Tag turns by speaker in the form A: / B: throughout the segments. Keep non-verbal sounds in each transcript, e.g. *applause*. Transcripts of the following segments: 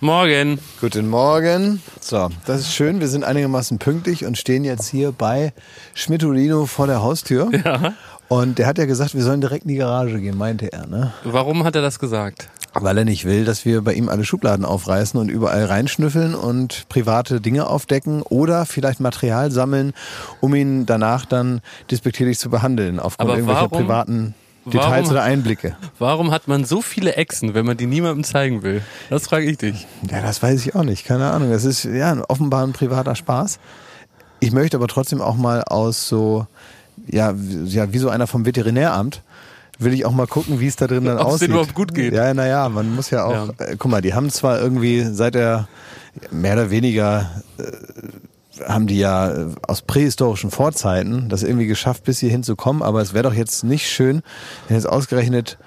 A: Morgen.
B: Guten Morgen. So, das ist schön. Wir sind einigermaßen pünktlich und stehen jetzt hier bei Schmidtolino vor der Haustür.
A: Ja.
B: Und der hat ja gesagt, wir sollen direkt in die Garage gehen, meinte er, ne?
A: Warum hat er das gesagt?
B: Weil er nicht will, dass wir bei ihm alle Schubladen aufreißen und überall reinschnüffeln und private Dinge aufdecken oder vielleicht Material sammeln, um ihn danach dann despektierlich zu behandeln, aufgrund
A: Aber
B: irgendwelcher
A: warum-
B: privaten Details
A: warum-
B: oder Einblicke.
A: Warum hat man so viele Echsen, wenn man die niemandem zeigen will? Das frage ich dich.
B: Ja, das weiß ich auch nicht. Keine Ahnung. Das ist ja offenbar ein privater Spaß. Ich möchte aber trotzdem auch mal aus so, ja, wie- ja wie so einer vom Veterinäramt, will ich auch mal gucken, wie es da drin dann
A: Ob's denen
B: aussieht.
A: überhaupt gut geht.
B: Ja, naja, man muss ja auch, Äh, guck mal, die haben zwar irgendwie seit der mehr oder weniger haben die ja äh, aus prähistorischen Vorzeiten das irgendwie geschafft, bis hierhin zu kommen. Aber es wäre doch jetzt nicht schön, wenn jetzt ausgerechnet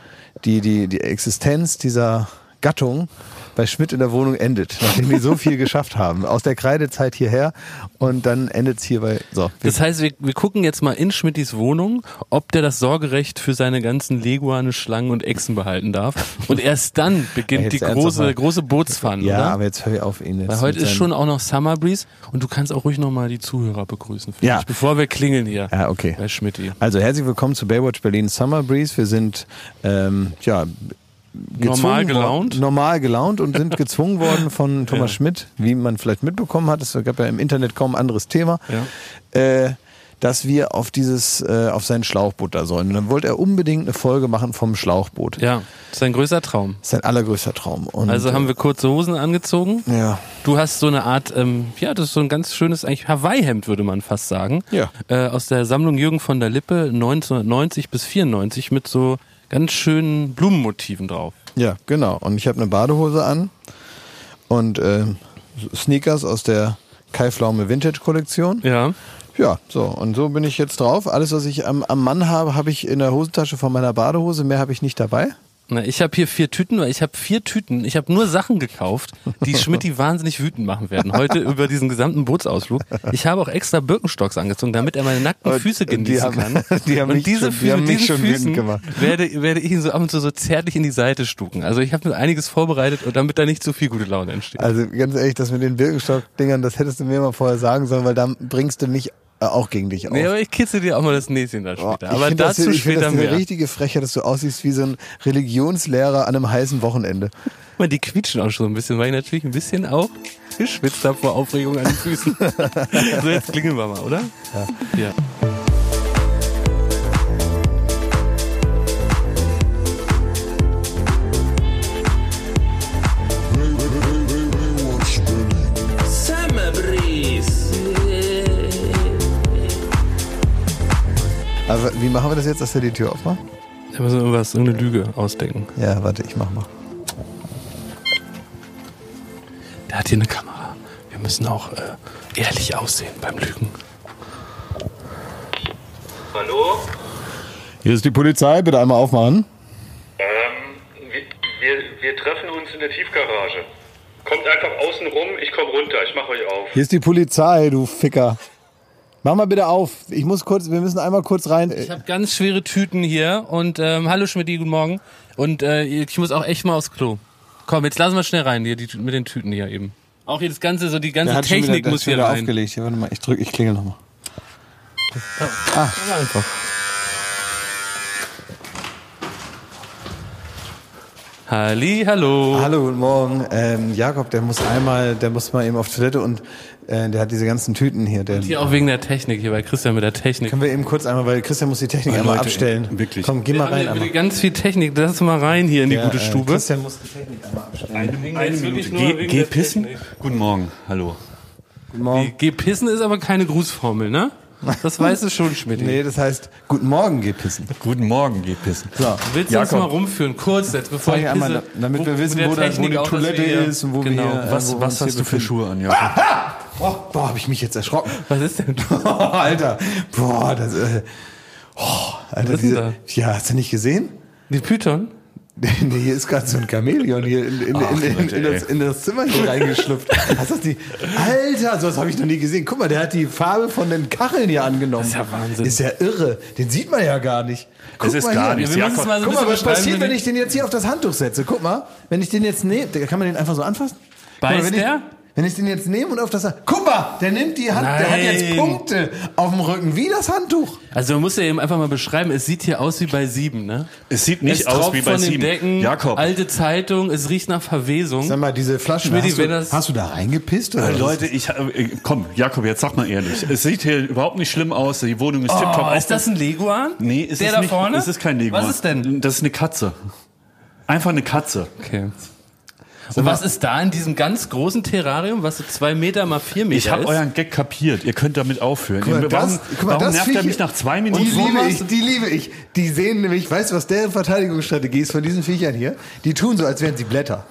B: die, die, die Existenz dieser Gattung bei Schmidt in der Wohnung endet, nachdem die
A: *laughs*
B: so viel geschafft haben. Aus der Kreidezeit hierher und dann endet's hier bei. So, wir-
A: Das heißt, wir, wir gucken jetzt mal in Schmittis Wohnung, ob der das Sorgerecht für seine ganzen Leguane, Schlangen und Echsen behalten darf. Und erst dann
B: Ey,
A: beginnt die
B: jetzt ernsthaft
A: große,
B: mal.
A: große Bootsfahne,
B: ja,
A: oder?
B: aber jetzt hör ich auf ihn jetzt.
A: Weil heute
B: mit
A: ist
B: seinen-
A: schon auch noch Summer Breeze und du kannst auch ruhig nochmal die Zuhörer begrüßen, finde
B: Ja.
A: ich, bevor wir klingeln hier
B: Ja, okay.
A: bei Schmidti.
B: Also herzlich willkommen zu Baywatch Berlin Summer Breeze. Wir sind ähm, ja gezwungen
A: Normal
B: wor-
A: gelaunt?
B: normal gelaunt
A: *laughs*
B: und sind gezwungen worden von Thomas Schmidt, wie man vielleicht mitbekommen hat. Es gab ja im Internet kaum anderes Thema.
A: Ja.
B: Äh, dass wir auf dieses, äh, auf sein Schlauchboot da sollen. Und dann wollte er unbedingt eine Folge machen vom Schlauchboot.
A: Ja, das ist ein größter Traum.
B: Das ist sein allergrößter Traum. Und, äh,
A: Also haben wir kurze Hosen angezogen.
B: ja.
A: Du hast so eine Art, ähm, ja, das ist so ein ganz schönes, eigentlich Hawaii-Hemd, würde man fast sagen.
B: Ja.
A: Äh, aus der Sammlung Jürgen von der Lippe 1990 bis 94 mit so ganz schönen Blumenmotiven drauf.
B: Ja, genau. Und ich habe eine Badehose an und äh, Sneakers aus der Kai Pflaume Vintage Kollektion.
A: Ja.
B: Ja, so und so bin ich jetzt drauf. Alles, was ich am, am Mann habe, habe ich in der Hosentasche von meiner Badehose. Mehr habe ich nicht dabei.
A: Na, ich habe hier vier Tüten, weil ich habe vier Tüten, ich habe nur Sachen gekauft,
B: *laughs*
A: die Schmidti wahnsinnig wütend machen werden. Heute über diesen gesamten Bootsausflug. Ich habe auch extra Birkenstocks angezogen, damit er meine nackten
B: Und
A: Füße
B: die
A: genießen
B: haben-
A: kann.
B: *laughs* die haben
A: und
B: mich
A: diese
B: schon- die
A: Füße,
B: haben mich
A: diesen
B: schon wütend
A: Füßen
B: gemacht.
A: Werde, werde ich ihn so ab und zu so zärtlich in die Seite stuken. Also ich habe mir einiges vorbereitet, und damit da nicht so viel gute Laune entsteht.
B: Also ganz ehrlich, das mit den Birkenstock-Dingern, das hättest du mir mal vorher sagen sollen, weil dann bringst du mich äh, auch gegen dich auf.
A: Nee, aber ich kitzel dir auch mal das Näschen da
B: Oh,
A: später.
B: ich
A: aber
B: find das,
A: dazu
B: ich find
A: später
B: das eine
A: mehr.
B: richtige Freche, dass du aussiehst wie so ein Religionslehrer an einem heißen Wochenende.
A: Guck mal, die quietschen auch schon so ein bisschen, weil ich natürlich ein bisschen auch geschwitzt habe vor Aufregung an den
B: *laughs*
A: Füßen. so, jetzt klingeln wir mal, oder? Ja.
C: Summer Breeze.
B: Aber wie machen wir das jetzt, dass er die Tür aufmacht?
A: Da müssen wir irgendwas, irgendeine Lüge ausdenken.
B: Ja, warte, ich mach mal.
A: Der hat hier eine Kamera. Wir müssen auch äh, ehrlich aussehen beim Lügen.
D: Hallo?
B: Hier ist die Polizei, bitte einmal aufmachen.
D: Ähm, wir, wir, wir treffen uns in der Tiefgarage. Kommt einfach außen rum, ich komme runter, ich mache euch auf.
B: Hier ist die Polizei, du Ficker. Mach mal bitte auf. Ich muss kurz, wir müssen einmal kurz rein.
A: Ich habe ganz schwere Tüten hier und ähm, hallo Schmidti, guten Morgen. Und äh, ich muss auch echt mal aufs Klo. Komm, jetzt lassen wir schnell rein hier, die, Tü- mit den Tüten hier eben. Auch hier das ganze, so die ganze
B: Der hat schon
A: Technik
B: wieder,
A: muss
B: schon
A: hier
B: wieder
A: rein.
B: aufgelegt. Hier, warte mal, ich drücke, ich klingel nochmal.
A: Einfach. Halli, hallo.
B: Hallo, guten Morgen. Ähm, Jakob, der muss einmal, der muss mal eben auf Toilette und äh, der hat diese ganzen Tüten hier. Der,
A: Hier auch wegen der Technik, hier bei Christian mit der Technik.
B: können wir eben kurz einmal, weil Christian muss die Technik einmal
E: Leute,
B: abstellen.
E: ey, wirklich.
B: Komm, geh mal rein.
A: Wir haben
B: einmal.
A: hier ganz viel Technik, lass mal rein hier in die
B: Ja,
A: gute
B: äh,
A: Stube.
B: Christian muss die Technik einmal abstellen.
E: Eine Minute. Geh, geh pissen. Guten Morgen. Hallo.
B: Guten Morgen.
A: Geh, geh pissen ist aber keine Grußformel, ne? Das weißt du schon, Schmidt.
B: Nee, das heißt, guten Morgen, geh pissen.
E: Guten Morgen, geh pissen.
B: So.
A: Willst du uns mal rumführen, kurz jetzt, bevor
B: Zeig
A: ich
B: einmal,
A: pisse,
B: damit wir wissen,
A: der
B: wo, da, wo
A: Technik
B: die
A: auch, dass wir
B: Toilette
A: hier-
B: ist und wo
A: genau.
B: wir. äh,
E: Was,
B: wo wir uns
E: was hast
B: hier
E: du für
B: befinden.
E: Schuhe an, Jakob?
B: Oh, boah, hab ich mich jetzt erschrocken. *laughs*
A: Was ist denn?
B: Alter, boah, das. Äh, oh, Alter,
A: Was ist
B: diese,
A: denn
B: ja, hast du nicht gesehen?
A: Die Python?
B: Nee, *laughs* nee, hier ist gerade so ein Chamäleon hier in, in, in, in,
E: Leute,
B: in, das,
E: ey.
B: in das Zimmer hier reingeschlüpft. Hast du das die? Alter, sowas habe ich noch nie gesehen. Guck mal, der hat die Farbe von den Kacheln hier angenommen. Das ist
A: ja Wahnsinn.
B: Ist ja irre. Den sieht man ja gar nicht. Guck
E: ist gar
B: hier.
E: nichts.
A: Wir müssen es mal so ein
B: Guck mal,
A: bisschen
B: was
A: beschreiben,
B: passiert,
A: die-
B: wenn ne, ich den jetzt hier auf das Handtuch setze? Guck mal, wenn ich den jetzt nehme, kann man den einfach so anfassen? mal,
A: Beißt
B: wenn ich,
A: der?
B: Wenn ich den jetzt nehme und auf das Hand. Guck mal, der nimmt die Hand, der hat jetzt
A: Nein.
B: Punkte auf dem Rücken, wie das Handtuch.
A: Also man muss ja eben einfach mal beschreiben, es sieht hier aus wie bei sieben, ne?
E: Es sieht nicht
A: es
E: aus
A: tropft
E: wie bei
A: von den
E: sieben.
A: Decken,
E: Jakob.
A: alte Zeitung, es riecht nach
B: Sag
A: Verwesung.
B: mal, diese Flaschen,
A: Schmitty,
B: hast, du,
A: wenn das-
B: hast du da reingepisst? Oder
E: Äh,
B: was?
E: Leute, ich hab- äh, komm, Jakob, jetzt sag mal ehrlich. Es sieht hier überhaupt nicht schlimm aus. Die Wohnung ist tipptopp.
A: Oh, ist das ein Leguan?
E: Nee, ist
A: der
E: es
A: da
E: nicht,
A: vorne?
E: Ist es kein Lego.
A: Was ist denn?
E: Das ist eine Katze. Einfach eine Katze.
A: Okay. Und was ist da in diesem ganz großen Terrarium, was so zwei Meter mal vier Meter
E: Ich habe
A: ist?
E: euren Gag kapiert. Ihr könnt damit aufhören.
B: Guck mal,
E: Ihr-
B: das-
E: warum
B: guck mal,
E: warum
B: das
E: nervt er
B: Viech-
E: mich nach zwei
B: Die
E: Minuten?
B: liebe ich, die liebe ich. Die sehen nämlich, weißt du, was deren Verteidigungsstrategie ist von diesen Viechern hier? Die tun so, als wären sie Blätter.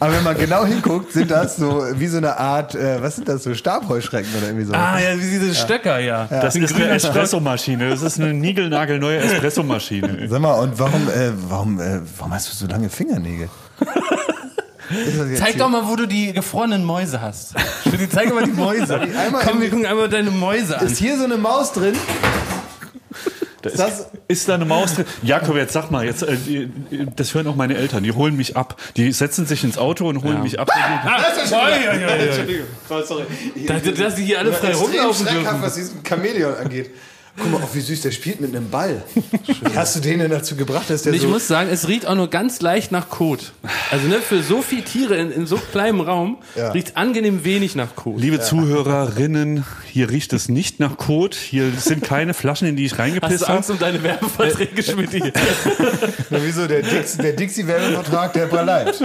B: Aber wenn man genau hinguckt, sind das so wie so eine Art, äh, was sind das, so Stabheuschrecken oder irgendwie so.
A: ah ja, wie diese Stöcker, ja.
E: Das ist eine Espressomaschine. Das ist eine niegelnagelneue Espressomaschine.
B: Sag mal, und warum, äh, warum, äh, warum hast du so lange
E: *laughs*
B: Fingernägel? Ist das jetzt
A: Zeig
B: hier-
A: doch mal, wo du die gefrorenen Mäuse hast. Schmitty, zeig doch mal die Mäuse.
B: Einmal
A: Komm,
B: in-
A: wir gucken einmal deine Mäuse an.
B: Ist hier so eine Maus drin?
E: Da ist,
B: Das-
E: ist da eine Maus drin? Jakob, jetzt sag mal, jetzt, äh, die- das hören auch meine Eltern. Die holen mich ab. Die setzen sich ins Auto und holen mich ab.
B: Entschuldigung. Oh, sorry.
A: Dass, dass die hier alle frei
B: Extrem
A: rumlaufen
B: schreckhaft,
A: dürfen.
B: was diesen Chamäleon angeht. Guck mal, auch wie süß der spielt mit einem Ball. Hast du den denn dazu gebracht, dass der
A: Ich
B: so...
A: muss sagen, es riecht auch nur ganz leicht nach Kot. Also ne, für so viele Tiere in, in so kleinem Raum
B: Ja.
A: riecht angenehm wenig nach Kot.
E: Liebe Zuhörerinnen, hier riecht es nicht nach Kot. Hier sind keine Flaschen, in die ich
A: Hast
E: reingepisst
A: du
E: habe.
A: Angst um deine Werbeverträge, Schmidt?
B: Na, wieso? Der, Dix, der Dixie-Werbevertrag, der bleibt.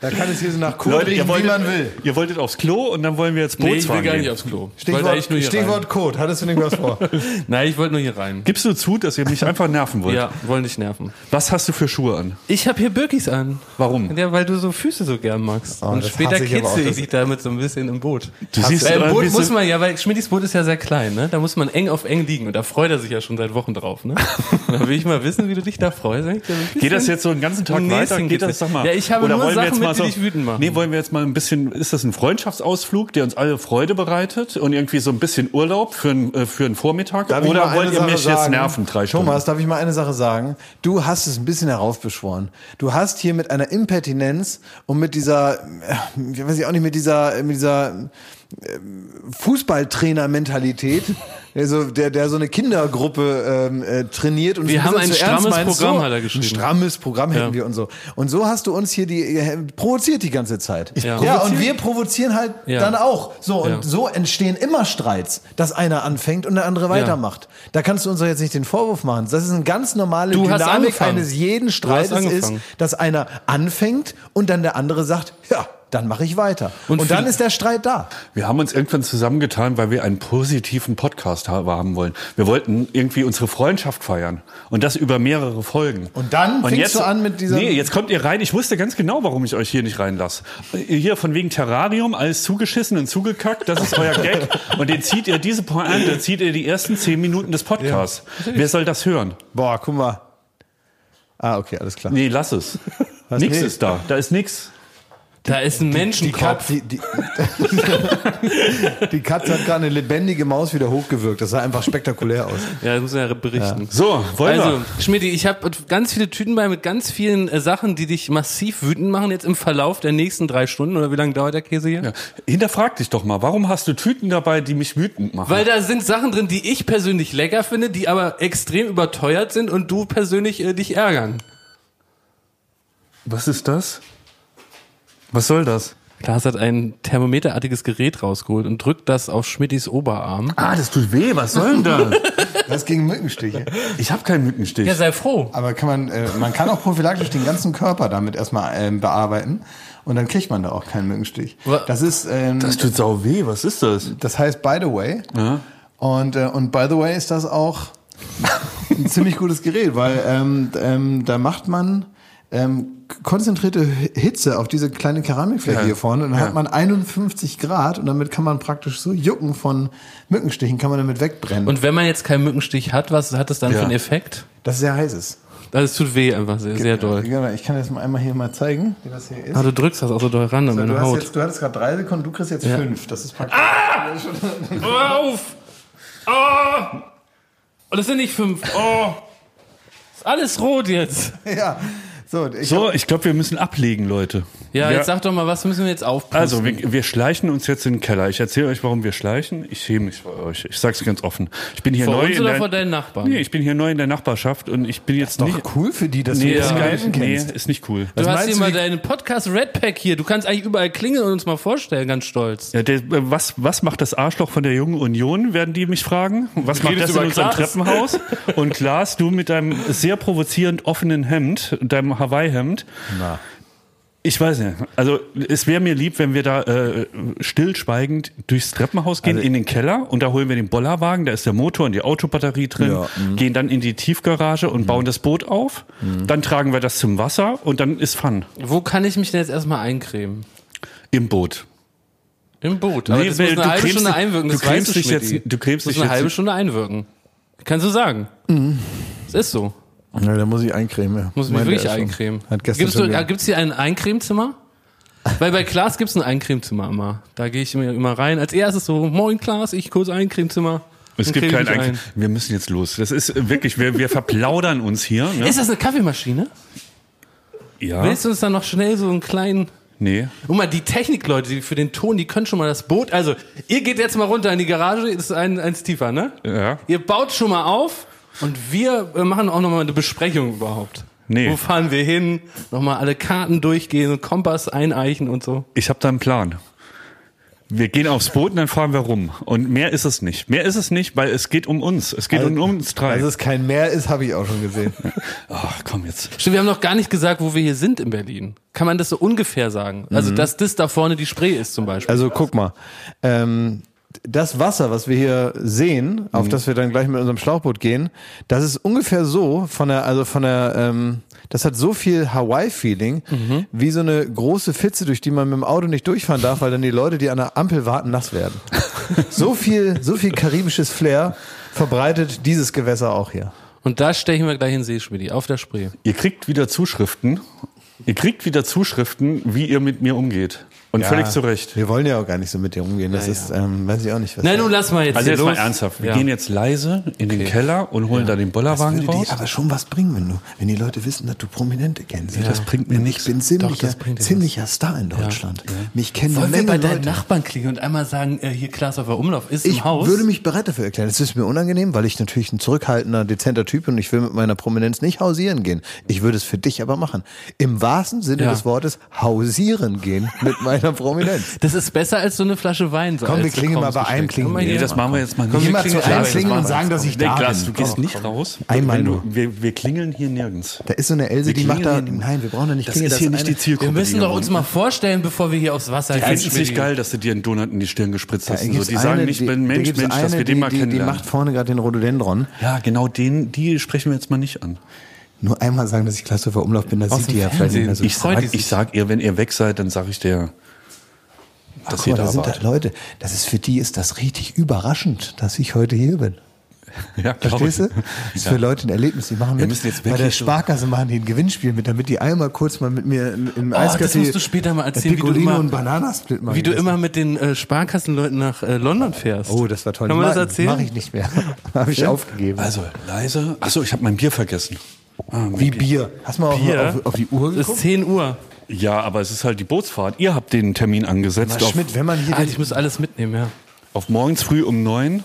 B: Da kann es hier so nach Kot
E: Leute,
B: riechen,
E: ihr
B: wie man
E: wolltet,
B: will.
E: ihr wolltet aufs Klo und dann wollen wir jetzt
A: Nee, ich
E: Bootsfahren
A: will gar
E: gehen.
A: nicht aufs Klo. Ich wollte eigentlich nur
B: Stichwort,
A: hier
B: Stichwort Kot. Hattest du denn was vor?
A: rein. Nein, ich wollte nur hier rein.
E: Gibst du zu, dass ihr mich einfach nerven wollt?
A: Ja, wollen dich nerven.
E: Was hast du für Schuhe an?
A: Ich habe hier Birkis an.
E: Warum? Ah,
A: Ja, weil du so Füße so gern magst. Und
B: das
A: später
B: hasse ich aber auch,
A: kitzel ich
B: das-
A: dich damit so ein bisschen im Boot.
E: Du siehst
A: Weil
E: so
A: im
E: ein
A: Boot
E: bisschen-
A: muss man ja, weil Schmidtis Boot ist ja sehr klein, ne? Da muss man eng auf eng liegen und da freut er sich ja schon seit Wochen drauf,
E: *laughs*
A: ne? Und da will ich mal wissen, wie du dich da freust. Wenn ich dir so ein
E: Geht das
A: bisschen
E: jetzt so einen ganzen Tag
A: ein Um
E: weiter?
A: Näschen
E: Geht das,
A: kitzel.
E: sag mal.
A: Ja, ich habe
E: Oder
A: nur
E: wollen wir
A: Sachen
E: jetzt mal
A: mit,
E: so,
A: die dich wütend machen.
E: Nee, wollen wir jetzt mal ein bisschen, ist das ein Freundschaftsausflug, der uns alle Freude bereitet und irgendwie so ein bisschen Urlaub für, ein, äh, für einen Vormittag?
B: Darf ich mal
E: Oder
B: eine
E: wollt ihr
B: Sache
E: mich jetzt
B: sagen?
E: nerven, drei Stunden?
B: Thomas, darf ich mal eine Sache sagen? Du hast es ein bisschen heraufbeschworen. Du hast hier mit einer Impertinenz und mit dieser, äh, ich weiß ich auch nicht, mit dieser, mit dieser äh,
A: *laughs*
B: Fußballtrainer-Mentalität, der so, der, der so eine Kindergruppe ähm, äh, trainiert und
A: Wir
B: es
A: haben
B: bisschen
A: ein
B: zu ernst
A: strammes
B: meint,
A: Programm, hat er geschrieben.
B: Ein strammes Programm hätten
A: Ja.
B: wir und so. Und so hast du uns hier die äh, provoziert die ganze Zeit. ja.
A: provoziere?
B: und wir provozieren halt
A: Ja.
B: dann auch. So und
A: Ja.
B: so entstehen immer Streits, dass einer anfängt und der andere weitermacht. Da kannst du uns doch jetzt nicht den Vorwurf machen. Das ist eine ganz normale
A: Du hast
B: Dynamik
A: angefangen.
B: eines jeden
A: hast
B: Streites ist,
A: angefangen.
B: dass einer anfängt und dann der andere sagt, ja, dann mache ich weiter. Und,
A: Und
B: dann
A: viel-
B: ist der Streit da.
E: Wir haben uns irgendwann zusammengetan, weil wir einen positiven Podcast ha- haben wollen. Wir wollten irgendwie unsere Freundschaft feiern. Und das über mehrere Folgen.
B: Und dann fingst du an mit dieser-
E: Nee, jetzt kommt ihr rein. Ich wusste ganz genau, warum ich euch hier nicht reinlasse. Hier von wegen Terrarium, alles zugeschissen und zugekackt. Das ist euer Gag. Und den zieht ihr
B: *laughs*
E: diese Pointe, zieht ihr die ersten zehn Minuten des Podcasts. Wer soll das hören?
B: Boah, guck mal. Ah, okay, alles klar.
E: Nee, lass es.
B: *laughs*
E: Nix
B: Nee.
E: ist da. Da ist nix.
A: Da ist ein
B: Die,
A: Menschenkopf.
B: Kat, die, die, *laughs* die Katze hat gerade eine lebendige Maus wieder hochgewirkt. Das sah einfach spektakulär aus.
A: Ja, das muss man ja berichten.
E: So, wollen
A: Also,
E: wir.
A: Schmidti, ich habe ganz viele Tüten bei mit ganz vielen äh, Sachen, die dich massiv wütend machen, jetzt im Verlauf der nächsten drei Stunden. Oder wie lange dauert der Käse hier?
E: Ja. Hinterfrag dich doch mal, warum hast du Tüten dabei, die mich wütend machen?
A: Weil da sind Sachen drin, die ich persönlich lecker finde, die aber extrem überteuert sind und du persönlich äh, dich ärgern.
E: Was ist das? Was soll das?
A: Klaas hat halt ein thermometerartiges Gerät rausgeholt und drückt das auf Schmittis Oberarm.
E: Ah, das tut weh, was soll denn das?
B: Das gegen Mückenstiche.
E: *laughs* Ich habe keinen Mückenstich.
A: Ja, sei froh.
B: Aber kann man, äh, man kann auch prophylaktisch den ganzen Körper damit erstmal ähm, bearbeiten und dann kriegt man da auch keinen Mückenstich.
A: Wa-
B: Das ist, ähm, das,
E: das tut sau weh, was ist das?
B: heißt by the way. Und, äh, und by the way ist das auch ein ziemlich gutes Gerät, weil ähm, ähm, da macht man ähm, konzentrierte Hitze auf diese kleine Keramikfläche
E: Ja.
B: hier vorne und dann
E: Ja.
B: hat man 51 Grad und damit kann man praktisch so Jucken von Mückenstichen, kann man damit wegbrennen.
A: Und wenn man jetzt keinen Mückenstich hat, was hat das dann
E: Ja.
A: für einen Effekt?
B: das ist sehr heißes.
A: Also es tut weh einfach sehr, sehr doll.
B: Ich kann jetzt mal einmal hier mal zeigen, wie das hier ist.
A: Ah, du drückst das auch so doll ran an
B: Du,
A: deine
B: hast
A: Haut.
B: jetzt, du hattest gerade drei Sekunden, du kriegst jetzt
A: Ja.
B: fünf. Das ist praktisch.
A: Hör auf! Oh! Und das sind nicht fünf. Oh! Ist alles rot jetzt.
B: Ja. So, ich
E: So, ich glaube, wir müssen ablegen, Leute.
A: Ja,
E: Ja.
A: jetzt sag doch mal, was müssen wir jetzt aufpassen?
E: Also, wir, wir schleichen uns jetzt in den Keller. Ich erzähle euch, warum wir schleichen. Ich schäme mich vor euch. Ich sag's ganz offen. Ich bin hier
A: Vor
E: neu
A: uns
E: in
A: oder
E: der,
A: vor deinen Nachbarn?
E: Nee, ich bin hier neu in der Nachbarschaft und ich bin jetzt nicht
B: cool für die, dass
E: Nee,
B: die
E: ist,
A: ja.
E: geil.
B: Menschen
E: nee
B: kennst.
E: ist nicht cool.
A: Du hast
B: meinst
A: hier
B: du,
A: mal
B: wie-
A: deinen Podcast Red Pack hier. Du kannst eigentlich überall klingeln und uns mal vorstellen, ganz stolz.
E: Ja, der, äh, was, was macht das Arschloch von der jungen Union, werden die mich fragen. Was macht
A: redest
E: das in
A: über
E: unserem
A: Klaas.
E: Treppenhaus? Und Klaas, du mit deinem sehr provozierend offenen Hemd, deinem Hawaii-Hemd. Ich weiß nicht. Also es wäre mir lieb, wenn wir da äh, stillschweigend durchs Treppenhaus gehen,
B: Also-
E: in den Keller und da holen wir den Bollerwagen, da ist der Motor und die Autobatterie drin,
B: Ja,
E: gehen dann in die Tiefgarage und bauen das Boot auf, dann tragen wir das zum Wasser und dann ist Fun
A: Wo kann ich mich denn jetzt erstmal eincremen?
E: im Boot.
A: Im Boot. Aber
E: Nee,
A: das
E: weil
A: muss eine
E: du
A: halbe
E: cremst
A: Stunde
E: dich-
A: einwirken.
E: du
A: Das weißt
E: cremst dich jetzt-
A: Schmitty.
E: du cremst
A: musst
E: dich
A: eine
E: jetzt-
A: halbe Stunde einwirken. Kannst du sagen. Es ist so.
B: Ja, da muss ich eincremen. Ja.
A: Muss mich
B: Meinte
A: wirklich
B: er schon.
A: eincremen.
B: Hat gestern
A: Gibt's,
B: schon
A: du,
B: gesagt.
A: gibt's hier ein Eincremezimmer? Weil bei Klaas gibt's ein Eincremezimmer immer. Da gehe ich immer, immer rein. Als erstes so, moin Klaas, ich kurz Eincremezimmer.
E: Es
A: Dann
E: gibt
A: creme
E: keinen
A: ich
E: Eigentlich. Wir müssen jetzt los. Das ist äh, wirklich, wir, wir verplaudern uns hier.
A: ein.
E: Ne?
A: Ist das eine Kaffeemaschine?
E: Ja.
A: Willst du uns dann noch schnell so einen kleinen...
E: Nee.
A: Guck mal, die Technikleute die für den Ton, die können schon mal das Boot. Also, ihr geht jetzt mal runter in die Garage, ist ein, eins tiefer, ne?
E: Ja.
A: Ihr baut schon mal auf und wir äh, machen auch nochmal eine Besprechung überhaupt.
E: Nee.
A: Wo fahren wir hin? Nochmal alle Karten durchgehen und Kompass eineichen und so.
E: Ich habe da einen Plan. Wir gehen aufs Boot und dann fahren wir rum. Und mehr ist es nicht. Mehr ist es nicht, weil es geht um uns. Es geht um uns drei.
B: Dass Also es kein Meer ist, habe ich auch schon gesehen.
E: Ach, komm jetzt.
A: Stimmt, wir haben noch gar nicht gesagt, wo wir hier sind in Berlin. Kann man das so ungefähr sagen?
E: Mhm.
A: Also, dass das da vorne die Spree ist zum Beispiel.
B: Also guck mal. Ähm, das Wasser, was wir hier sehen, auf das wir dann gleich mit unserem Schlauchboot gehen, das ist ungefähr so von der, also von der, ähm, das hat so viel Hawaii-Feeling, wie so eine große Fitze, durch die man mit dem Auto nicht durchfahren darf, weil dann die Leute, die an der Ampel warten, nass werden. so viel, so viel karibisches Flair verbreitet dieses Gewässer auch hier.
A: und da stechen wir gleich in Seeschmidi, auf der Spree.
E: Ihr kriegt wieder Zuschriften. Ihr kriegt wieder Zuschriften, wie ihr mit mir umgeht. Und völlig zu Recht.
B: Wir wollen ja auch gar nicht so mit dir umgehen. Das ist, ähm, weiß ich auch nicht, was.
A: Na, nun lass mal jetzt
E: Also
A: hier
E: jetzt
A: los.
E: mal ernsthaft. Wir
A: ja.
E: gehen jetzt leise in den Keller und holen da den Bollerwagen
B: würde
E: raus.
B: dir aber schon was bringen, wenn du, wenn die Leute wissen, dass du Prominente kennst.
E: Das bringt mir
B: Ich
E: nichts.
B: bin
A: Doch,
B: ziemlicher,
A: das bringt dir
B: ziemlicher Star in Deutschland. Mich kennen eine
A: Wollen wir
B: Menge
A: bei deinen
B: Leute.
A: Nachbarn klingeln und einmal sagen, äh, hier Klaas auf der Umlauf ist
B: Ich
A: im Haus?
B: würde mich bereit dafür erklären. Es ist mir unangenehm, weil ich natürlich ein zurückhaltender, dezenter Typ bin und ich will mit meiner Prominenz nicht hausieren gehen. Ich würde es für dich aber machen. Im wahrsten Sinne
A: Ja.
B: des Wortes hausieren
E: *laughs*
B: gehen mit meiner Prominenz.
A: das ist besser als so eine Flasche Wein. So
B: Komm,
A: als
B: wir klingeln mal bei einem
A: Willkommensgeschenk.
B: klingeln.
A: Komm mal
E: Nee,
A: hier.
E: das machen wir jetzt mal
A: Komm,
E: nicht.
A: wir
B: Jemand
A: klingeln
B: zu
A: einmal,
B: einklingen
A: das
B: und
A: machen wir
B: sagen, dass ich da
E: Klaas,
B: bin.
E: du gehst
B: Komm,
E: nicht raus.
B: Einmal
E: Wenn du,
B: nur.
E: wir, wir klingeln hier nirgends.
B: Da ist so eine Else, die
E: Wir
B: macht da.
E: klingeln hier
B: Nein, wir brauchen da nicht
E: Das
B: klingeln.
E: ist hier
B: das
E: nicht die
B: eine-
E: Zielgruppe.
A: Wir müssen doch
E: die
A: uns mal vorstellen, bevor wir hier aufs Wasser
E: hier
A: gehen.
E: wollen. Die finden es nicht
A: Schmitty.
E: geil, dass sie dir einen Donut in die Stirn gespritzt hast. und
B: gibt's
E: so. Die sagen
B: eine,
E: nicht,
B: die-
E: wenn
B: da
E: Mensch,
B: gibt's
E: Mensch, dass
B: eine,
E: wir den
B: die-
E: mal
B: die, die
E: kennenlernen.
B: macht vorne gerade den Rhododendron.
E: ja, genau den, die sprechen wir jetzt mal nicht an.
B: Nur einmal sagen, dass ich Christopher Umlauf bin, das sieht die ja vielleicht nicht mehr so.
E: ich,
A: freut die
E: sag,
A: sich.
E: ich sag ihr, wenn ihr weg seid, dann sag ich dir, dass
B: Guck
E: ihr
B: mal, da
E: da
B: sind da
E: wart.
B: Leute, das ist für die ist das richtig überraschend, dass ich heute hier bin.
E: Ja, glaub ich.
B: Verstehst du? Das ist für Leute ein Erlebnis. Die machen mit.
E: müssen jetzt
B: Bei der
E: wirklich so-
B: Sparkasse machen die ein Gewinnspiel mit, damit die einmal kurz mal mit mir in- im
A: Oh, das
B: Eiskaffee
A: musst du später mal erzählen, wie du
B: Piccolino
A: immer-
B: und Bananasplit machen.
A: Wie du
B: lässt.
A: immer mit den äh, Sparkassenleuten nach äh, London fährst.
B: Oh, das war toll.
A: Kann man das
B: Nein,
A: erzählen?
B: Mach ich nicht mehr. *laughs* Habe ich aufgegeben.
E: Also, leise. Achso, ich habe mein Bier vergessen. Ah, mein
B: Wie
E: Bier.
B: Bier. Hast du mal auf,
A: Bier?
B: auf, auf die Uhr
A: Es ist
B: geguckt?
A: 10 Uhr.
E: Ja, aber es ist halt die Bootsfahrt. Ihr habt den Termin angesetzt
B: Mal
E: auf,
B: Schmidt, wenn man hier
A: Alter,
B: den-
A: Ah, ich muss alles mitnehmen, ja.
E: auf morgens früh um neun.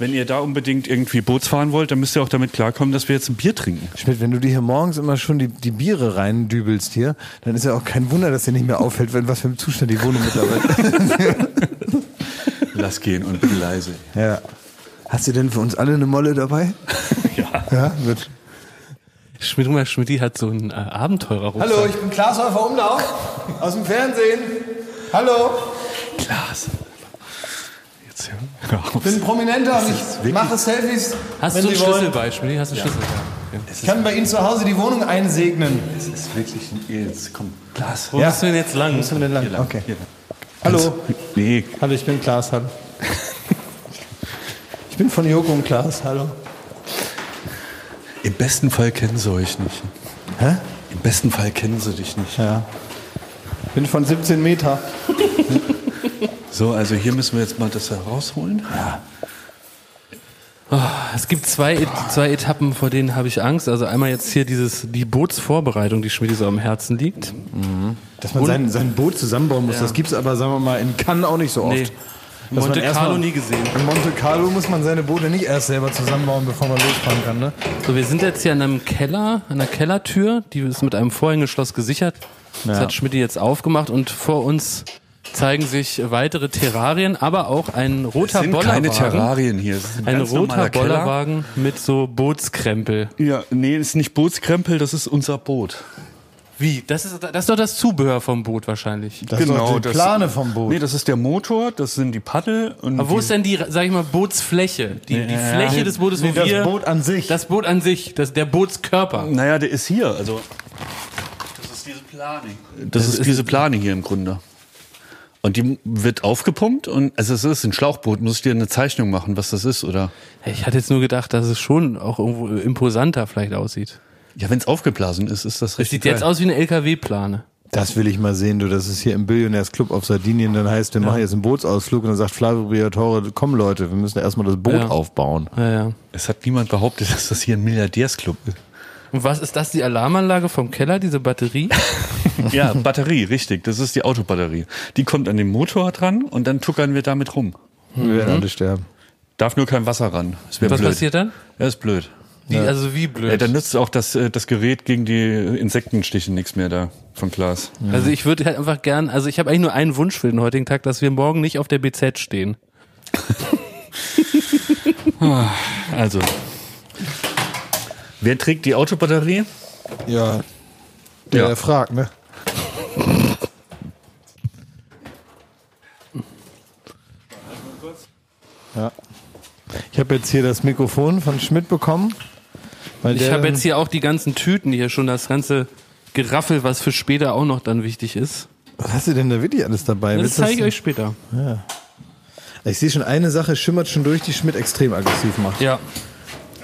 E: Wenn ihr da unbedingt irgendwie Boots fahren wollt, dann müsst ihr auch damit klarkommen, dass wir jetzt ein Bier trinken.
B: Schmidt, wenn du dir hier morgens immer schon die, die Biere reindübelst hier, dann ist ja auch kein Wunder, dass dir nicht mehr auffällt, wenn was für ein Zustand die Wohnung mittlerweile *laughs*
E: Lass gehen und bin leise.
B: Ja. Hast du denn für uns alle eine Molle dabei?
E: Ja.
B: *laughs* Ja, wird.
A: Schmidt Schmidti hat so einen äh, Abenteurer
B: Hallo, ich bin Klaas Häufer Umlauf aus dem Fernsehen. Hallo,
E: Klaas. Jetzt hör auf.
B: bin Prominenter und ich mache Selfies.
A: Hast
B: wenn
A: du einen
B: Sie
A: Schlüssel
B: wollen.
A: bei, Schmidti? Hast du einen Schlüssel bei? Okay.
B: Ich kann bei Ihnen zu Hause die Wohnung einsegnen.
E: Das ist wirklich ein Jetzt komm. Klaas.
A: Wo bist du denn jetzt lang?
B: Müssen wir denn lang? Okay.
E: Hier lang.
B: Hallo,
E: Nee,
B: hallo, ich bin Klaas. Hallo. Ich bin von Joko und Klaas. Hallo.
E: im besten Fall kennen sie euch nicht.
B: Hä?
E: Im besten Fall kennen sie dich nicht.
B: Ja. Bin von 17 Meter.
E: So, also hier müssen wir jetzt mal das herausholen.
A: Es gibt zwei, E- zwei Etappen, vor denen habe ich Angst. Also einmal jetzt hier dieses, die Bootsvorbereitung, die Schmidt so am Herzen liegt.
B: Dass man sein, sein Boot zusammenbauen muss,
A: Ja.
B: das gibt's aber, sagen wir mal, in Cannes auch nicht so oft.
A: Nee.
B: Dass
A: Monte
B: man erst
A: Carlo
B: mal-
A: nie gesehen.
B: In Monte Carlo muss man seine Boote nicht erst selber zusammenbauen, bevor man losfahren kann, ne?
A: So, wir sind jetzt hier an einem Keller, an einer Kellertür, die ist mit einem Vorhängeschloss gesichert. Das
B: Ja.
A: hat Schmidt jetzt aufgemacht und vor uns zeigen sich weitere Terrarien, aber auch ein roter
E: sind
A: Bollerwagen.
E: keine Terrarien hier. Es ist ein,
A: Ein
E: ganz normaler
A: roter
E: Keller.
A: Bollerwagen mit so Bootskrempel.
E: Ja, nee, ist nicht Bootskrempel, das ist unser Boot.
A: Wie? Das ist, das ist doch das Zubehör vom Boot wahrscheinlich.
B: Das ist doch die
E: Genau, das-
B: Plane vom Boot.
E: Nee, das ist der Motor, das sind die Paddel und
A: Aber wo
E: die-
A: ist denn die, sag ich mal, Bootsfläche? Die, die Fläche des Bootes, wo
B: das
A: wir...
B: Boot an sich.
A: Das Boot an sich, das, der Bootskörper.
E: Naja, der ist hier, also das ist diese Plane. Das, ist, diese Plane hier im Grunde. Und die wird aufgepumpt und also es ist ein Schlauchboot. Muss ich dir eine Zeichnung machen, was das ist, oder?
A: Ich hatte jetzt nur gedacht, dass es schon auch irgendwo imposanter vielleicht aussieht.
E: Ja, wenn es aufgeblasen ist, ist das
A: Es sieht
E: richtig.
A: jetzt aus wie eine LKW-Plane.
B: Das will ich mal sehen, du, dass es hier im Billionärsclub auf Sardinien dann heißt, wir machen jetzt einen Bootsausflug und dann sagt Flavio Briatore, komm Leute, wir müssen erstmal das Boot
A: Ja.
B: aufbauen.
A: Ja, ja.
E: Es hat niemand behauptet, *laughs* dass das hier ein Milliardärsclub
A: *laughs*
E: ist.
A: Und was ist das, die Alarmanlage vom Keller, diese Batterie?
E: Ja, Batterie, richtig. Das ist die Autobatterie. Die kommt an den Motor dran und dann tuckern wir damit rum.
B: Wir werden alle sterben.
E: Darf nur kein Wasser ran. Das wär
A: Was
E: blöd.
A: passiert dann?
E: Ja, ist blöd.
A: Die, Also wie
E: Ja,
A: blöd.
E: dann nützt auch das, äh, das Gerät gegen die Insektenstiche nichts mehr da von Glas.
A: also ich würde halt einfach gern, also ich habe eigentlich nur einen Wunsch für den heutigen Tag, dass wir morgen nicht auf der BZ stehen.
E: Also. Wer trägt die Autobatterie?
B: Ja. Der
E: Ja.
B: fragt, ne? Ja. Ich habe jetzt hier das Mikrofon von Schmidt bekommen. Weil
A: Ich
B: der
A: habe
B: dann-
A: jetzt hier auch die ganzen Tüten hier schon, das ganze Geraffel, was für später auch noch dann wichtig ist.
B: Was hast du denn da wirklich alles dabei?
A: Das
B: Willst du
A: zeige ich euch später.
B: Ich sehe schon eine Sache schimmert schon durch, die Schmidt extrem aggressiv macht.
A: Ja.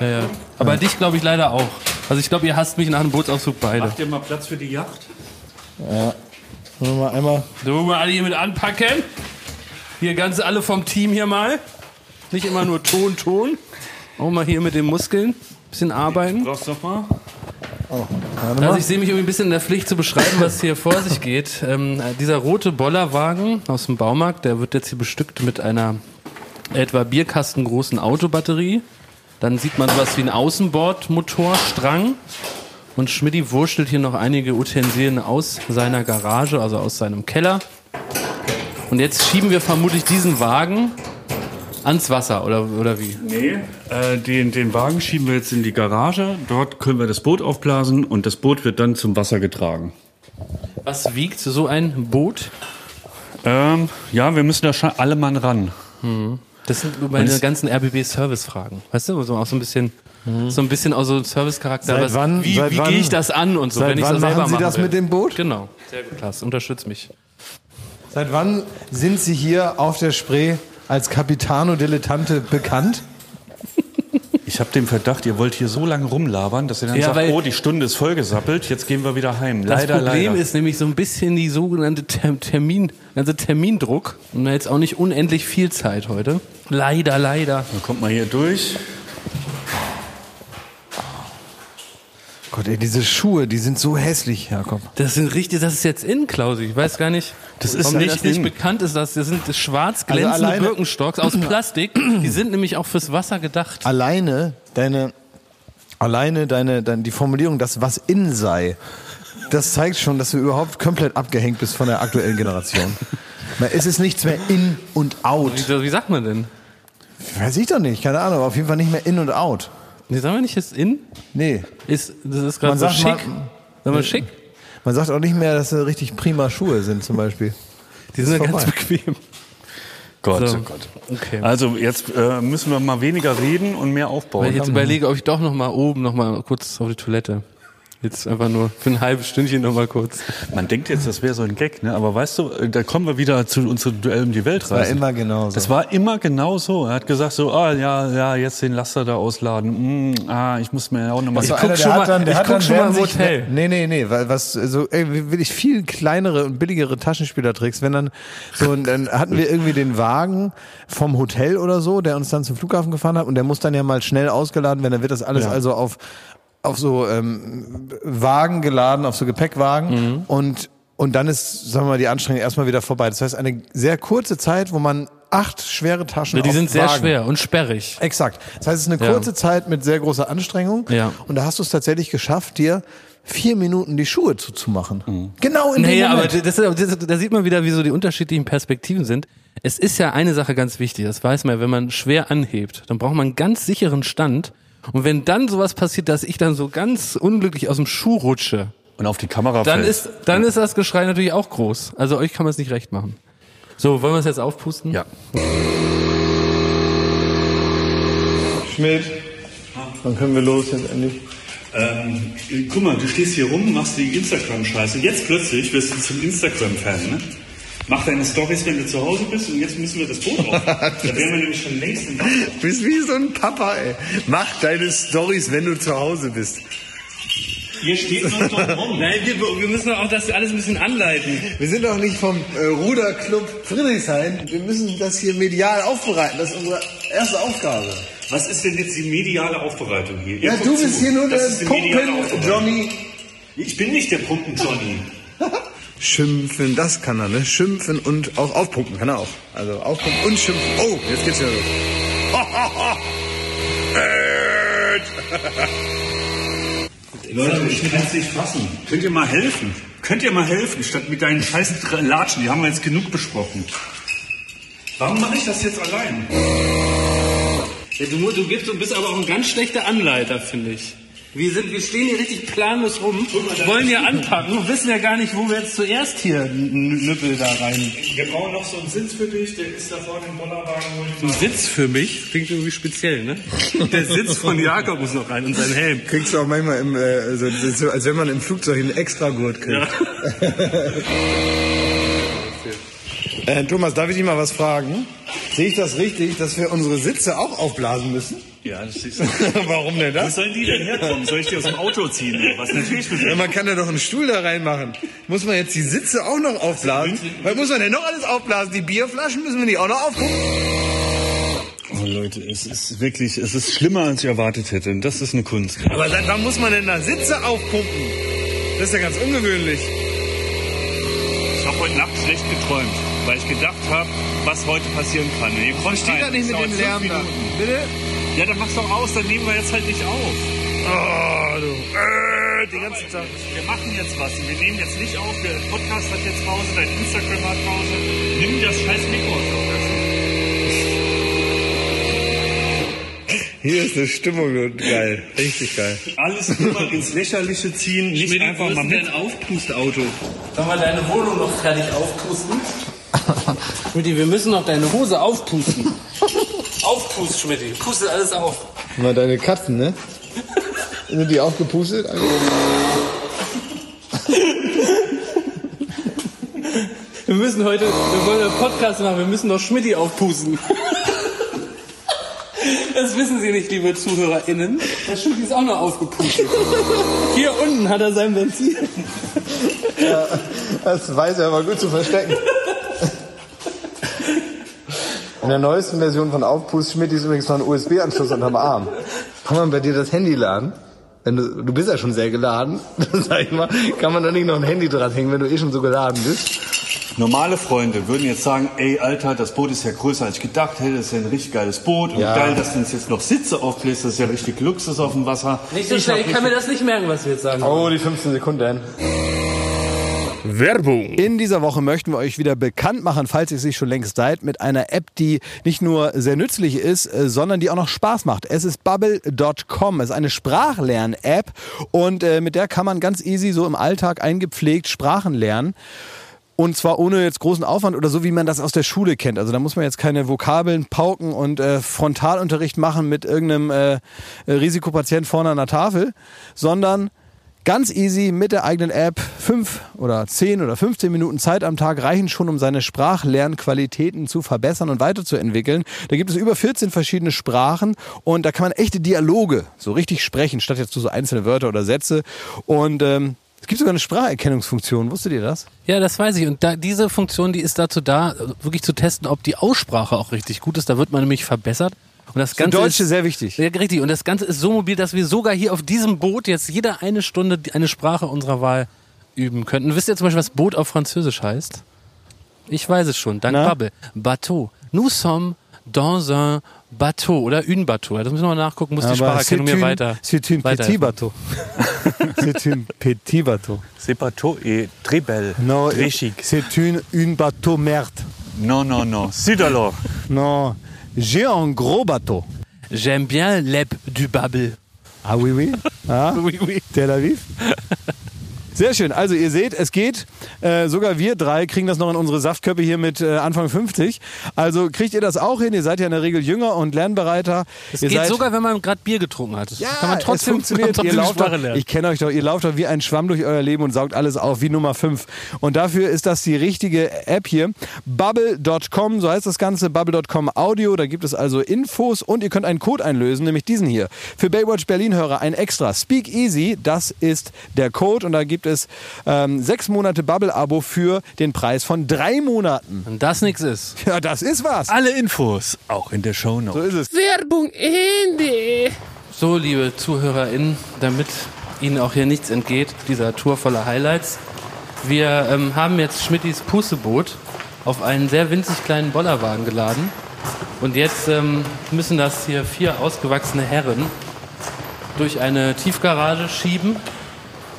A: ja, ja. Aber dich glaube ich leider auch. Also ich glaube, ihr hasst mich nach dem Bootsausflug beide.
E: Habt ihr mal Platz für die Yacht?
B: Wollen wir mal einmal
A: So, wollen wir alle hier mit anpacken? Hier ganz alle vom Team hier mal. Nicht immer nur Ton, Ton. Auch mal hier mit den Muskeln. Bisschen arbeiten.
E: Brauchst du noch mal?
A: Also ich sehe mich irgendwie ein bisschen in der Pflicht zu beschreiben, was hier vor sich geht. Ähm, dieser rote Bollerwagen aus dem Baumarkt, der wird jetzt hier bestückt mit einer etwa bierkastengroßen Autobatterie. Dann sieht man sowas wie einen Außenbordmotorstrang. Und Schmidti wurschtelt hier noch einige Utensilien aus seiner Garage, also aus seinem Keller. Und jetzt schieben wir vermutlich diesen Wagen ans Wasser, oder, oder wie?
E: Nee, äh, den, den Wagen schieben wir jetzt in die Garage. Dort können wir das Boot aufblasen und das Boot wird dann zum Wasser getragen.
A: Was wiegt so ein Boot?
E: Ähm, ja, wir müssen da schon alle Mann ran.
A: Das sind meine ganzen RBB-Service-Fragen. Weißt du, so auch so ein bisschen, so ein bisschen auch so ein Service-Charakter.
B: Mhm. Seit
A: Was-
B: wann-
A: wie
B: seit
A: wie
B: wann-
A: gehe ich das an und so,
B: seit
A: wenn ich
B: wann
A: das selber
B: machen Sie
A: machen
B: das
A: will.
B: mit dem Boot?
A: Genau. Sehr gut, Klaas. Unterstützt mich.
B: Seit wann sind Sie hier auf der Spree als Capitano Dilettante bekannt?
E: Ich habe den Verdacht, ihr wollt hier so lange rumlabern, dass ihr dann
A: Ja,
E: sagt,
A: weil-
E: oh, die Stunde ist vollgesappelt, jetzt gehen wir wieder heim.
A: Das
E: leider,
A: Problem
E: leider.
A: ist nämlich so ein bisschen die sogenannte Ter- Termin, also Termindruck. Und jetzt auch nicht unendlich viel Zeit heute. Leider, leider.
E: Dann kommt mal hier durch.
B: Gott, ey, diese Schuhe, die sind so hässlich, Jakob.
A: Das sind richtig, das ist jetzt in, Klausi. Ich weiß gar nicht,
E: Das ist
A: warum mir
E: nicht
A: das nicht
E: in.
A: bekannt ist. dass- Das sind schwarz glänzende
B: Also alleine-
A: Birkenstocks
B: *clears throat*
A: aus Plastik. Die sind nämlich auch fürs Wasser gedacht.
B: Alleine deine, alleine deine, dein, die Formulierung, das was in sei, das zeigt schon, dass du überhaupt komplett abgehängt bist von der aktuellen *laughs* Generation. Man, Es ist nichts mehr in und out.
A: Wie, wie sagt man denn?
B: Weiß ich doch nicht, keine Ahnung, aber auf jeden Fall nicht mehr in und out.
A: Nee, sagen wir nicht, ist in?
B: Nee.
A: Ist, das ist gerade
B: Man
A: so
B: sagt
A: schick.
B: mal- äh,
A: Sagen wir schick?
B: Man sagt auch nicht mehr, dass das richtig prima Schuhe sind, zum Beispiel.
A: Die sind ja ganz
B: vorbei.
A: bequem.
E: Gott,
A: So.
E: oh Gott.
A: Okay.
E: Also jetzt äh, müssen wir mal weniger reden und mehr
A: Weil ich
E: aufbauen.
A: jetzt überlege, ob ich doch noch mal oben noch mal kurz auf die Toilette. Jetzt einfach nur für ein halbes Stündchen noch mal kurz.
E: Man denkt jetzt, das wäre so ein Gag, ne? aber weißt du, äh, da kommen wir wieder zu unserem Duell um die Weltreise.
B: War immer genauso.
E: Das war immer genau so. Er hat gesagt so, ah ja, ja, jetzt den Laster da ausladen. Mm, ah, ich muss mir auch
A: war
E: nochmal...
B: So
A: Ich guck
B: einer,
A: schon
B: hat
A: mal- ich guck schon mal
B: während
A: im
B: sich-
A: Hotel.
B: Nee, nee, nee, weil was so ey, will ich viel kleinere und billigere Taschenspielertricks, wenn dann so und dann hatten wir irgendwie den Wagen vom Hotel oder so, der uns dann zum Flughafen gefahren hat und der muss dann ja mal schnell ausgeladen werden, dann wird das alles also
A: Mhm.
B: auf auf so ähm, Wagen geladen, auf so Gepäckwagen und Und dann ist, sagen wir mal, die Anstrengung erstmal wieder vorbei. Das heißt, eine sehr kurze Zeit, wo man acht schwere Taschen
A: Die
B: auf
A: sind sehr
B: Wagen-
A: schwer und sperrig.
B: Exakt. Das heißt, es ist eine
A: Ja.
B: kurze Zeit mit sehr großer Anstrengung.
A: Ja.
B: Und da hast du es tatsächlich geschafft, dir vier Minuten die Schuhe zuzumachen.
F: Mhm.
B: Genau in dem
A: Naja, aber
B: Moment.
A: das, ist- das, da sieht man wieder, wie so die unterschiedlichen Perspektiven sind. Es ist ja eine Sache ganz wichtig, das weiß man, ja, wenn man schwer anhebt, dann braucht man einen ganz sicheren Stand. Und wenn dann sowas passiert, dass ich dann so ganz unglücklich aus dem Schuh rutsche,
F: Und auf die Kamera
A: dann
F: fällt.
A: ist, dann ist das Geschrei natürlich auch groß. Also euch kann man es nicht recht machen. So, wollen wir es jetzt aufpusten?
F: Ja.
G: Schmidt, wann können wir los jetzt endlich?
H: Ähm, guck mal, du stehst hier rum, machst die Instagram-Scheiße. Und jetzt plötzlich wirst du zum Instagram-Fan, ne? Mach deine Stories, wenn du zu Hause bist, und jetzt müssen wir das
G: *laughs*
H: Boot auf. da wären wir nämlich schon längst im Wasser.
G: Du bist wie so ein Papa, ey. Mach deine Stories, wenn du zu Hause bist.
H: Hier steht noch
G: *laughs*
H: doch rum. Nein, wir, müssen auch das alles ein bisschen anleiten.
G: Wir sind doch nicht vom äh, Ruderclub Friedrichshain. Wir müssen das hier medial aufbereiten. Das ist unsere erste Aufgabe.
H: Was ist denn jetzt die mediale Aufbereitung hier? Ihr
G: Ja,
H: guckt
G: du bist
H: zu.
G: hier nur
H: Das
G: der
H: ist die mediale Aufbereitung.
G: Pumpen-Johnny.
H: Ich bin nicht der Pumpen-Johnny.
G: Schimpfen, das kann er, ne? Schimpfen und auch aufpumpen kann er auch. Also aufpumpen und schimpfen. Oh, jetzt geht's wieder los. Ed!
H: Leute, ich kann es nicht fassen. Könnt ihr mal helfen? Könnt ihr mal helfen, statt mit deinen scheiß Dr- Latschen? Die haben wir jetzt genug besprochen. Warum mache ich das jetzt allein?
A: du, gibst, du bist aber auch ein ganz schlechter Anleiter, finde ich. Wir, sind, wir stehen hier richtig planlos rum, wollen ja anpacken und wissen ja gar nicht, wo wir jetzt zuerst hier einen Nüppel da rein.
H: Wir brauchen noch so einen Sitz für dich, der ist da vorne im Bollerwagen. wo ich-
A: Ein Sitz für mich klingt irgendwie speziell, ne? Der Sitz von Jakob muss noch rein und sein Helm.
G: Kriegst du auch manchmal, im, äh, so, so, als wenn man im Flugzeug einen Extragurt kriegt. *laughs* äh, Thomas, darf ich dich mal was fragen? Sehe ich das richtig, dass wir unsere Sitze auch aufblasen müssen?
H: Ja, das ist.
G: *laughs* Warum denn
H: Was
G: das?
H: sollen die denn herkommen? Soll ich die aus dem Auto ziehen? oder Was natürlich mit
G: Ja, man kann da doch einen Stuhl da reinmachen. Muss man jetzt die Sitze auch noch aufblasen? Was muss man denn noch alles aufblasen? Die Bierflaschen müssen wir nicht auch noch aufpumpen?
H: Oh Leute, es ist wirklich, es ist schlimmer als ich erwartet hätte. Und das ist eine Kunst.
G: Aber seit wann muss man denn da Sitze aufpumpen? Das ist ja ganz ungewöhnlich.
H: Ich habe heute Nacht schlecht geträumt, weil ich gedacht habe, was heute passieren kann. Ihr kommt
G: Steht da
H: rein,
G: nicht
H: es
G: mit
H: dauert
G: dem
H: fünf
G: Lärm da.
H: Minuten.
G: Bitte?
H: Ja, dann mach's doch aus, dann nehmen wir jetzt halt nicht auf.
G: Oh, du. Äh, den ganzen Tag.
H: Wir machen jetzt was und wir nehmen jetzt nicht auf. Der Podcast hat jetzt Pause, dein Instagram hat Pause. Nimm das scheiß Mikro aus der Fresse.
G: Hier ist eine Stimmung und geil. Richtig geil.
H: Alles nur mal ins Lächerliche ziehen, nicht einfach mal mit.
A: Aufpustauto. Sollen wir deine Wohnung noch fertig aufpusten? Schmidti, wir müssen noch deine Hose aufpusten. *laughs* Aufpust, Schmidti. Pustet alles auf.
B: Mal deine Katzen, ne? Sind die aufgepustet?
A: Wir müssen heute, wir wollen einen Podcast machen, wir müssen noch Schmidti aufpusten. Das wissen Sie nicht, liebe ZuhörerInnen. Der Schmidti ist auch noch aufgepustet. Hier unten hat er sein Benzin.
B: Das weiß er aber gut zu verstecken. In der neuesten Version von Aufpust Schmidt ist übrigens noch ein USB-Anschluss unterm Arm. Kann man bei dir das Handy laden? Wenn du, du bist ja schon sehr geladen, *laughs* sag ich mal. Kann man da nicht noch ein Handy dranhängen, wenn du eh schon so geladen bist?
H: Normale Freunde würden jetzt sagen, ey Alter, das Boot ist ja größer als ich gedacht hätte, das ist ja ein richtig geiles Boot und
B: Ja.
H: geil, dass du uns jetzt noch Sitze aufbläst, das ist ja richtig Luxus auf dem Wasser.
A: Nicht so schnell, ich kann mir das nicht merken, was wir jetzt sagen.
B: Oh, die 15 Sekunden.
I: Werbung.
B: In dieser Woche möchten wir euch wieder bekannt machen, falls ihr es nicht schon längst seid, mit einer App, die nicht nur sehr nützlich ist, äh, sondern die auch noch Spaß macht. Es ist Bubble.com. Es ist eine Sprachlern-App und äh, mit der kann man ganz easy so im Alltag eingepflegt Sprachen lernen. Und zwar ohne jetzt großen Aufwand oder so, wie man das aus der Schule kennt. Also da muss man jetzt keine Vokabeln pauken und äh, Frontalunterricht machen mit irgendeinem äh, äh, Risikopatient vorne an der Tafel, sondern ganz easy mit der eigenen App fünf oder zehn oder 15 Minuten Zeit am Tag reichen schon, um seine Sprachlernqualitäten zu verbessern und weiterzuentwickeln. Da gibt es über 14 verschiedene Sprachen und da kann man echte Dialoge so richtig sprechen, statt jetzt nur so einzelne Wörter oder Sätze. Und ähm, es gibt sogar eine Spracherkennungsfunktion. Wusstet ihr das?
A: Ja, das weiß ich. Und da, diese Funktion, die ist dazu da, wirklich zu testen, ob die Aussprache auch richtig gut ist. Da wird man nämlich verbessert. Und das Ganze
B: Deutsche
A: ist,
B: sehr wichtig.
A: Ja, richtig. Und das Ganze ist so mobil, dass wir sogar hier auf diesem Boot jetzt jeder eine Stunde die- eine Sprache unserer Wahl üben könnten. Wisst ihr zum Beispiel, was Boot auf Französisch heißt? Ich weiß es schon, dank
B: Na?
A: Bubble. Bateau. Nous sommes dans un bateau oder une bateau. Das müssen wir mal nachgucken, muss die Spracherkennung mir weiter.
B: C'est un
A: weiter- *laughs*
B: petit bateau. c'est un petit bateau.
E: C'est bateau et très belle.
B: Non,
E: très chic.
B: c'est une, une bateau merde.
E: Non, non, non. Sud alors.
B: Non, j'ai un gros bateau.
A: J'aime bien l'app du Bubble.
B: Ah oui, oui. Ah,
A: *laughs* Oui, oui.
B: Tel Aviv. Sehr schön. Also ihr seht, es geht. Äh, sogar wir drei kriegen das noch in unsere Saftköpfe hier mit äh, Anfang 50. Also kriegt ihr das auch hin. Ihr seid ja in der Regel jünger und lernbereiter.
A: Es
B: ihr
A: geht
B: seid
A: sogar, wenn man gerade Bier getrunken hat. Das
B: ja,
A: kann man trotzdem,
B: es funktioniert.
A: kann man
B: ihr
A: trotzdem
B: lauft
A: Sprache
B: doch,
A: lernen.
B: ich kenne euch doch, ihr lauft doch wie ein Schwamm durch euer Leben und saugt alles auf, wie Nummer 5. Und dafür ist das die richtige App hier. Bubble.com, so heißt das Ganze, Bubble.com Audio. Da gibt es also Infos und ihr könnt einen Code einlösen, nämlich diesen hier. Für Baywatch Berlin-Hörer ein extra. Speak Easy, das ist der Code. Und da gibt es ähm, sechs Monate Bubble-Abo für den Preis von drei Monaten.
A: Wenn das nichts ist.
B: Ja, das ist was.
E: Alle Infos auch in der Show
B: So ist es.
A: So, liebe ZuhörerInnen, damit Ihnen auch hier nichts entgeht, dieser Tour voller Highlights. Wir ähm, haben jetzt Schmittis Pusteboot auf einen sehr winzig kleinen Bollerwagen geladen. Und jetzt ähm, müssen das hier vier ausgewachsene Herren durch eine Tiefgarage schieben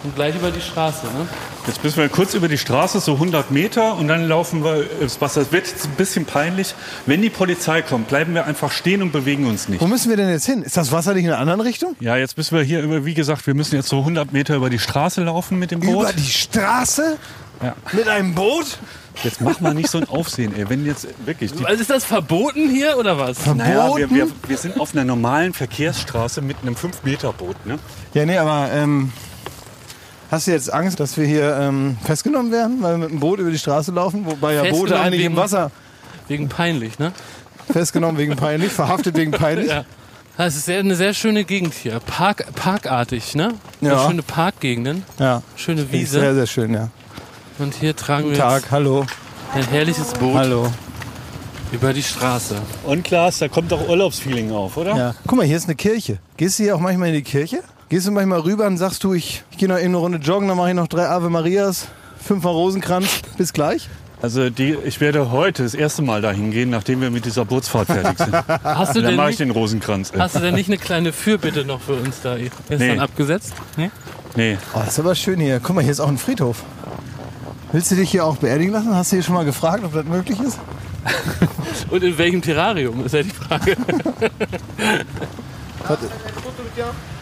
A: und gleich über die Straße. Ne?
E: Jetzt müssen wir kurz über die Straße, so 100 Meter, und dann laufen wir ins Wasser. Es wird jetzt ein bisschen peinlich. Wenn die Polizei kommt, bleiben wir einfach stehen und bewegen uns nicht.
B: Wo müssen wir denn jetzt hin? Ist das Wasser nicht in einer anderen Richtung?
E: Ja, jetzt müssen wir hier, über, wie gesagt, wir müssen jetzt so 100 Meter über die Straße laufen mit dem Boot.
B: Über die Straße?
E: Ja.
B: Mit einem Boot?
E: Jetzt mach mal nicht so ein Aufsehen, ey. Wenn jetzt wirklich die.
A: Also ist das verboten hier oder was?
E: Naja, wir,
B: Verboten?
E: wir, wir sind auf einer normalen Verkehrsstraße mit einem 5-Meter-Boot. Ne?
B: Ja, nee, aber ähm, hast du jetzt Angst, dass wir hier ähm, festgenommen werden, weil wir mit dem Boot über die Straße laufen? Wobei ja Boote
A: Festgenommen
B: eigentlich im
A: wegen-
B: Wasser
A: Wegen peinlich, ne?
B: festgenommen wegen peinlich, verhaftet wegen peinlich.
A: Ja. Das Ah, ist sehr, eine sehr schöne Gegend hier. Park, parkartig, ne?
B: Ja.
A: Schöne Parkgegenden.
B: Ja.
A: Schöne
B: Finde ich Sehr,
A: Wiese.
B: sehr schön, ja.
A: Und hier tragen wir
B: Tag, hallo,
A: jetzt ein herrliches Boot
B: hallo.
A: über die Straße.
E: Und Klaas, da kommt doch Urlaubsfeeling auf, oder?
B: Ja. Guck mal, hier ist eine Kirche. Gehst du hier auch manchmal in die Kirche? Gehst du manchmal rüber und sagst du, ich, ich gehe noch eben eine Runde joggen, dann mache ich noch drei Ave Marias, fünfmal Rosenkranz, bis gleich?
E: Also die, ich werde heute das erste Mal dahin gehen, nachdem wir mit dieser Bootsfahrt fertig sind.
A: Hast du,
E: Dann
A: denn
E: mache ich
A: nicht,
E: den Rosenkranz. Ey.
A: hast du denn nicht eine kleine Fürbitte noch für uns da gestern
E: Nee.
A: abgesetzt? Nee?
E: Nee,
B: Oh, ist aber schön hier. Guck mal, hier ist auch ein Friedhof. Willst du dich hier auch beerdigen lassen? Hast du hier schon mal gefragt, ob das möglich ist?
A: Und in welchem Terrarium, ist ja die Frage.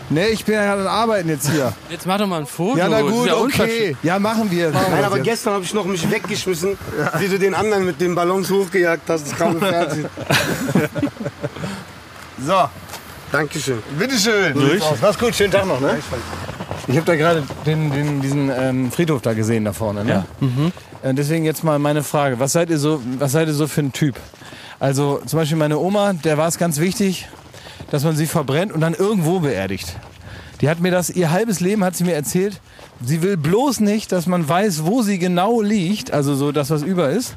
B: Nee, ich bin ja gerade am Arbeiten jetzt hier.
A: Jetzt mach doch mal ein Foto.
B: Ja, na
A: Das ist
B: gut,
A: ja unverschämt.
B: okay. Ja, machen wir.
J: Nein, aber gestern habe ich noch mich weggeschmissen, wie du den anderen mit den Ballons hochgejagt hast. Das kam im Fernsehen.
B: *laughs* So,
J: Dankeschön.
B: bitteschön. Durch. Mach's gut, schönen Tag noch, ne? Ich habe da gerade den, den, diesen ähm, Friedhof da gesehen da vorne, ne? Äh, Deswegen jetzt mal meine Frage. Was seid ihr so, was seid ihr so für ein Typ? Also zum Beispiel meine Oma, der war es ganz wichtig, dass man sie verbrennt und dann irgendwo beerdigt. Die hat mir das, ihr halbes Leben hat sie mir erzählt. Sie will bloß nicht, dass man weiß, wo sie genau liegt, also so das, was über ist,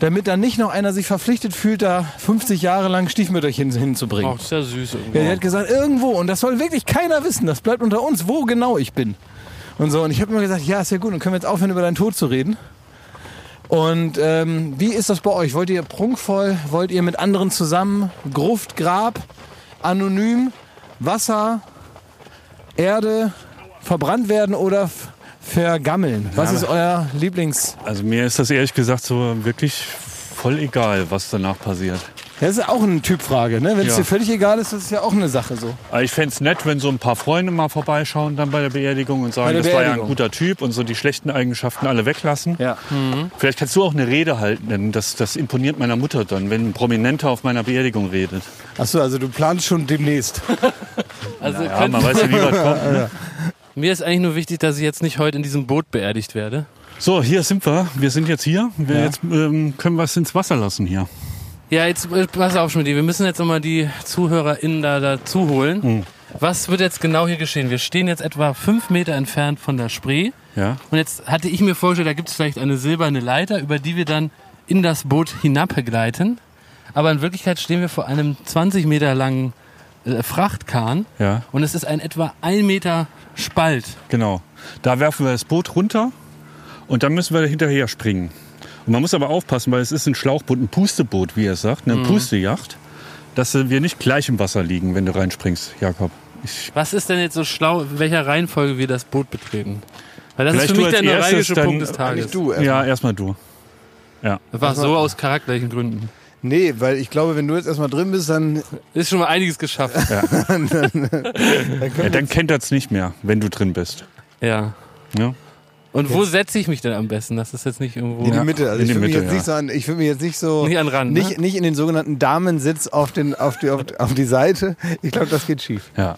B: damit dann nicht noch einer sich verpflichtet fühlt, da 50 Jahre lang Stiefmütterchen hinzubringen.
A: Oh, ist ja süß irgendwie.
B: Ja, die hat gesagt, irgendwo. Und das soll wirklich keiner wissen. Das bleibt unter uns, wo genau ich bin. Und so. Und ich habe immer gesagt, ja, ist ja gut. Dann können wir jetzt aufhören, über deinen Tod zu reden. Und ähm, wie ist das bei euch? Wollt ihr prunkvoll? Wollt ihr mit anderen zusammen? Gruft, Grab, anonym, Wasser, Erde, verbrannt werden oder f- vergammeln? Was ist euer Lieblings...
E: also mir ist das ehrlich gesagt so wirklich voll egal, was danach passiert.
B: Das ist auch eine Typfrage. Ne? Wenn es
E: Ja.
B: dir völlig egal ist, ist es ja auch eine Sache so.
E: Aber ich fänd's nett, wenn so ein paar Freunde mal vorbeischauen dann bei der Beerdigung und sagen,
B: der
E: das war ja
B: Beerdigung.
E: ein guter Typ und so die schlechten Eigenschaften alle weglassen.
B: Ja.
E: Vielleicht kannst du auch eine Rede halten, denn das, das imponiert meiner Mutter dann, wenn ein Prominenter auf meiner Beerdigung redet.
B: Achso, also du planst schon demnächst.
A: Also
E: Ja,
A: könnt-
E: man weiß ja, wie weit
B: *laughs*
E: kommt. Ne?
A: mir ist eigentlich nur wichtig, dass ich jetzt nicht heute in diesem Boot beerdigt werde.
E: So, hier sind wir. Wir sind jetzt hier. Wir Jetzt ähm, können wir es ins Wasser lassen hier.
A: Ja, jetzt äh, pass auf, Schmidt. Wir müssen jetzt nochmal die ZuhörerInnen da dazu holen.
E: Hm.
A: Was wird jetzt genau hier geschehen? Wir stehen jetzt etwa fünf Meter entfernt von der Spree.
E: Ja.
A: Und jetzt hatte ich mir vorgestellt, da gibt es vielleicht eine silberne Leiter, über die wir dann in das Boot hinabgleiten. Aber in Wirklichkeit stehen wir vor einem 20 Meter langen äh, Frachtkahn
E: Ja.
A: und es ist ein etwa ein Meter Spalt.
E: Genau. Da werfen wir das Boot runter und dann müssen wir hinterher springen. Und man muss aber aufpassen, weil es ist ein Schlauchboot, ein Pusteboot, wie er es sagt, eine
A: Mhm.
E: Pustejacht, dass wir nicht gleich im Wasser liegen, wenn du reinspringst, Jakob. Ich,
A: Was ist denn jetzt so schlau, in welcher Reihenfolge wir das Boot betreten? Weil das
E: Vielleicht
A: ist für mich
E: du als
A: der neuralgische
E: erstes, dann-
A: Punkt des
B: Äh, Nicht
A: Tages.
B: du. Erstmal.
E: ja, erstmal du.
A: Das war so aus charakterlichen Gründen.
B: Nee, weil ich glaube, wenn du jetzt erstmal drin bist, dann
A: Ist schon mal einiges geschafft.
E: Ja, dann kennt er es nicht mehr, wenn du drin bist.
A: Ja.
E: Ja?
A: Und wo setze ich mich denn am besten? Das ist jetzt nicht irgendwo.
B: in die Mitte. Also
E: in
B: ich
E: die
B: würde mich
E: Mitte,
B: jetzt
E: ja.
B: nicht so an, ich würde mich jetzt nicht so
A: Nicht an den Rand, ne?
B: nicht, nicht in den sogenannten Damensitz auf den auf die auf, auf die Seite. Ich glaube, das geht schief.
E: Ja.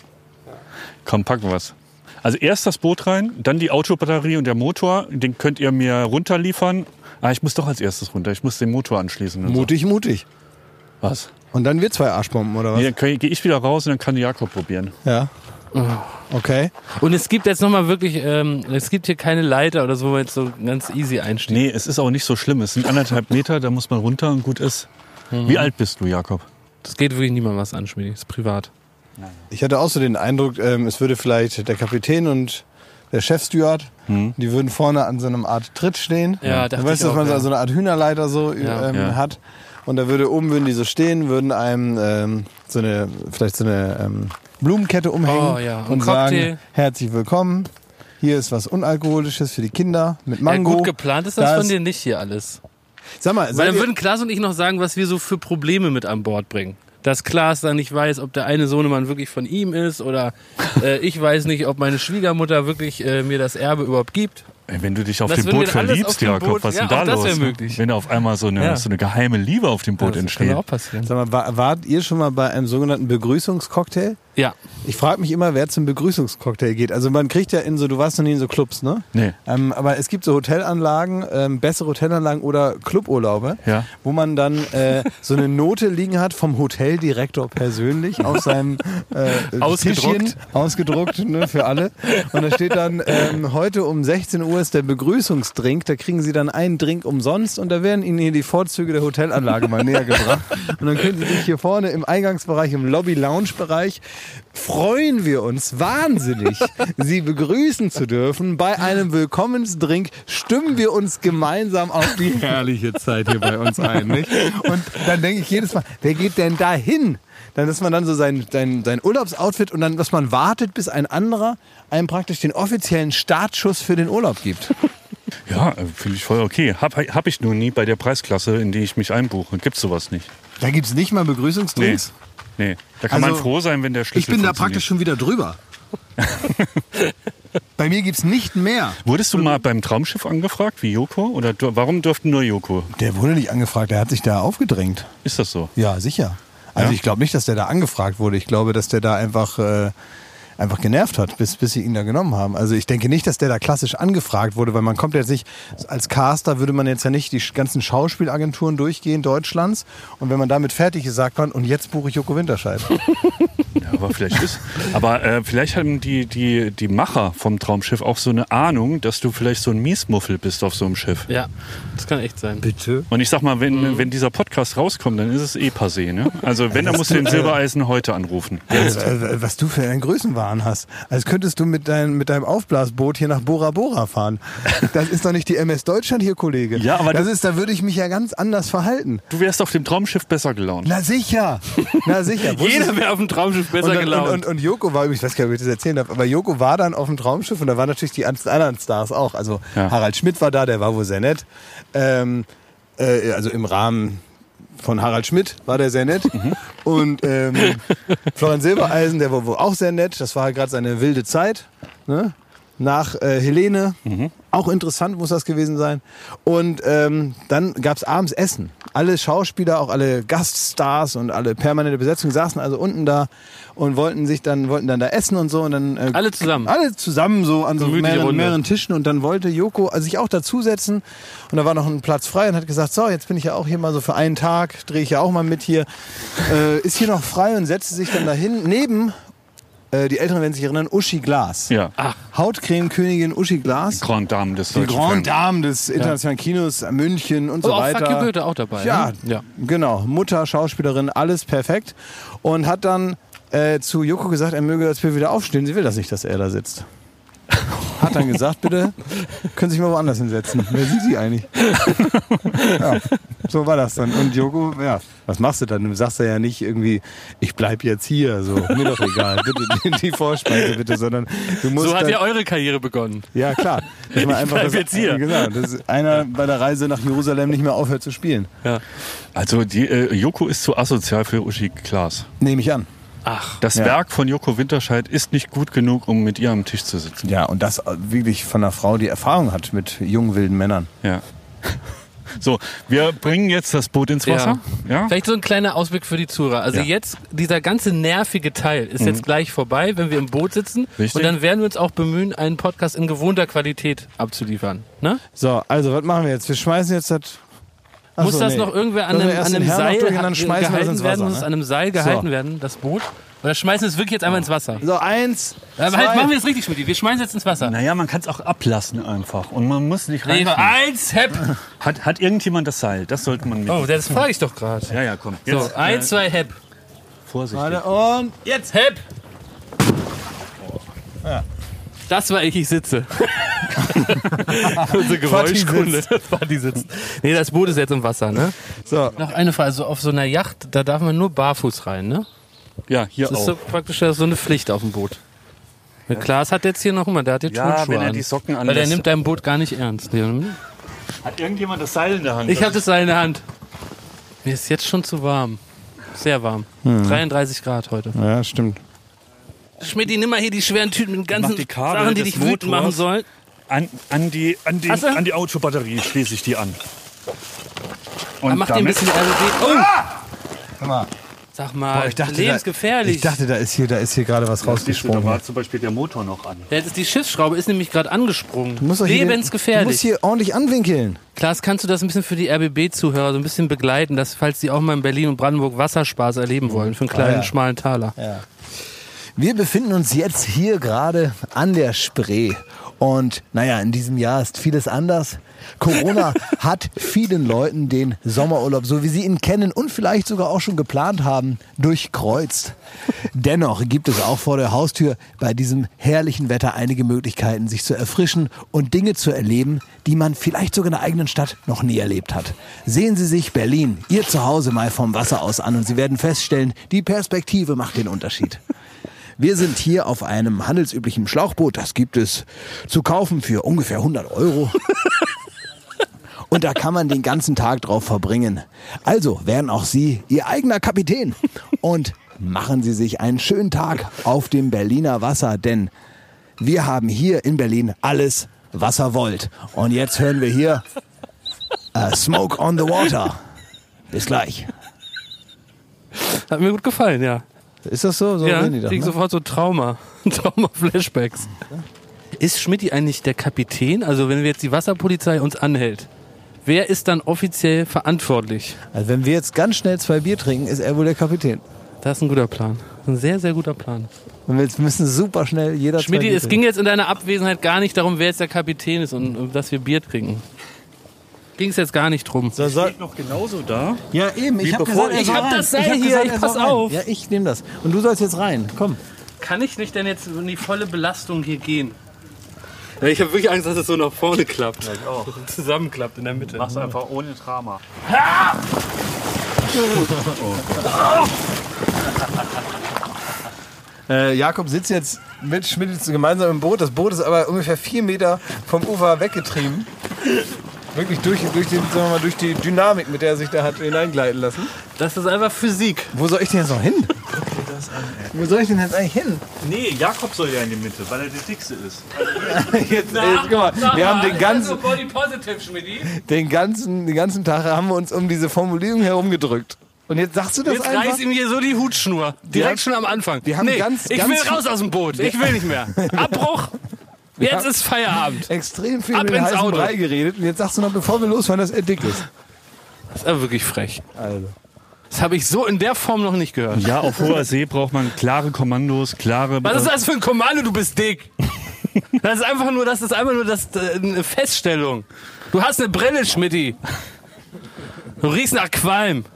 E: Komm, packen wir's. Also erst das Boot rein, dann die Autobatterie und der Motor. Den könnt ihr mir runterliefern. Ah, ich muss doch als erstes runter. Ich muss den Motor anschließen. und so.
B: Mutig, mutig.
E: Was?
B: Und dann wir zwei Arschbomben oder was?
E: Nee, dann gehe ich wieder raus und dann kann Jakob probieren.
B: Ja. Mhm. Okay.
A: Und es gibt jetzt nochmal wirklich, ähm, es gibt hier keine Leiter oder so, wo man jetzt so ganz easy einsteigt.
E: Nee, es ist auch nicht so schlimm. Es sind *laughs* anderthalb Meter, da muss man runter und gut ist. Wie alt bist du, Jakob?
A: Das geht wirklich niemandem was an, Schmiedi. Das ist privat.
B: Ich hatte auch so den Eindruck, ähm, es würde vielleicht der Kapitän und der Chefsteward, die würden vorne an so einem Art Tritt stehen.
A: Mhm. Ja,
B: du
A: dachte
B: weißt,
A: ich
B: dass
A: auch,
B: man
A: ja.
B: so eine Art Hühnerleiter so
A: Ja.
B: ähm,
E: Ja.
B: hat. Und da würde oben würden die so stehen, würden einem ähm, so eine vielleicht so eine ähm, Blumenkette umhängen
A: Oh, ja, und
B: und
A: Cocktail.
B: sagen: Herzlich willkommen. Hier ist was unalkoholisches für die Kinder mit Mango.
A: Ja, gut geplant ist das
B: Da
A: von
B: ist-
A: dir nicht hier alles.
B: Sag mal,
A: Weil
B: seid
A: dann
B: ihr,
A: würden Klaas und ich noch sagen, was wir so für Probleme mit an Bord bringen. Dass Klaas dann nicht weiß, ob der eine Sohnemann wirklich von ihm ist
B: *laughs*
A: oder äh, ich weiß nicht, ob meine Schwiegermutter wirklich äh, mir das Erbe überhaupt gibt.
E: Ey, wenn du dich auf
A: Das
E: dem
A: würden
E: Boot
A: wir alles auf
E: verliebst,
A: dem
E: Jakob,
A: Boot-
E: was ist
A: ja,
E: denn da
A: auch das
E: los?
A: wär möglich.
E: Wenn auf einmal so eine,
A: Ja.
E: so eine geheime Liebe auf dem Boot
A: das
E: entsteht.
A: kann auch passieren.
B: sag mal, wa- wart ihr schon mal bei einem sogenannten Begrüßungscocktail?
A: Ja.
B: Ich frage mich immer, wer zum Begrüßungscocktail geht. Also man kriegt ja in so, du warst noch nie in so Clubs, ne?
E: Nee.
B: Ähm, aber es gibt so Hotelanlagen, ähm, bessere Hotelanlagen oder Cluburlaube,
E: Ja.
B: wo man dann äh, so eine Note liegen hat vom Hoteldirektor persönlich auf seinem äh,
E: Ausgedruckt.
B: Tischchen, ausgedruckt ne, für alle. Und da steht dann, ähm, heute um 16 Uhr ist der Begrüßungsdrink, da kriegen Sie dann einen Drink umsonst und da werden Ihnen hier die Vorzüge der Hotelanlage mal näher gebracht. Und dann können Sie sich hier vorne im Eingangsbereich, im Lobby-Lounge-Bereich, freuen wir uns wahnsinnig, Sie begrüßen zu dürfen. Bei einem Willkommensdrink stimmen wir uns gemeinsam auf die herrliche Zeit hier bei uns ein. Nicht? Und dann denke ich jedes Mal, wer geht denn da hin? Dann, dass man dann so sein, sein, sein Urlaubsoutfit und dann, dass man wartet, bis ein anderer einem praktisch den offiziellen Startschuss für den Urlaub gibt.
E: Ja, äh, finde ich voll okay. Hab, hab ich nur nie bei der Preisklasse, in die ich mich einbuche. Gibt's sowas nicht?
B: Da gibt es nicht mal Begrüßungsdrinks.
E: Nee. Da kann
B: Also,
E: man froh sein, wenn der Schlüssel
B: Ich bin da
E: funktioniert.
B: praktisch schon wieder *laughs* drüber. Bei mir gibt es nicht mehr.
E: Wurdest du mal beim Traumschiff angefragt, wie Joko? Oder du, warum durften nur Joko?
B: Der wurde nicht angefragt, der hat sich da aufgedrängt.
E: Ist das so?
B: Ja, sicher. Also
E: Ja?
B: ich glaube nicht, dass der da angefragt wurde. Ich glaube, dass der da einfach, äh, einfach genervt hat, bis, bis sie ihn da genommen haben. Also ich denke nicht, dass der da klassisch angefragt wurde, weil man kommt jetzt nicht, als Caster würde man jetzt ja nicht die sch- ganzen Schauspielagenturen durchgehen Deutschlands. Und wenn man damit fertig ist, sagt man, und jetzt buche ich Joko
E: *laughs*
B: Winterscheid.
E: Ja, aber vielleicht ist. Aber äh, vielleicht haben die, die, die Macher vom Traumschiff auch so eine Ahnung, dass du vielleicht so ein Miesmuffel bist auf so einem Schiff.
A: Ja, das kann echt sein.
B: Bitte?
E: Und ich sag mal,
B: Mhm.
E: wenn, wenn dieser Podcast rauskommt, dann ist es eh passé. Ne? Also wenn, dann musst
B: *laughs*
E: du den Silbereisen heute anrufen.
B: Äh, äh, Was du für einen Größenwahn hast. Als könntest du mit, dein, mit deinem Aufblasboot hier nach Bora Bora
E: *laughs*
B: fahren. Das ist doch nicht die MS Deutschland hier, Kollege.
E: Ja, aber
B: das
E: du-
B: ist, da würde ich mich ja ganz anders verhalten.
E: Du wärst auf dem Traumschiff besser gelaunt.
B: Na sicher, na sicher.
A: Jeder wäre auf dem Traumschiff besser
B: und, dann,
A: gelaunt.
B: Und, und, und Joko war, ich weiß gar nicht, ob ich das erzählen darf, aber Joko war dann auf dem Traumschiff und da waren natürlich die anderen Stars auch. Also
E: Ja.
B: Harald Schmidt war da, der war wohl sehr nett. Ähm, äh, also im Rahmen von Harald Schmidt war der sehr nett. Und ähm, Florian Silbereisen, der war wohl auch sehr nett. Das war gerade seine wilde Zeit. Ne? Nach äh, Helene.
A: Mhm.
B: Auch interessant muss das gewesen sein. Und ähm, dann gab's abends Essen. Alle Schauspieler, auch alle Gaststars und alle permanente Besetzung saßen also unten da und wollten sich dann, wollten dann da essen und so. Und dann äh,
A: Alle zusammen.
B: alle zusammen so an so
A: Gemütliche
B: mehreren,
A: Runde.
B: mehreren Tischen und dann wollte Joko also sich auch dazusetzen und da war noch ein Platz frei und hat gesagt, so, jetzt bin ich ja auch hier mal so für einen Tag, drehe ich ja auch mal mit hier, äh, ist hier noch frei und setzte sich dann dahin, neben, äh, die Älteren werden sich erinnern, Uschi Glas.
E: Ja.
B: Hautcreme-Königin Uschi Glas.
E: Grand Dame des
B: Die
E: deutschen
B: Grand
E: Fernsehens.
B: Dame des internationalen Kinos München und so
A: Oh, auch
B: weiter.
A: Fuck You Goethe auch dabei,
B: Ja,
A: ne? Ja.
B: genau. Mutter, Schauspielerin, alles perfekt. Und hat dann äh, zu Joko gesagt, er möge das Bier wieder aufstehen. Sie will das nicht, dass er da sitzt. Hat dann gesagt, bitte, können Sie sich mal woanders hinsetzen. Wer sind Sie eigentlich? ja, so war das dann. Und Joko, ja, was machst du dann? Du sagst ja nicht irgendwie, ich bleib jetzt hier, so, mir doch egal, bitte nimm die Vorspeise bitte, sondern du musst.
A: So hat
B: dann,
A: ja eure Karriere begonnen.
B: ja, *laughs* klar. Ich meine einfach,
A: bleib
B: dass,
A: jetzt hier.
B: Genau, dass einer bei der Reise nach Jerusalem nicht mehr aufhört zu spielen.
E: Also die, äh, Joko ist zu asozial für Uschi Klaas.
B: Nehme ich an.
E: Das Werk von Joko Winterscheid ist nicht gut genug, um mit ihr am Tisch zu sitzen.
B: Ja, und das wirklich von einer Frau, die Erfahrung hat mit jungen, wilden Männern.
E: Ja. So, wir bringen jetzt das Boot ins Wasser. Ja.
A: Vielleicht so ein kleiner Ausblick für die Zuhörer. Also
E: Ja.
A: jetzt, dieser ganze nervige Teil ist
B: Mhm.
A: jetzt gleich vorbei, wenn wir im Boot sitzen.
E: Richtig.
A: Und dann werden wir uns auch bemühen, einen Podcast in gewohnter Qualität abzuliefern. Ne?
B: So, also was machen wir jetzt? Wir schmeißen jetzt das. Ach
A: Muss
B: so,
A: das
B: nee.
A: noch irgendwer an
B: Sollen
A: einem,
B: wir erst
A: an
B: den
A: einem
B: Herrn noch
A: Seil
B: durch und dann
A: ge-
B: schmeißen wir das
A: gehalten
B: ins
A: werden?
B: Wasser,
A: Muss es
B: ne?
A: an einem Seil gehalten werden, das Boot? Oder schmeißen wir es wirklich jetzt einmal ins Wasser?
B: So, eins.
A: Aber
B: zwei.
A: halt, machen wir es richtig, Schmidt. Wir schmeißen es jetzt ins Wasser.
E: Naja, man kann es auch ablassen einfach. Und man muss nicht rein.
A: Lever, eins, hepp!
E: Hat, hat irgendjemand das Seil? Das sollte man mit.
A: Oh, das frage ich doch gerade.
E: Ja, ja, komm. äh,
A: So, eins, zwei, hepp.
E: Vorsicht.
B: Warte, und.
A: Jetzt hepp! Das war ich, ich sitze. Unsere Geräuschkunde. Das war die Sitzen. Nee, das Boot ist jetzt im Wasser, ne?
B: So.
A: Noch eine Frage. Also auf so einer Yacht, da darf man nur barfuß rein, ne?
E: Ja, hier
A: Das ist
E: auch.
A: so praktisch so eine Pflicht auf dem Boot. Der Klaas hat jetzt hier noch immer, der hat die
E: Ja,
A: Turnschuhe
E: wenn er
A: an.
E: die Socken
A: Weil der
E: anlässt.
A: nimmt dein Boot gar nicht ernst. Leon.
E: Hat irgendjemand das Seil in der Hand?
A: Ich habe das in der Hand. Mir ist jetzt schon zu warm. Sehr warm.
E: Hm.
A: 33 Grad heute.
B: Ja, stimmt.
A: Schmidt, nimm mal hier die schweren Tüten mit den ganzen
E: Mach die Kabel
A: Sachen, die
E: des
A: dich wütend machen
E: Motors.
A: sollen.
E: An, an, die, an, die,
A: Hast du?
E: an die Autobatterie schließe ich die an. Und
A: Ah, Mach dir ein
E: damit-
A: bisschen RGB. Oh!
B: Sag Ah! mal.
A: Sag mal,
B: Oh, Ich dachte,
A: lebensgefährlich.
B: Da, ich dachte, da ist hier, da ist hier gerade was
E: Siehst du, da
B: rausgesprungen.
E: war zum Beispiel der Motor noch an.
A: Ja, jetzt ist die Schiffsschraube ist nämlich gerade angesprungen.
B: Du musst doch hier- Du musst
A: Lebensgefährlich.
B: hier ordentlich anwinkeln.
A: Klaas, kannst du das ein bisschen für die RBB-Zuhörer so ein bisschen begleiten, dass falls die auch mal in Berlin und Brandenburg Wasserspaß erleben wollen, für einen kleinen,
B: Ah, ja.
A: schmalen Taler.
B: Wir befinden uns jetzt hier gerade an der Spree. Und naja, in diesem Jahr ist vieles anders. Corona hat vielen Leuten den Sommerurlaub, so wie sie ihn kennen und vielleicht sogar auch schon geplant haben, durchkreuzt. Dennoch gibt es auch vor der Haustür bei diesem herrlichen Wetter einige Möglichkeiten, sich zu erfrischen und Dinge zu erleben, die man vielleicht sogar in der eigenen Stadt noch nie erlebt hat. Sehen Sie sich Berlin, Ihr Zuhause mal vom Wasser aus an und Sie werden feststellen, die Perspektive macht den Unterschied. Wir sind hier auf einem handelsüblichen Schlauchboot. Das gibt es zu kaufen für ungefähr 100 *laughs* Euro. Und da kann man den ganzen Tag drauf verbringen. Also wären auch Sie Ihr eigener Kapitän. Und machen Sie sich einen schönen Tag auf dem Berliner Wasser, denn wir haben hier in Berlin alles, was er wollt. Und jetzt hören wir hier äh, Smoke on the Water. Bis gleich.
A: Hat mir gut gefallen, ja.
B: Ist das so? So
A: ja,
B: reden die
A: krieg
B: doch, ne?
A: sofort so Trauma. *laughs* Trauma-Flashbacks. Ist Schmidti eigentlich der Kapitän? Also wenn wir jetzt die Wasserpolizei uns anhält, wer ist dann offiziell verantwortlich?
B: Also wenn wir jetzt ganz schnell zwei Bier trinken, ist er wohl der Kapitän.
A: Das ist ein guter Plan. Ein sehr, sehr guter Plan.
B: Und wir müssen super schnell jeder
A: Schmidti, es ging jetzt in deiner Abwesenheit gar nicht darum, wer jetzt der Kapitän ist und um, dass wir Bier trinken. Ging es jetzt gar nicht drum.
E: Steht noch genauso da.
B: Ja, eben. Ich habe gesagt,
A: ich hab das Seil hier, ich pass auf.
B: Ja, ich nehme das. Und du sollst jetzt rein. Komm.
A: Kann ich nicht denn jetzt in die volle Belastung hier gehen? Ich habe wirklich Angst, dass es so nach vorne klappt. ich auch. Zusammenklappt in der Mitte.
E: Mach's einfach ohne Drama.
B: Äh, Jakob sitzt jetzt mit Schmidt gemeinsam im Boot. Das Boot ist aber ungefähr vier Meter vom Ufer weggetrieben. Wirklich durch, durch, den, sagen wir mal, durch die Dynamik, mit der er sich da hat hineingleiten lassen.
A: Das ist einfach Physik.
B: Wo soll ich denn jetzt noch hin? Wo soll ich denn jetzt eigentlich hin?
E: Nee, Jakob soll ja in die Mitte, weil er der Dickste ist.
B: Jetzt, jetzt, guck mal, wir haben den ganzen,
A: Body Positive, Schmidti.
B: den, ganzen, den ganzen Tag haben wir uns um diese Formulierung herumgedrückt. Und jetzt sagst du das
A: Jetzt
B: einfach?
A: reißt ihm hier so die Hutschnur. Direkt
B: haben-
A: schon am Anfang.
B: wir haben
A: nee,
B: ganz-
A: ich
B: ganz
A: will
B: viel-
A: raus aus dem Boot. Ich will nicht *laughs* mehr. Abbruch. Jetzt ist Feierabend.
B: extrem viel
A: Ab
B: mit den
A: ins
B: heißen
A: Auto.
B: Brei geredet und jetzt sagst du noch, bevor wir losfahren, dass er dick ist.
A: Das ist aber wirklich frech.
B: Also.
A: Das habe ich so in der Form noch nicht gehört.
E: Ja, auf hoher See braucht man klare Kommandos, klare. äh,
A: Was ist das für ein Kommando, du bist dick? *laughs* Das ist einfach nur, das ist einfach nur das, äh, eine Feststellung. Du hast eine Brille, Schmidti. Du riechst nach Qualm.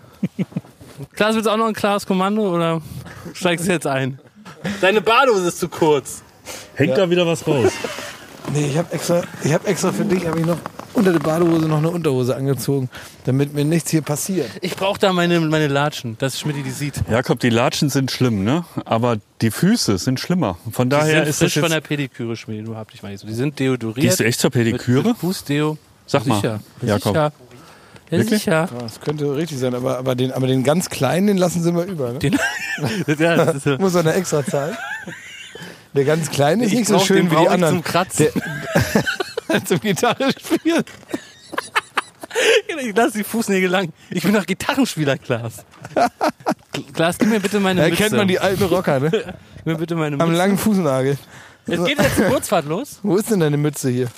A: Klaas, willst du auch noch ein klares Kommando? Oder? Steigst jetzt ein. Deine Badehose ist zu kurz.
E: Hängt da wieder was raus?
B: Nee, ich habe extra, ich hab extra für dich hab ich noch unter der Badehose noch eine Unterhose angezogen, damit mir nichts hier passiert.
A: Ich brauche da meine, meine Latschen, dass Schmidt die sieht.
E: Jakob, die Latschen sind schlimm, ne? Aber die Füße sind schlimmer. Von
A: Die
E: daher
A: sind
E: ist
A: frisch
E: das
A: von der
E: jetzt,
A: Pediküre, Schmidt, du hab dich mal nicht so. Die sind deodoriert.
E: Gehst du echt zur Pediküre?
A: Mit, mit Fußdeo.
E: Sag mal,
A: sicher.
E: Jakob.
A: Sicher. Ja,
E: Wirklich?
A: sicher.
B: Ja, Das könnte richtig sein, aber, aber, den, aber den ganz kleinen, den lassen sie mal über. Ne?
A: Den, *laughs* ja,
B: *laughs*
A: das ist so.
B: Muss er eine extra zahlen. Der ganz kleine ist
A: Ich
B: nicht so
A: brauch- den
B: schön wie
A: brauch
B: die
A: ich
B: anderen.
A: zum Kratzen.
B: Der, zum Gitarre spielen.
A: Genau, Ich lasse die Fußnägel lang. Ich bin doch Gitarrenspieler, Klaas. *laughs* Klaas, gib mir bitte meine
B: Da
A: Mütze.
B: kennt man die alten Rocker, ne?
A: Gib mir bitte meine
B: Am
A: Mütze.
B: langen Fußnagel.
A: Es geht jetzt die Kurzfahrt los.
B: Wo ist denn deine Mütze hier?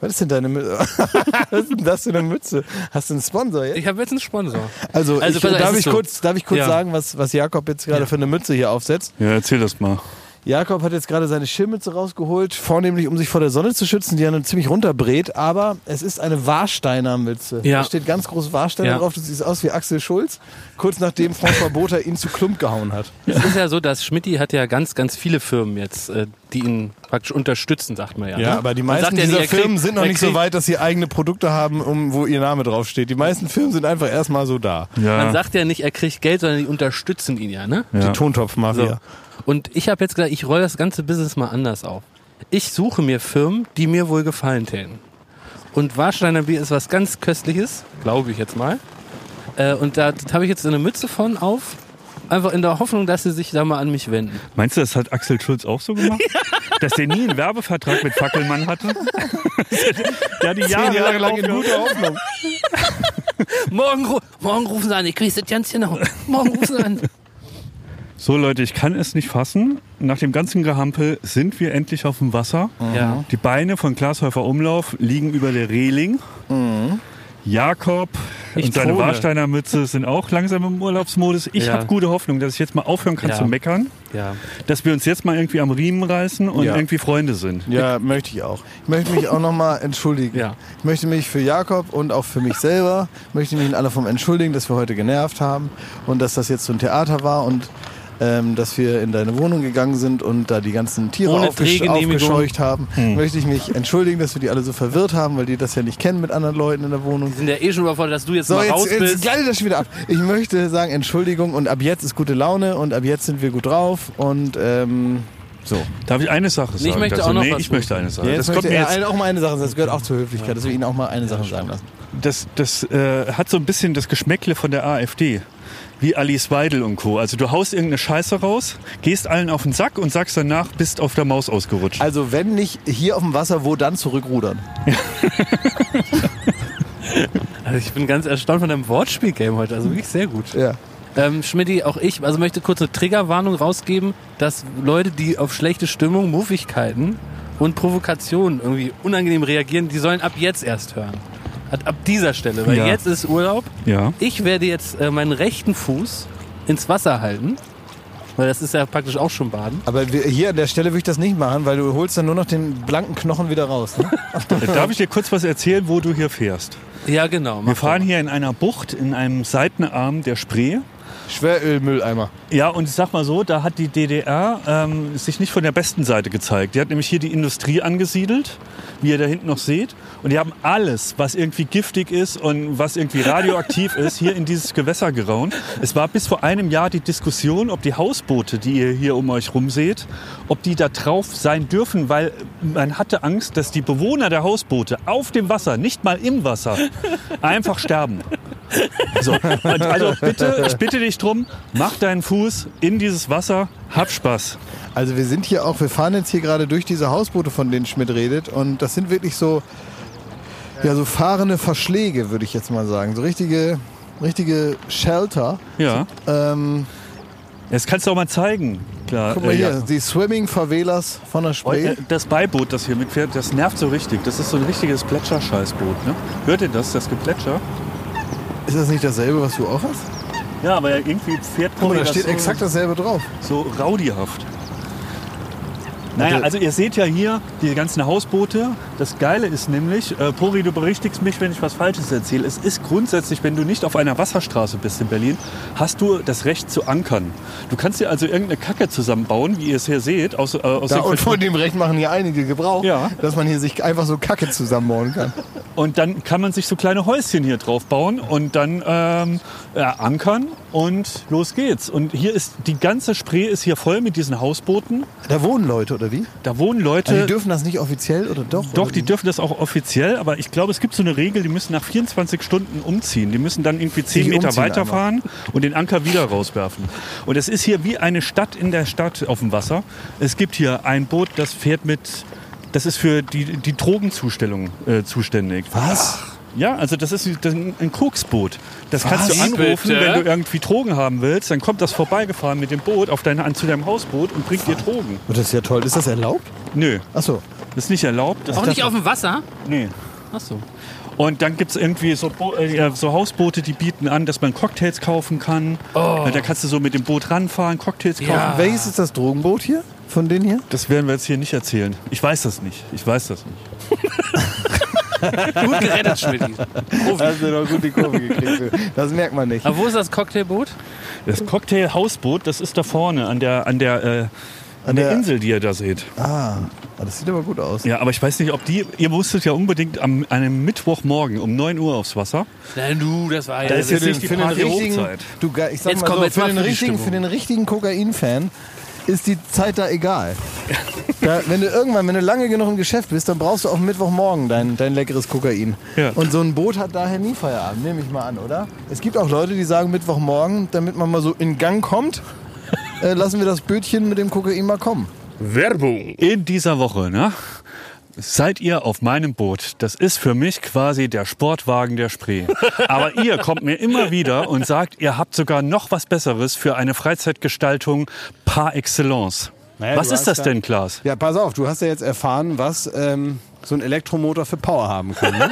B: Was ist denn deine Mütze? *laughs* Was ist denn das für eine Mütze? Hast du einen Sponsor jetzt?
A: Ich habe jetzt einen Sponsor.
B: Also,
A: Also,
B: ich,
A: pass auf, es
B: darf,
A: ist
B: ich
A: so.
B: kurz, darf ich kurz
A: Ja.
B: sagen, was, was Jakob jetzt gerade für eine Mütze hier aufsetzt?
E: Ja, erzähl das mal.
B: Jakob hat jetzt gerade seine Schirmmütze rausgeholt, vornehmlich um sich vor der Sonne zu schützen, die ja nun ziemlich runterbreht, aber es ist eine Warsteiner Mütze.
A: Ja.
B: Da steht ganz groß Warsteiner
A: Ja.
B: drauf, du siehst aus wie Axel Schulz, kurz nachdem François Botha ihn zu Klump gehauen hat.
A: Es ist ja so, dass Schmidti hat ja ganz, ganz viele Firmen jetzt, äh, die ihn praktisch unterstützen, sagt man ja. ne?
B: aber die
A: Man
B: meisten
A: sagt ja
B: dieser
A: nicht, er
B: Firmen
A: kriegt-
B: sind noch
A: er
B: nicht so
A: kriegt-
B: weit, dass sie eigene Produkte haben, um, wo ihr Name draufsteht. Die meisten Firmen sind einfach erstmal so da.
A: Man
E: Ja.
A: sagt ja nicht, er kriegt Geld, sondern die unterstützen ihn ja, ne?
B: Die Tontopfmafia.
A: So. Und ich habe jetzt gesagt, ich roll das ganze Business mal anders auf. Ich suche mir Firmen, die mir wohl gefallen täten. Und Warsteiner Bier ist was ganz Köstliches, glaube ich jetzt mal. Äh, und da habe ich jetzt eine Mütze von auf, einfach in der Hoffnung, dass sie sich da mal an mich wenden.
E: Meinst du, das hat Axel Schulz auch so gemacht? Dass der nie einen Werbevertrag mit
A: *laughs*
E: Fackelmann hatte? der hat die Jahre, lang in guter Hoffnung.
A: *laughs* Morgen, ru- morgen rufen sie an, ich kriege das ganz genau. Morgen rufen sie an.
E: So Leute, ich kann es nicht fassen. Nach dem ganzen Gehampel sind wir endlich auf dem Wasser.
A: Ja.
E: Die Beine von Glashäufer Umlauf liegen über der Reling.
B: Mhm.
E: Jakob
A: Ich
E: und seine
A: throne.
E: Warsteiner Mütze sind auch langsam im Urlaubsmodus. Ich
A: Ja.
E: habe gute Hoffnung, dass ich jetzt mal aufhören kann
A: Ja.
E: zu meckern,
A: ja.
E: dass wir uns jetzt mal irgendwie am Riemen reißen und
B: Ja.
E: irgendwie Freunde sind.
B: Ja, möchte ich auch. Ich möchte mich auch nochmal entschuldigen.
A: Ja.
B: Ich möchte mich für Jakob und auch für mich selber, möchte mich in aller Form entschuldigen, dass wir heute genervt haben und dass das jetzt so ein Theater war und ähm, dass wir in deine Wohnung gegangen sind und da die ganzen Tiere
A: Ohne
B: aufgesch
A: Drehgenehmigung.
B: aufgescheucht haben. Möchte ich mich entschuldigen, dass wir die alle so verwirrt haben, weil die das ja nicht kennen mit anderen Leuten in der Wohnung.
A: Sind ja eh schon überfordert, dass du jetzt
B: So,
A: mal raus
B: jetzt, jetzt
A: bist.
B: gleitet das schon wieder ab. Ich möchte sagen, Entschuldigung und ab jetzt ist gute Laune und ab jetzt sind wir gut drauf und ähm, so.
E: Darf ich eine Sache sagen?
A: ich möchte
E: dazu?
A: auch noch
E: nee,
A: was
E: ich möchte eine Sache.
B: Ja, jetzt
E: das kommt
B: möchte
E: mir
B: er
E: jetzt,
B: allen auch mal eine Sache sagen. Das gehört auch zur Höflichkeit, dass wir ihn auch mal eine Sache sagen lassen.
E: das das äh, hat so ein bisschen das Geschmäckle von der AfD. Wie Alice Weidel und Co. Also du haust irgendeine Scheiße raus, gehst allen auf den Sack und sagst danach, bist auf der Maus ausgerutscht.
B: Also wenn nicht hier auf dem Wasser, wo dann zurückrudern?
A: Also ich bin ganz erstaunt von deinem Wortspiel-Game heute, also wirklich sehr gut.
B: Ja.
A: Ähm, Schmidti, auch ich, also möchte kurz eine Triggerwarnung rausgeben, dass Leute, die auf schlechte Stimmung, Muffigkeiten und Provokationen irgendwie unangenehm reagieren, die sollen ab jetzt erst hören. Ab, ab dieser Stelle, weil
E: Ja.
A: jetzt ist Urlaub.
E: Ja.
A: Ich werde jetzt äh, meinen rechten Fuß ins Wasser halten, weil das ist ja praktisch auch schon Baden.
B: Aber wir, hier an der Stelle würde ich das nicht machen, weil du holst dann nur noch den blanken Knochen wieder raus. Ne?
E: Darf ich dir kurz was erzählen, wo du hier fährst?
A: Ja, genau.
E: Wir fahren hier in einer Bucht, in einem Seitenarm der Spree.
B: Schwerölmülleimer.
E: Ja, und ich sag mal so, da hat die DDR ähm, sich nicht von der besten Seite gezeigt. Die hat nämlich hier die Industrie angesiedelt, wie ihr da hinten noch seht. Und die haben alles, was irgendwie giftig ist und was irgendwie radioaktiv ist, hier in dieses Gewässer geraunt. Es war bis vor einem Jahr die Diskussion, ob die Hausboote, die ihr hier um euch rum seht, ob die da drauf sein dürfen, weil man hatte Angst, dass die Bewohner der Hausboote auf dem Wasser, nicht mal im Wasser, einfach sterben. So, und also bitte, ich bitte dich drum, mach deinen Fuß in dieses Wasser, hab Spaß.
B: *laughs* Also wir sind hier auch, wir fahren jetzt hier gerade durch diese Hausboote, von denen Schmidt redet. Und das sind wirklich so, ja, so fahrende Verschläge, würde ich jetzt mal sagen. So richtige, richtige Shelter.
E: Ja,
B: Ähm,
E: das kannst du auch mal zeigen. Klar,
B: guck mal
E: äh,
B: hier,
E: Jakob.
B: die Swimming-Favelas von der
E: Und,
B: Spree.
E: äh, Das Beiboot, das hier mitfährt, das nervt so richtig. Das ist so ein richtiges Plätscherscheißboot. Ne? Hört ihr das, das Geplätscher?
B: Ist das nicht dasselbe, was du auch hast?
E: Ja, aber irgendwie fährt
B: Guck mal, da
E: das
B: steht
E: so,
B: exakt dasselbe drauf.
E: so raudihaft. Naja,
B: Hatte-
E: also ihr seht ja hier die ganzen Hausboote. Das Geile ist nämlich, äh, Pori, du berichtigst mich, wenn ich was Falsches erzähle. Es ist grundsätzlich, wenn du nicht auf einer Wasserstraße bist in Berlin, hast du das Recht zu ankern. Du kannst dir also irgendeine Kacke zusammenbauen, wie ihr es hier seht. Aus, äh, aus
G: Da,
E: den
G: und von dem Recht machen hier einige Gebrauch,
E: Ja.
G: dass man hier sich einfach so Kacke zusammenbauen kann.
E: Und dann kann man sich so kleine Häuschen hier drauf bauen und dann ähm, äh, ankern und los geht's. Und hier ist die ganze Spree ist hier voll mit diesen Hausbooten.
B: Da wohnen Leute, oder wie?
E: Da wohnen
B: Also
E: Leute.
B: die dürfen das nicht offiziell oder doch?
E: doch,
B: oder
E: die
B: wie?
E: dürfen das auch offiziell, aber ich glaube, es gibt so eine Regel, die müssen nach 24 Stunden umziehen. Die müssen dann irgendwie 10
B: Die
E: Meter
B: umziehen
E: weiterfahren und den Anker wieder rauswerfen. Und es ist hier wie eine Stadt in der Stadt auf dem Wasser. Es gibt hier ein Boot, das fährt mit, das ist für die, die Drogenzustellung äh, zuständig.
B: Was?
E: Ja, also das ist das- ein Koksboot. Das kannst du anrufen,
A: Bitte?
E: wenn du irgendwie Drogen haben willst, dann kommt das vorbeigefahren mit dem Boot auf deine, an- zu deinem Hausboot und bringt dir Drogen.
B: Oh, Das ist ja toll. Ist das erlaubt?
E: Nö,
B: Achso.
E: das ist nicht erlaubt. Das
A: Auch nicht auf dem Wasser?
E: nee.
A: Achso.
E: Und dann gibt's irgendwie so, Bo äh, so Hausboote, die bieten an, dass man Cocktails kaufen kann. Ja, Da kannst du so mit dem Boot ranfahren, Cocktails kaufen.
A: Ja.
B: Welches ist das Drogenboot hier? Von denen hier?
E: Das werden wir jetzt hier nicht erzählen. Ich weiß das nicht. Ich weiß das nicht.
A: Gut gerettet,
E: *laughs*
A: Schmidti.
G: Hast du doch Also, gut die Kurve gekriegt. du. Das merkt man nicht.
A: Aber wo ist das Cocktailboot?
E: Das Cocktail-Hausboot, das ist da vorne an der, an der, äh, an der
B: der-
E: Insel, die ihr da seht.
B: Ah,
G: Oh,
B: ah, das sieht aber gut aus.
E: Ja, aber ich weiß nicht, ob die. Ihr musstet ja unbedingt am einem Mittwochmorgen um 9 Uhr aufs Wasser.
A: Nein, du, das war ja.
E: Da ist
A: das
E: jetzt nicht die
G: für den
E: Party
G: richtigen,
E: Hochzeit.
G: du, Ge- ich sag
A: Jetzt
G: mal
A: kommt
G: so,
A: jetzt
G: für,
A: mal
G: den
A: für die
G: richtigen,
A: Stimmung.
G: für den richtigen Kokain-Fan ist die Zeit da egal. Da, wenn du irgendwann, wenn du lange genug im Geschäft bist, dann brauchst du auch Mittwochmorgen dein, dein leckeres Kokain.
E: Ja.
G: Und so ein Boot hat daher nie Feierabend, nehme ich mal an, oder? Es gibt auch Leute, die sagen Mittwochmorgen, damit man mal so in Gang kommt, äh, lassen wir das Bötchen mit dem Kokain mal kommen.
E: Werbung. In dieser Woche, ne? Seid ihr auf meinem Boot? Das ist für mich quasi der Sportwagen der Spree. Aber ihr kommt mir immer wieder und sagt, ihr habt sogar noch was Besseres für eine Freizeitgestaltung par excellence. was
G: du
E: ist
G: hast halt
E: das
G: ja-
E: denn, Klaas?
B: Ja, pass auf, du hast ja jetzt erfahren, was ähm, so ein Elektromotor für Power haben kann. Ne?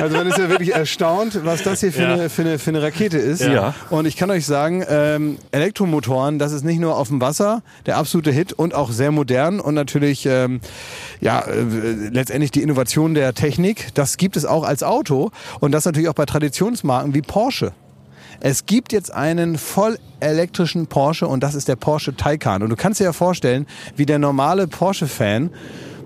B: also man ist ja wirklich erstaunt, was das hier für,
E: Ja.
B: eine, für, eine, für eine Rakete ist.
E: Ja.
B: Und ich kann euch sagen, ähm, Elektromotoren, das ist nicht nur auf dem Wasser der absolute Hit und auch sehr modern und natürlich ähm, ja äh, letztendlich die Innovation der Technik. Das gibt es auch als Auto und das natürlich auch bei Traditionsmarken wie Porsche. Es gibt jetzt einen voll elektrischen Porsche und das ist der Porsche Taycan. Und du kannst dir ja vorstellen, wie der normale Porsche-Fan,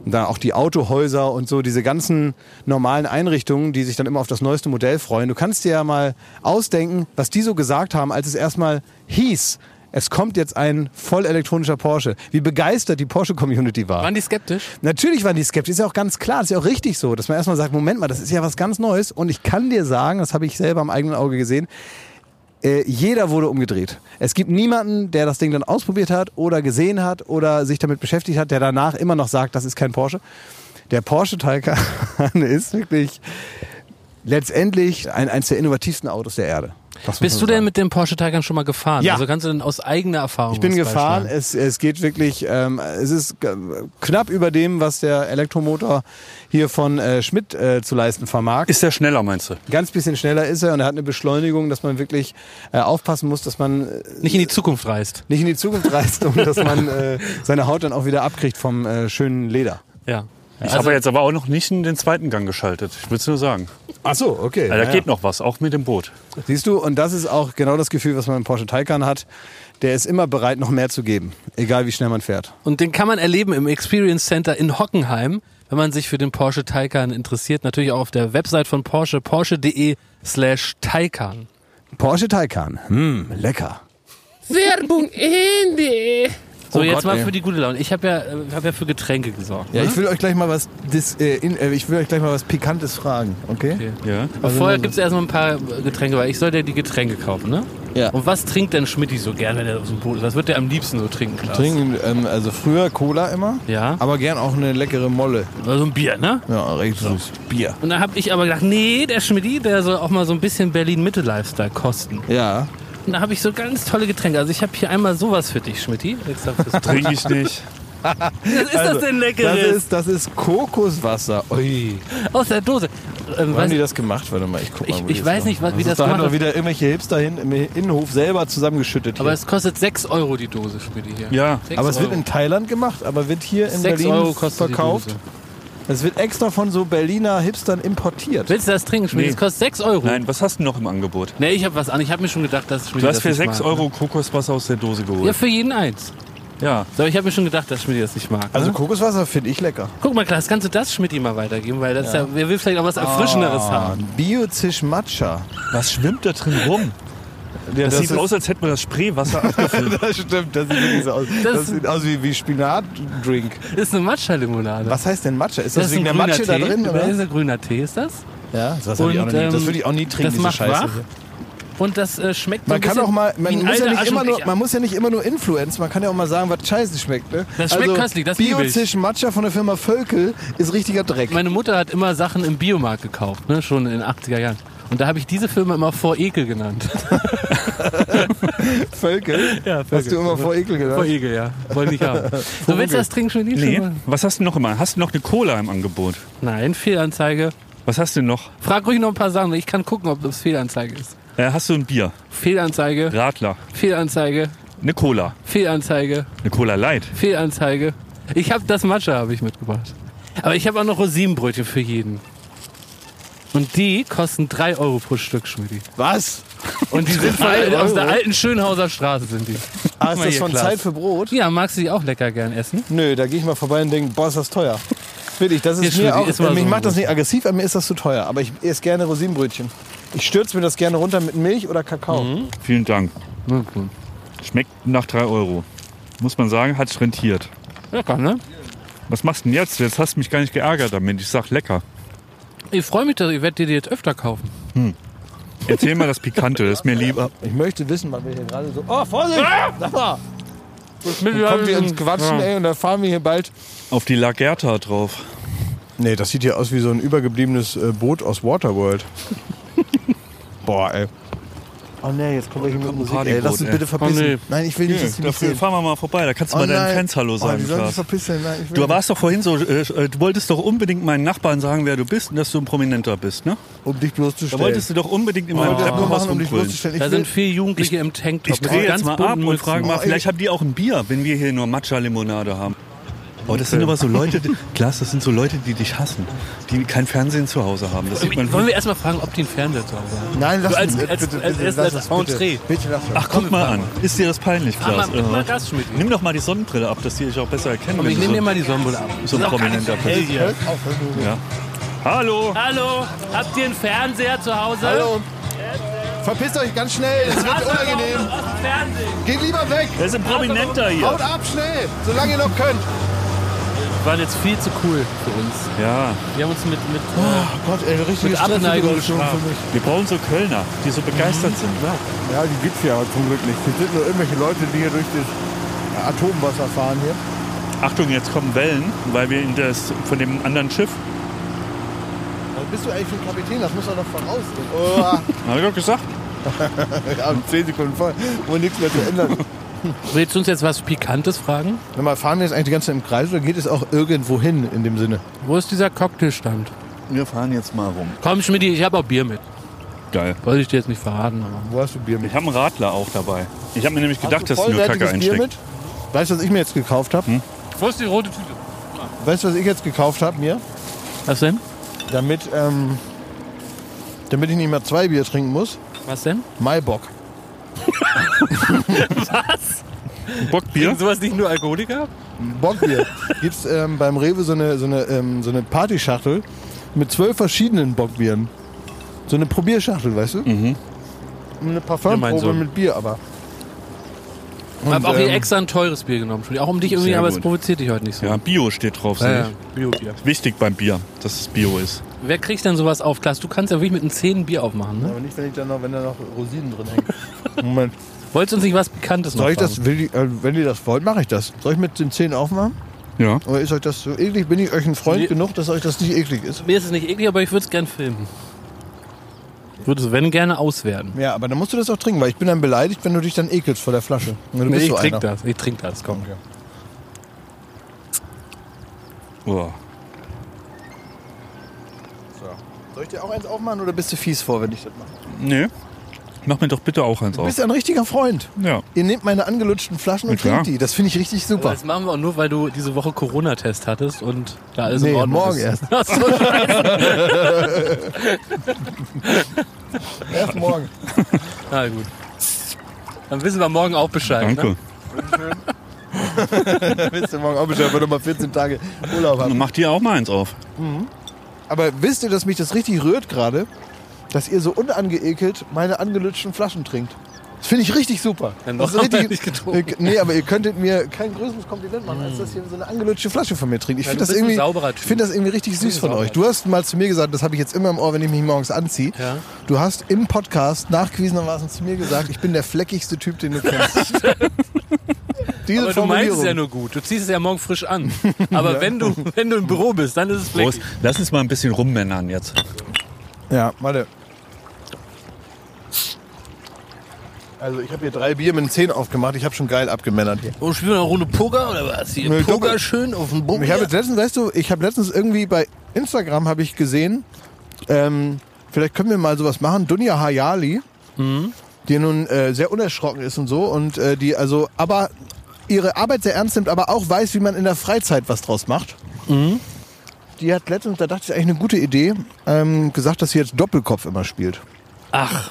B: da auch die Autohäuser und so, diese ganzen normalen Einrichtungen, die sich dann immer auf das neueste Modell freuen, du kannst dir ja mal ausdenken, was die so gesagt haben, als es erstmal hieß, es kommt jetzt ein voll elektronischer Porsche. Wie begeistert die Porsche-Community war.
A: Waren die skeptisch?
B: Natürlich waren die skeptisch. Ist ja auch ganz klar, das ist ja auch richtig so, dass man erstmal sagt, Moment mal, das ist ja was ganz Neues. Und ich kann dir sagen, das habe ich selber am eigenen Auge gesehen, äh, jeder wurde umgedreht. Es gibt niemanden, der das Ding dann ausprobiert hat oder gesehen hat oder sich damit beschäftigt hat, der danach immer noch sagt, das ist kein Porsche. Der Porsche Taycan *laughs* ist wirklich letztendlich ein, eins der innovativsten Autos der Erde. Das muss man
A: Bist
B: so
A: du denn
B: sagen.
A: mit dem Porsche Taycan schon mal gefahren?
B: Ja.
A: Also kannst du denn aus eigener Erfahrung?
B: Ich bin
A: was
B: gefahren.
A: beitragen?
B: Es, es geht wirklich, ähm, es ist äh, knapp über dem, was der Elektromotor hier von äh, Schmidt äh, zu leisten vermag.
E: Ist der schneller, meinst du?
B: Ganz bisschen schneller ist er und er hat eine Beschleunigung, dass man wirklich äh, aufpassen muss, dass man äh,
A: Nicht in die Zukunft reist.
B: nicht in die Zukunft reist *laughs* und dass man äh, seine Haut dann auch wieder abkriegt vom äh, schönen Leder.
A: Ja. Also,
E: Ich habe jetzt aber auch noch nicht in den zweiten Gang geschaltet. Ich will's nur sagen.
B: Ach so, okay.
E: Also Da geht noch was, auch mit dem Boot.
B: Siehst du, und das ist auch genau das Gefühl, was man im Porsche Taycan hat. Der ist immer bereit, noch mehr zu geben, egal wie schnell man fährt.
A: Und den kann man erleben im Experience Center in Hockenheim, wenn man sich für den Porsche Taycan interessiert. Natürlich auch auf der Website von Porsche, porsche.de slash Taycan.
B: Porsche Taycan, hm, lecker.
A: So, jetzt
B: Oh Gott,
A: mal
B: ey.
A: für die gute Laune. Ich habe ja, äh, hab ja für Getränke gesorgt. ne?
B: Ja, ich will euch gleich mal was, dis, äh, in, äh, ich will euch gleich mal was Pikantes fragen, okay?
E: Ja.
A: Aber vorher
B: Also
A: gibt's erstmal ein paar äh, Getränke, weil ich soll dir die Getränke kaufen, ne?
B: Ja.
A: Und was trinkt denn Schmidti so gern, wenn er auf dem Boot ist? Was wird er am liebsten so trinken, Klaas?
B: Trinken, ähm, also früher Cola immer,
A: Ja.
B: aber gern auch eine leckere Molle.
A: Also ein Bier, ne?
B: Ja, richtig süß. Bier.
A: Und dann habe ich aber gedacht, nee, der Schmidti, der soll auch mal so ein bisschen Berlin-Mitte-Lifestyle kosten.
B: Ja.
A: Und da habe ich so ganz tolle Getränke. Also ich habe hier einmal sowas für dich, Schmidti. Extra *laughs* fürs Trinken.
E: Trinke ich nicht.
A: Was ist das denn
B: Also, Das
A: Leckeres?
B: ist, das ist Kokoswasser. Ui.
A: Aus der Dose. ähm,
B: Haben
A: weiß,
B: die das gemacht? Warte mal, ich guck mal.
A: ich,
B: wo die
A: ich
B: das
A: weiß
B: machen. Also
A: nicht, was, wie das
B: da haben
A: gemacht
B: doch
A: wird.
B: wieder irgendwelche Hipster hin im Innenhof selber zusammengeschüttet.
A: Aber
B: hier.
A: es kostet 6 Euro die Dose für die hier.
E: Ja.
A: Sechs
B: Aber es wird
A: Euro.
B: in Thailand gemacht, aber wird hier in
A: Sechs
B: Berlin
A: Euro kostet die
B: verkauft.
A: Dose.
B: Es wird extra von so Berliner Hipstern importiert.
A: Willst du das trinken, Schmidt?
E: Nee.
A: Es kostet 6 Euro.
E: Nein, was hast du noch im Angebot?
A: Nee, ich habe was an. Ich habe mir schon gedacht, dass Schmidt
E: Du hast
A: das
E: für
A: nicht
E: 6
A: mag. ne?
E: Euro Kokoswasser aus der Dose
A: Ja,
E: geholt.
A: für jeden eins.
E: Ja.
A: So, ich habe mir schon gedacht, dass Schmidt das nicht mag. ne?
B: Also Kokoswasser finde ich lecker.
A: Guck mal, Klaas, kannst du das Schmidt mal weitergeben? Weil das ja. Ja, wir will vielleicht auch
B: Ah.
A: was Erfrischenderes haben.
B: Biozisch Matcha.
E: Was schwimmt da drin rum? das,
A: *laughs*
E: sieht aus, als hätte man das Spreewasser abgefüllt.
B: Das stimmt, das sieht wirklich so aus. Das,
A: Das-
B: sieht aus wie, wie Spinatdrink.
A: Das ist eine Matcha-Limonade.
B: Was heißt denn Matcha? Ist das, wegen der
A: grüner
B: Matsche da
A: Tee.
B: drin?
A: Das
B: Oder?
A: ist ein grüner Tee, ist das?
B: Ja, das,
A: Und,
B: hab ich auch noch nie- das
A: ähm,
B: würde ich auch nie trinken,
A: das
B: diese
A: macht
B: Scheiße.
A: wach.
B: hier.
A: Und das äh, schmeckt so
B: Man
A: ein
B: kann
A: bisschen
B: auch mal,
A: wie
B: man
A: ein
B: muss, ja
A: alter
B: nicht immer nur,
A: Aschenbecher.
B: man muss ja nicht immer nur Influencer, man kann ja auch mal sagen, was scheiße schmeckt. Ne?
A: Das schmeckt köstlich, das liebe ich.
B: Biozisch Matcha von der Firma Völkel ist richtiger Dreck.
A: Meine Mutter hat immer Sachen im Biomarkt gekauft, ne? schon in den 80er Jahren. Und da habe ich diese Firma immer vor Ekel genannt.
B: Völkel?
A: Ja,
B: Hast du immer *laughs* vor Ekel gedacht?
A: Vor Ekel, ja. Wollte ich
B: *laughs*
A: haben. So, willst du das trinken schon
E: *laughs* Nee.
A: mal?
E: Was hast du noch immer? Hast du noch eine Cola im Angebot?
A: Nein, Fehlanzeige.
E: Was hast du noch?
A: Frag ruhig noch ein paar Sachen, ich kann gucken, ob das Fehlanzeige ist.
E: Äh, hast du ein Bier?
A: Fehlanzeige,
E: Radler.
A: Fehlanzeige,
E: Eine Cola.
A: Fehlanzeige,
E: Eine Cola Light.
A: Fehlanzeige. Ich habe das Matcha habe ich mitgebracht. Aber ich habe auch noch Rosinenbrötchen für jeden. Und die kosten 3 Euro pro Stück, Schmidti.
B: Was?
A: Und die
E: *laughs*
A: sind von,
B: Drei
A: aus der
B: Euro?
A: alten Schönhauser Straße sind die.
B: Ah, ist
A: mal
B: das
A: hier,
B: von
A: Klaas.
B: Zeit für Brot?
A: Ja, magst du die auch lecker gern essen?
B: Nö, da gehe ich mal vorbei und denke, boah, ist das teuer. Wirklich, das ist
A: Jetzt,
B: mir
A: Schnüti,
B: auch,
A: isst mal
B: mich
A: so
B: macht
A: ein
B: das nicht aggressiv, an mir ist das zu teuer. Aber ich esse gerne Rosinenbrötchen. Ich stürze mir das gerne runter mit Milch oder Kakao.
E: Vielen Dank. Schmeckt nach 3 Euro. Muss man sagen, hat's rentiert.
A: Lecker, ne?
E: Was machst du denn jetzt? Jetzt hast du mich gar nicht geärgert damit. Ich sag lecker.
A: Ich freue mich, dass ich werde dir die jetzt öfter kaufen.
E: Erzähl mal das Pikante, das ist mir lieber.
B: Ich möchte wissen, was wir hier gerade so... Oh, Vorsicht! Sag mal, kommt ihr ins Quatschen, ey, und da fahren wir hier bald...
E: Auf die Lagerta drauf.
B: Nee, das sieht hier aus wie so ein übergebliebenes äh, Boot aus Waterworld. Boah, ey. Oh nee, jetzt kommt welche mit Musik.
E: Partyboot,
B: Ey, lass uns
E: ey.
B: bitte verpissen.
A: Oh, nee.
B: Nein, ich will nicht, dass die mich
E: Dafür
B: sehen.
E: fahren wir mal vorbei, da kannst du mal deinen Fans Hallo sagen.
B: Oh, die sollen sich
E: Klaas.
B: verpissen. Nein, ich will
E: Du
B: nicht.
E: warst doch vorhin so, äh, äh, du wolltest doch unbedingt meinen Nachbarn sagen, wer du bist und dass du ein Prominenter bist, ne?
B: um dich
E: Da
B: bloßzustellen.
E: wolltest du doch unbedingt in
B: ich
E: meinem
B: wollte das
E: Treppenhaus
B: nur machen, um dich
E: rumbrüllen.
B: bloßzustellen. Ich
A: Da sind
B: will,
A: vier Jugendliche im Tanktop.
E: Ich drehe jetzt mal ab und frage
B: Oh,
E: mal,
B: ey.
E: vielleicht haben die auch ein Bier, wenn wir hier nur Matcha-Limonade haben. Oh, das sind aber so Leute, die- *laughs* Klaas, das sind so Leute, die dich hassen, die kein Fernsehen zu Hause haben. Das sieht man
A: Wollen wir erstmal fragen, ob die einen Fernseher zu Hause haben?
B: nein, lass
A: Du als-
B: mich,
A: als-
B: bitte,
A: als
B: bitte,
A: erstes
B: lass das, bitte.
A: Entree.
B: Bitte lass das.
E: Ach, guck mal an. Ist dir das peinlich,
A: Ah,
E: Klaas?
A: mach mal
E: Aha.
A: das, Schmidti.
E: äh, Nimm doch mal die Sonnenbrille ab, dass die dich auch besser erkennen.
A: Aber
E: wenn
A: ich
E: du
A: nehme dir
E: so-
A: mal die Sonnenbrille ab.
E: so ein
A: Ist auch gar
E: prominenter
A: nicht so hell hier.
E: Hallo!
A: Hallo, habt ihr einen Fernseher zu Hause?
B: Hallo. Verpisst euch ganz schnell, es wird unangenehm. Geht Oh lieber weg.
E: Das ist ein Prominenter
A: Also,
E: hier.
B: Haut ab schnell, solange ihr noch könnt.
A: Waren jetzt viel zu cool für uns.
E: Ja,
A: Wir haben uns mit, mit
B: Oh Gott, ey, richtige
A: Mit Abneigung
B: Stresssituation
A: bestraft.
B: für mich.
E: wir brauchen so Kölner, die so
A: Mhm.
E: begeistert sind. Ja.
B: Ja, die gibt's ja zum Glück nicht. Das sind nur irgendwelche Leute, die hier durch das Atomwasser fahren hier.
E: Achtung, jetzt kommen Wellen, weil wir in das, von dem anderen Schiff.
B: bist du eigentlich für ein Kapitän? Das muss doch noch voraussehen. Oh,
E: Hab ich doch gesagt.
B: ja, 10 Sekunden voll, wo nichts mehr zu *laughs* ändern ist.
A: Willst du uns jetzt was Pikantes fragen?
B: Sag mal, fahren wir jetzt eigentlich die ganze Zeit im Kreis oder geht es auch irgendwo hin in dem Sinne?
A: Wo ist dieser Cocktailstand?
E: Wir fahren jetzt mal rum.
A: Komm, Schmidti, ich habe auch Bier mit.
E: Geil.
A: Wollte ich dir jetzt nicht verraten. Aber.
B: Wo hast du Bier mit?
E: Ich habe einen Radler auch dabei. Ich habe mir nämlich gedacht,
B: Hast
E: dass nur Kacke
B: vollwertiges Bier
E: einsteckt.
B: mit? Weißt du, was ich mir jetzt gekauft habe?
A: Wo ist die rote Tüte?
B: Weißt du, was ich jetzt gekauft habe mir?
A: Was denn?
B: Damit, ähm, damit ich nicht mehr zwei Bier trinken muss?
A: Was denn?
B: Maibock.
E: Bockbier?
A: Sowas nicht nur Alkoholiker?
B: Bockbier. Gibt es ähm, beim Rewe so eine, so eine, ähm, so eine Partyschachtel mit zwölf verschiedenen Bockbieren. So eine Probierschachtel, weißt du? Eine
A: Ja, mein
B: Parfümprobe
A: Sohn.
B: mit Bier, aber.
A: Ich habe auch hier
B: ähm,
A: extra ein teures Bier genommen, Schmidti. Auch um dich irgendwie,
E: Sehr
A: aber es
E: gut.
A: provoziert dich heute nicht so.
E: Ja, Bio steht drauf,
A: Ja,
E: sehe
A: ja. Biobier.
E: ich. Wichtig beim Bier, dass es Bio ist.
A: Wer kriegt denn sowas auf? Klaas, du kannst ja wirklich mit einem Zehn Bier aufmachen, ne?
B: Aber nicht, wenn, ich da noch, wenn da noch Rosinen drin *laughs* hängen. Moment.
A: Wolltest du uns nicht was Bekanntes noch
B: Soll ich
A: fragen?
B: das, will die, äh, wenn ihr das wollt, mache ich das. Soll ich mit den Zähnen aufmachen?
E: Ja.
B: Oder ist euch das so eklig? Bin ich euch ein Freund
A: Nee.
B: genug, dass euch das nicht eklig ist?
A: Mir ist es nicht eklig, aber ich würde es gern filmen. Ich würde es, wenn, gerne auswerten.
B: Ja, aber dann musst du das auch trinken, weil ich bin dann beleidigt, wenn du dich dann ekelst vor der Flasche. Du bist
A: ich
B: so
A: trinke
B: einer.
A: das. Ich trinke das, komm.
E: Oh.
B: So.
G: Soll ich dir auch eins aufmachen oder bist du fies vor, wenn ich das mache?
E: Nee. Mach mir doch bitte auch eins
G: Du
E: auf.
G: bist ein richtiger Freund.
E: Ja.
G: Ihr nehmt meine angelutschten Flaschen und
E: Na klar.
G: trinkt die. Das finde ich richtig super.
A: Das machen wir auch nur, weil du diese Woche Corona-Test hattest und da alles
G: Nee,
A: in Ordnung
G: morgen
A: ist.
G: erst.
A: *laughs* Ach so, scheiße.
B: *laughs*
G: Erst morgen.
A: Na gut. Dann wissen wir morgen auch Bescheid. Ne?
E: Danke.
G: Wisst ihr morgen auch Bescheid, weil du mal 14 Tage
B: *laughs*
G: Urlaub
E: Dann
G: haben.
E: mach dir auch mal eins auf.
G: Aber wisst ihr, dass mich das richtig rührt gerade? Dass ihr so unangeekelt meine angelutschten Flaschen trinkt. Das finde ich richtig super.
A: Dann
G: das
A: haben wir nicht getrunken.
G: Ihr- Nee, aber ihr könntet mir kein größeres Kompliment machen, als dass ihr so eine angelatschte Flasche von mir trinkt. Ich
A: Ja,
G: finde
A: du
G: das,
A: bist ein
G: irgendwie-
A: sauberer Typ.
G: ich find das irgendwie richtig süß von
A: sauberer
G: euch. Du hast mal zu mir gesagt, das habe ich jetzt immer im Ohr, wenn ich mich morgens anziehe.
A: Ja.
G: Du hast im Podcast nachgewiesenermaßen zu mir gesagt, ich bin der fleckigste Typ, den
A: *laughs*
G: du kennst. Diese
A: Aber du meinst es ja nur gut. Du ziehst es ja morgen frisch
G: *laughs*
A: an. Aber wenn, du, wenn du im Büro bist, dann ist es
E: Prost.
A: fleckig.
E: Lass uns mal ein bisschen rummännern jetzt.
G: Ja, warte. Also ich habe hier drei Bier mit 10 aufgemacht. Ich habe schon geil abgemännert hier.
A: Oh, spielen wir eine Runde Poker oder was? Hier,
G: Nö,
A: Poker
G: Doppel-
A: schön auf dem
G: Ich
A: Bogen.
G: habe jetzt letztens, weißt du, ich habe letztens irgendwie bei Instagram habe ich gesehen, ähm, vielleicht können wir mal sowas machen. Dunja Hayali,
A: Mhm.
G: die nun äh, sehr unerschrocken ist und so und äh, die also aber ihre Arbeit sehr ernst nimmt, aber auch weiß, wie man in der Freizeit was draus macht.
A: Mhm.
G: Die hat letztens, da dachte ich eigentlich eine gute Idee, ähm, gesagt, dass sie jetzt Doppelkopf immer spielt.
A: Ach,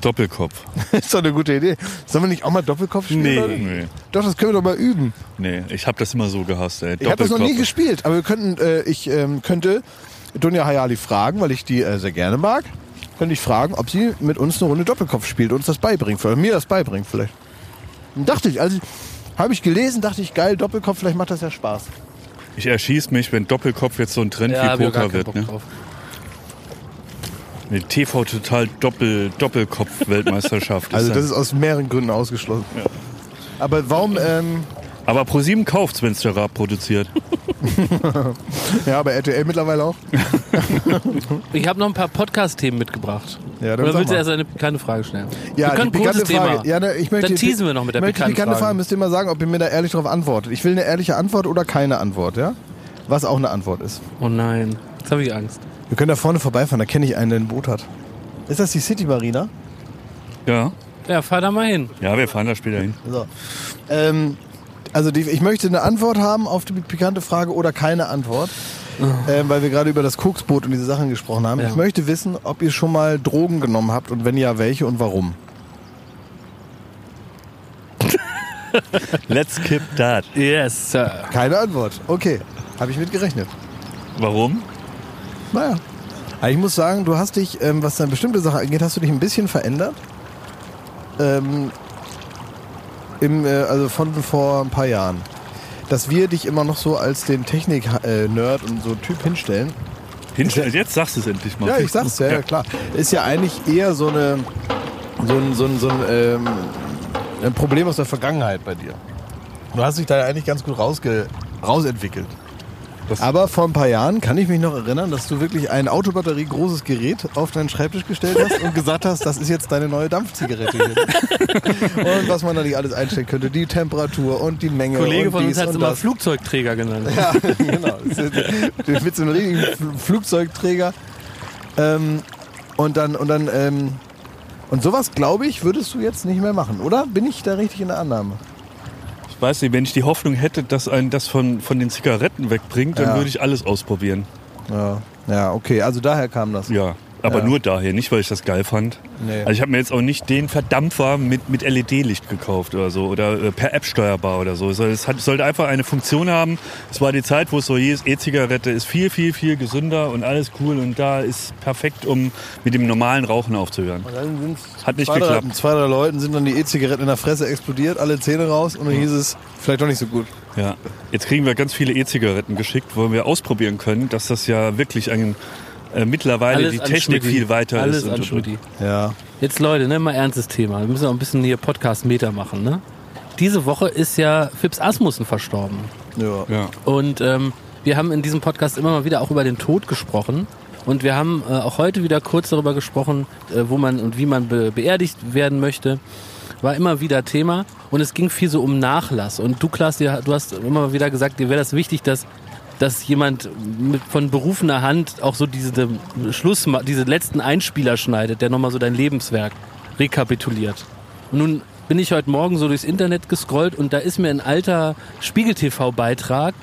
E: Doppelkopf.
G: *laughs* ist doch eine gute Idee. Sollen wir nicht auch mal Doppelkopf spielen? Leute?
E: nee.
G: Doch, das können wir doch mal üben.
E: Nee, ich hab das immer so gehasst, ey.
G: Ich habe das noch nie
E: Doppelkopf.
G: gespielt, aber wir könnten, äh, ich ähm, könnte Dunja Hayali fragen, weil ich die äh, sehr gerne mag, könnte ich fragen, ob sie mit uns eine Runde Doppelkopf spielt, uns das beibringt, oder mir das beibringt vielleicht. Und dachte ich, also habe ich gelesen, dachte ich, geil, Doppelkopf, vielleicht macht das ja Spaß.
E: Ich erschieß mich, wenn Doppelkopf jetzt so ein Trend
A: ja, hab
E: wie
A: ich auch gar
E: Poker
A: keinen Bock
E: wird. Ne?
A: drauf.
E: Eine TV total Doppel Doppelkopf-Weltmeisterschaft. ist
G: Also das
E: dann-
G: ist aus mehreren Gründen ausgeschlossen. Aber warum, ähm,
E: Aber ProSieben kauft's, wenn's der Raab *laughs* produziert.
G: ja, bei RTL mittlerweile auch.
A: Ich habe noch ein paar Podcast-Themen mitgebracht.
G: Ja, dann
A: Oder
G: sag
A: willst du
G: mal.
A: erst eine pikante Frage stellen?
G: Ja,
A: wir können
G: die
A: ein kurzes
G: pikante Frage.
A: Thema.
G: Ja, ne, ich möchte,
A: dann teasen wir noch mit der
G: möchte
A: pikanten
G: die pikante
A: Frage.
G: Frage. Müsst ihr mal sagen, ob ihr mir da ehrlich drauf antwortet. Ich will eine ehrliche Antwort oder keine Antwort, ja? Was auch eine Antwort ist.
A: Oh nein, jetzt habe ich Angst.
G: Wir können da vorne vorbeifahren, da kenne ich einen, der ein Boot hat. Ist das die City Marina?
E: Ja.
A: Ja, fahr da mal hin.
E: Ja, wir fahren da später hin.
G: So. Ähm, also die, ich möchte eine Antwort haben auf die pikante Frage oder keine Antwort, ähm, weil wir gerade über das Koksboot und diese Sachen gesprochen haben.
A: Ja.
G: Ich möchte wissen, ob ihr schon mal Drogen genommen habt und wenn ja, welche und warum.
E: Let's keep that.
A: Yes, Sir.
G: Keine Antwort. Okay, habe ich mit gerechnet.
E: Warum?
G: Naja. Aber ich muss sagen, du hast dich, ähm, was eine bestimmte Sache angeht, hast du dich ein bisschen verändert. Ähm, im, äh, also von vor ein paar Jahren. Dass wir dich immer noch so als den Technik-Nerd und so Typ hinstellen.
E: Hinstellen. äh, Jetzt sagst du es endlich mal.
G: Ja, ich sag's, ja, ja klar. Ist ja eigentlich eher so, eine, so ein, so ein, so ein, ähm, ein Problem aus der Vergangenheit bei dir. Du hast dich da ja eigentlich ganz gut rausge rausentwickelt.
E: Das-
G: Aber vor ein paar Jahren kann ich mich noch erinnern, dass du wirklich ein Autobatterie großes Gerät auf deinen Schreibtisch gestellt hast und gesagt hast, das ist jetzt deine neue Dampfzigarette. Hier. und was man da nicht alles einstellen könnte, die Temperatur und die Menge.
A: Kollege
G: und
A: von uns
G: dies
A: hat es
G: und
A: immer
G: das.
A: Flugzeugträger genannt.
G: Ja, genau. Mit so einem riesigen Fl- Flugzeugträger. Ähm, und dann, und dann, ähm, und sowas, glaube ich, würdest du jetzt nicht mehr machen, oder? Bin ich da richtig in der Annahme?
E: Ich weiß nicht, wenn ich die Hoffnung hätte, dass einen das von, von den Zigaretten wegbringt, dann
G: Ja.
E: würde ich alles ausprobieren.
G: Ja. Ja, okay, also daher kam das.
E: Ja. Aber
G: Ja.
E: nur daher, nicht weil ich das geil fand.
G: Nee.
E: Also ich habe mir jetzt auch nicht den Verdampfer mit, mit LED-Licht gekauft oder so oder äh, per App steuerbar oder so. Es soll- es hat, sollte einfach eine Funktion haben. Es war die Zeit, wo es so hieß, E-Zigarette ist viel, viel, viel gesünder und alles cool und da ist perfekt, um mit dem normalen Rauchen aufzuhören.
G: Dann sind
E: Hat nicht
G: zwei, drei,
E: geklappt.
G: zwei, drei Leuten sind dann die E-Zigaretten in der Fresse explodiert, alle Zähne raus und dann hieß es, vielleicht doch nicht so gut.
E: Ja, jetzt kriegen wir ganz viele E-Zigaretten geschickt, wo wir ausprobieren können, dass das ja wirklich ein, äh, mittlerweile die
A: an
E: Technik
A: Schmidti.
E: viel weiter
A: Alles
E: ist.
A: An
E: und, und,
A: Schmidti.
E: und.
G: Ja.
A: Jetzt Leute, ne, mal ernstes Thema. Wir müssen auch ein bisschen hier Podcast-Meter machen. Ne? Diese Woche ist ja Fips Asmussen verstorben.
G: Ja.
E: Ja.
A: Und ähm, wir haben in diesem Podcast immer mal wieder auch über den Tod gesprochen. Und wir haben äh, auch heute wieder kurz darüber gesprochen, äh, wo man und wie man be beerdigt werden möchte. War immer wieder Thema. Und es ging viel so um Nachlass. Und du, Klaas, dir, du hast immer wieder gesagt, dir wäre das wichtig, dass dass jemand mit, von berufener Hand auch so diese Schluss, diese letzten Einspieler schneidet, der nochmal so dein Lebenswerk rekapituliert. Und nun bin ich heute Morgen so durchs Internet gescrollt und da ist mir ein alter Spiegel-TV-Beitrag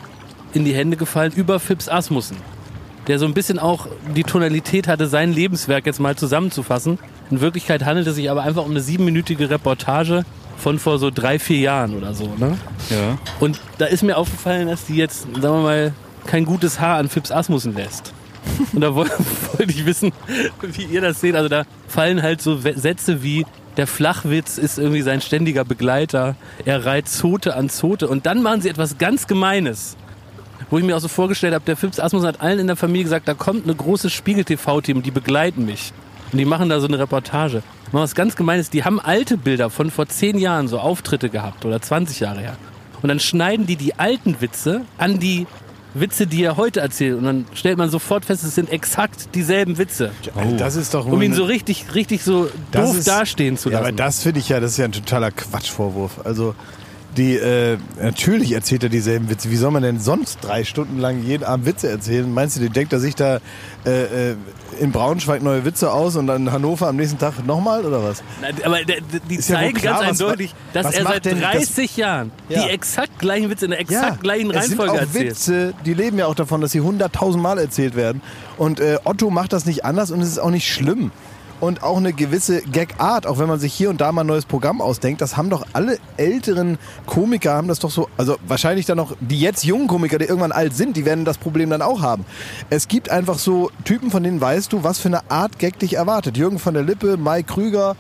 A: in die Hände gefallen über Fips Asmussen, der so ein bisschen auch die Tonalität hatte, sein Lebenswerk jetzt mal zusammenzufassen. In Wirklichkeit handelt es sich aber einfach um eine siebenminütige Reportage von vor so drei, vier Jahren oder so. Ne?
E: Ja.
A: Und da ist mir aufgefallen, dass die jetzt, sagen wir mal, kein gutes Haar an Fips Asmussen lässt. Und da wollte *laughs* wollte ich wissen, wie ihr das seht. Also da fallen halt so We- Sätze wie, der Flachwitz ist irgendwie sein ständiger Begleiter. Er reiht Zote an Zote. Und dann machen sie etwas ganz Gemeines. Wo ich mir auch so vorgestellt habe, der Fips Asmussen hat allen in der Familie gesagt, da kommt eine große Spiegel-TV-Team, die begleiten mich. Und die machen da so eine Reportage. Und was ganz Gemeines, die haben alte Bilder von vor zehn Jahren, so Auftritte gehabt oder 20 Jahre her. Und dann schneiden die die alten Witze an die Witze, die er heute erzählt. Und dann stellt man sofort fest, es sind exakt dieselben Witze.
G: Das ist doch
A: Um ihn so richtig, richtig so
G: Das
A: doof
G: ist-
A: dastehen zu
G: Ja,
A: lassen.
G: aber das finde ich ja, das ist ja ein totaler Quatschvorwurf. Also die, äh, natürlich erzählt er dieselben Witze. Wie soll man denn sonst drei Stunden lang jeden Abend Witze erzählen? Meinst du, der denkt er sich da äh, äh, in Braunschweig neue Witze aus und dann in Hannover am nächsten Tag nochmal oder was?
A: Na, Aber der- der- die
G: Ist ja wohl
A: zeigen
G: klar,
A: ganz
G: was-
A: eindeutig, dass
G: was
A: er
G: macht
A: seit
G: denn das-
A: 30 Jahren
G: Ja.
A: die exakt gleichen Witze in der exakt gleichen
G: es sind
A: Reihenfolge
G: auch
A: erzählt.
G: Witze, die leben ja auch davon, dass sie hunderttausendmal erzählt werden. Und äh, Otto macht das nicht anders und es ist auch nicht schlimm. Und auch eine gewisse Gag-Art, auch wenn man sich hier und da mal ein neues Programm ausdenkt, das haben doch alle älteren Komiker, haben das doch so, also wahrscheinlich dann noch die jetzt jungen Komiker, die irgendwann alt sind, die werden das Problem dann auch haben. Es gibt einfach so Typen, von denen weißt du, was für eine Art Gag dich erwartet. Jürgen von der Lippe, Mai Krüger,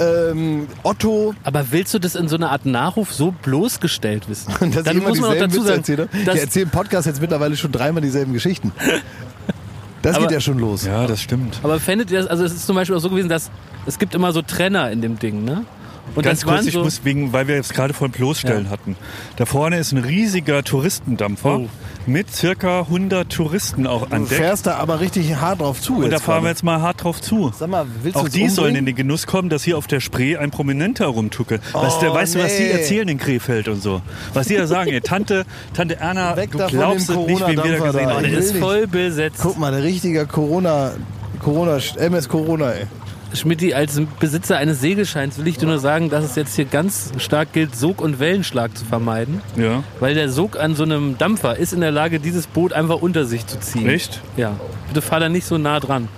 G: ähm, Otto,
A: Aber willst du das in so einer Art Nachruf so bloßgestellt wissen?
G: *laughs* dass
A: Dann
G: ich immer
A: muss man auch
G: dieselben
A: dazu
G: Witze
A: sagen,
G: erzähle. Ich
A: dass,
G: erzähle im Podcast jetzt mittlerweile schon dreimal dieselben Geschichten. Das
A: Aber-
G: geht ja schon los.
E: Ja, das stimmt.
A: aber fändet ihr das, also es ist zum Beispiel auch so gewesen, dass es gibt immer so Trenner in dem Ding, ne? Und
E: Ganz
A: das waren
E: kurz, ich
A: so,
E: muss wegen, weil wir jetzt gerade von Bloßstellen hatten. Da vorne ist ein riesiger Touristendampfer
A: Oh.
E: mit circa 100 Touristen auch an
G: Du
E: Deck.
G: fährst da aber richtig hart drauf zu.
E: Und da
G: jetzt
E: fahren wir
G: gerade.
E: jetzt mal hart drauf zu.
G: Sag mal, willst du
E: auch
G: uns
E: die sollen in
G: umbringen? Oh,
E: den Genuss kommen, dass hier auf der Spree ein Prominenter rumtuckelt. weißt du, weißt du, was die
G: nee.
E: erzählen in Krefeld und so? Was die da sagen, ey, Tante, Tante Erna,
G: Weg
E: du
G: davon,
E: glaubst
G: dem
E: es nicht, wen wir da
G: Corona-Dampfer
A: oh,
E: gesehen
G: da.
A: der
E: haben.
G: Will
A: ist
G: nicht.
A: voll besetzt.
G: Guck mal, der richtige Corona, Corona, MS Corona, ey.
A: Schmidti, als Besitzer eines Segelscheins will ich dir nur sagen, dass es jetzt hier ganz stark gilt, Sog- und Wellenschlag zu vermeiden.
G: Oh,
E: Ja.
A: Weil der Sog an so einem Dampfer ist in der Lage, dieses Boot einfach unter sich zu ziehen.
E: Echt?
A: Ja. Bitte fahr da nicht so nah dran.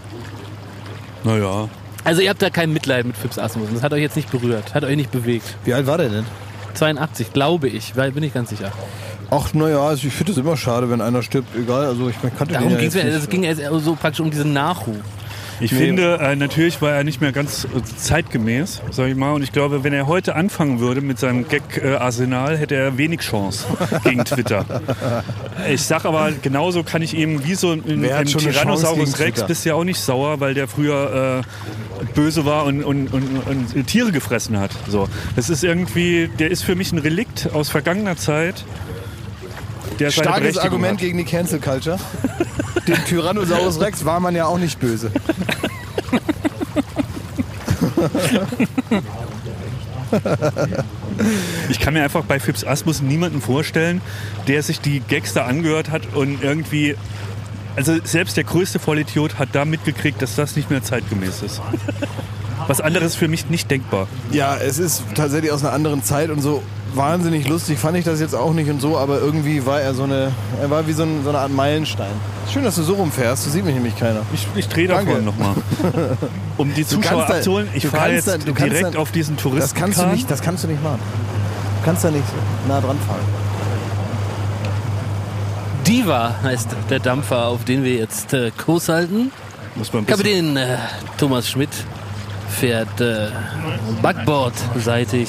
E: Naja.
A: Also ihr habt da kein Mitleid mit Fips Asmussen. Das hat euch jetzt nicht berührt, hat euch nicht bewegt.
G: Wie alt war der denn?
A: 82, glaube ich, weil bin ich ganz sicher.
G: Ach, naja, also ich finde es immer schade, wenn einer stirbt. Egal, also ich mein, kannte
A: Darum
G: den ja
A: ging's
G: jetzt
A: mir, also
G: nicht.
A: es ging es so praktisch um diesen Nachruf.
E: Ich finde, äh, natürlich war er nicht mehr ganz äh, zeitgemäß, sag ich mal. Und ich glaube, wenn er heute anfangen würde mit seinem Gag-Arsenal, hätte er wenig
G: *laughs*
E: Chance gegen Twitter. Ich sag aber, genauso kann ich eben, wie so ein
G: Wer hat
E: ein
G: schon eine Chance
E: Tyrannosaurus
G: gegen
E: Rex,
G: Twitter?
E: bist du ja auch nicht sauer, weil der früher äh, böse war und, und, und, und Tiere gefressen hat. So. Das ist irgendwie, der ist für mich ein Relikt aus vergangener Zeit. Der seine
G: Starkes
E: Berechtigung
G: Argument
E: hat.
G: gegen die Cancel
A: *laughs*
G: Culture. Dem Tyrannosaurus Rex war man ja auch nicht böse.
E: Ich kann mir einfach bei Fips Asmus niemanden vorstellen, der sich die Gags da angehört hat und irgendwie. Also selbst der größte Vollidiot hat da mitgekriegt, dass das nicht mehr zeitgemäß ist. Was anderes für mich nicht denkbar.
G: Ja, es ist tatsächlich aus einer anderen Zeit und so wahnsinnig lustig fand ich das jetzt auch nicht und so, aber irgendwie war er so eine, er war wie so, ein, so eine Art Meilenstein. Schön, dass du so rumfährst, so sieht mich nämlich keiner.
E: Ich, ich drehe
G: Danke.
E: davon nochmal. Um die Zuschauer
G: kannst da-
E: abzuholen, ich
G: du
E: fahre jetzt
G: kannst da- du kannst
E: direkt
G: da-
E: auf diesen Touristen.
G: Das kannst du nicht, das kannst du nicht machen. Du kannst da nicht nah dran fahren.
A: Diva heißt der Dampfer, auf den wir jetzt äh, Kurs halten.
E: Muss man ein bisschen-
A: Kapitän äh, Thomas Schmidt fährt äh, backboardseitig,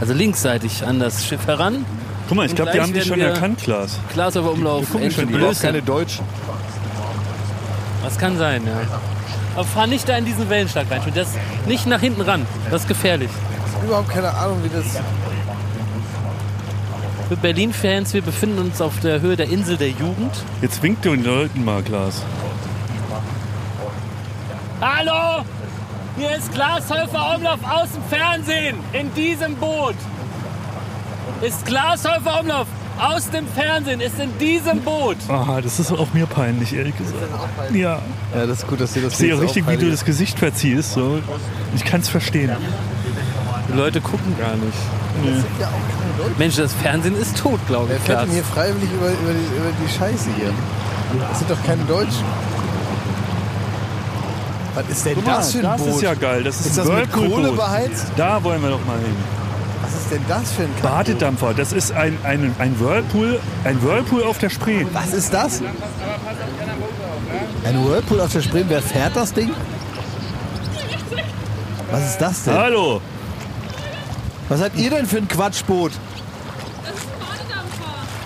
A: also linksseitig an das Schiff heran.
E: Guck mal, ich
A: Und
E: glaube, die
A: gleich
E: haben dich
A: werden
E: schon
A: wir-
E: erkannt, Klaas.
A: Klaas aber Umlauf,
E: gucken schon, die
A: Blöße.
E: brauchen keine
G: Deutschen.
A: Das kann sein, ja. Aber fahr nicht da in diesen Wellenschlag rein. Das, nicht nach hinten ran. Das ist gefährlich.
G: Überhaupt keine Ahnung, wie das.
A: Für Berlin-Fans, wir befinden uns auf der Höhe der Insel der Jugend.
E: Jetzt winkt du den Leuten mal, Klaas.
A: Hallo! Hier ist Glashäufer Umlauf aus dem Fernsehen. In diesem Boot ist Glashäufer Umlauf aus dem Fernsehen ist in diesem Boot.
E: Aha, das ist auch mir peinlich, ehrlich gesagt. Ja,
G: Ja, das ist gut, dass du das
E: ich sehe
G: jetzt
E: richtig, wie du
G: auffallst.
E: das Gesicht verziehst. So. Ich kann es verstehen.
A: Die Leute gucken gar nicht. Mensch, das Fernsehen ist tot, glaube
G: Wer
A: ich.
G: fährt denn
A: Lars.
G: hier freiwillig über, über, die, über die Scheiße hier? Das sind doch keine Deutschen. Was ist denn das für ein
E: Ah, Das
G: Boot?
E: ist ja geil. Das ist,
G: Ist
E: ein
G: das mit
E: Whirlpool-Boot.
G: Kohle beheizt?
E: Da wollen wir doch mal hin.
G: Was ist denn das für ein Kack-
E: Badedampfer, das ist ein, ein, ein Whirlpool, ein Whirlpool auf der Spree.
G: Was ist das? Ein Whirlpool auf der Spree. Wer fährt das Ding? Was ist das denn?
E: Hallo,
G: Was seid ihr denn für ein Quatschboot?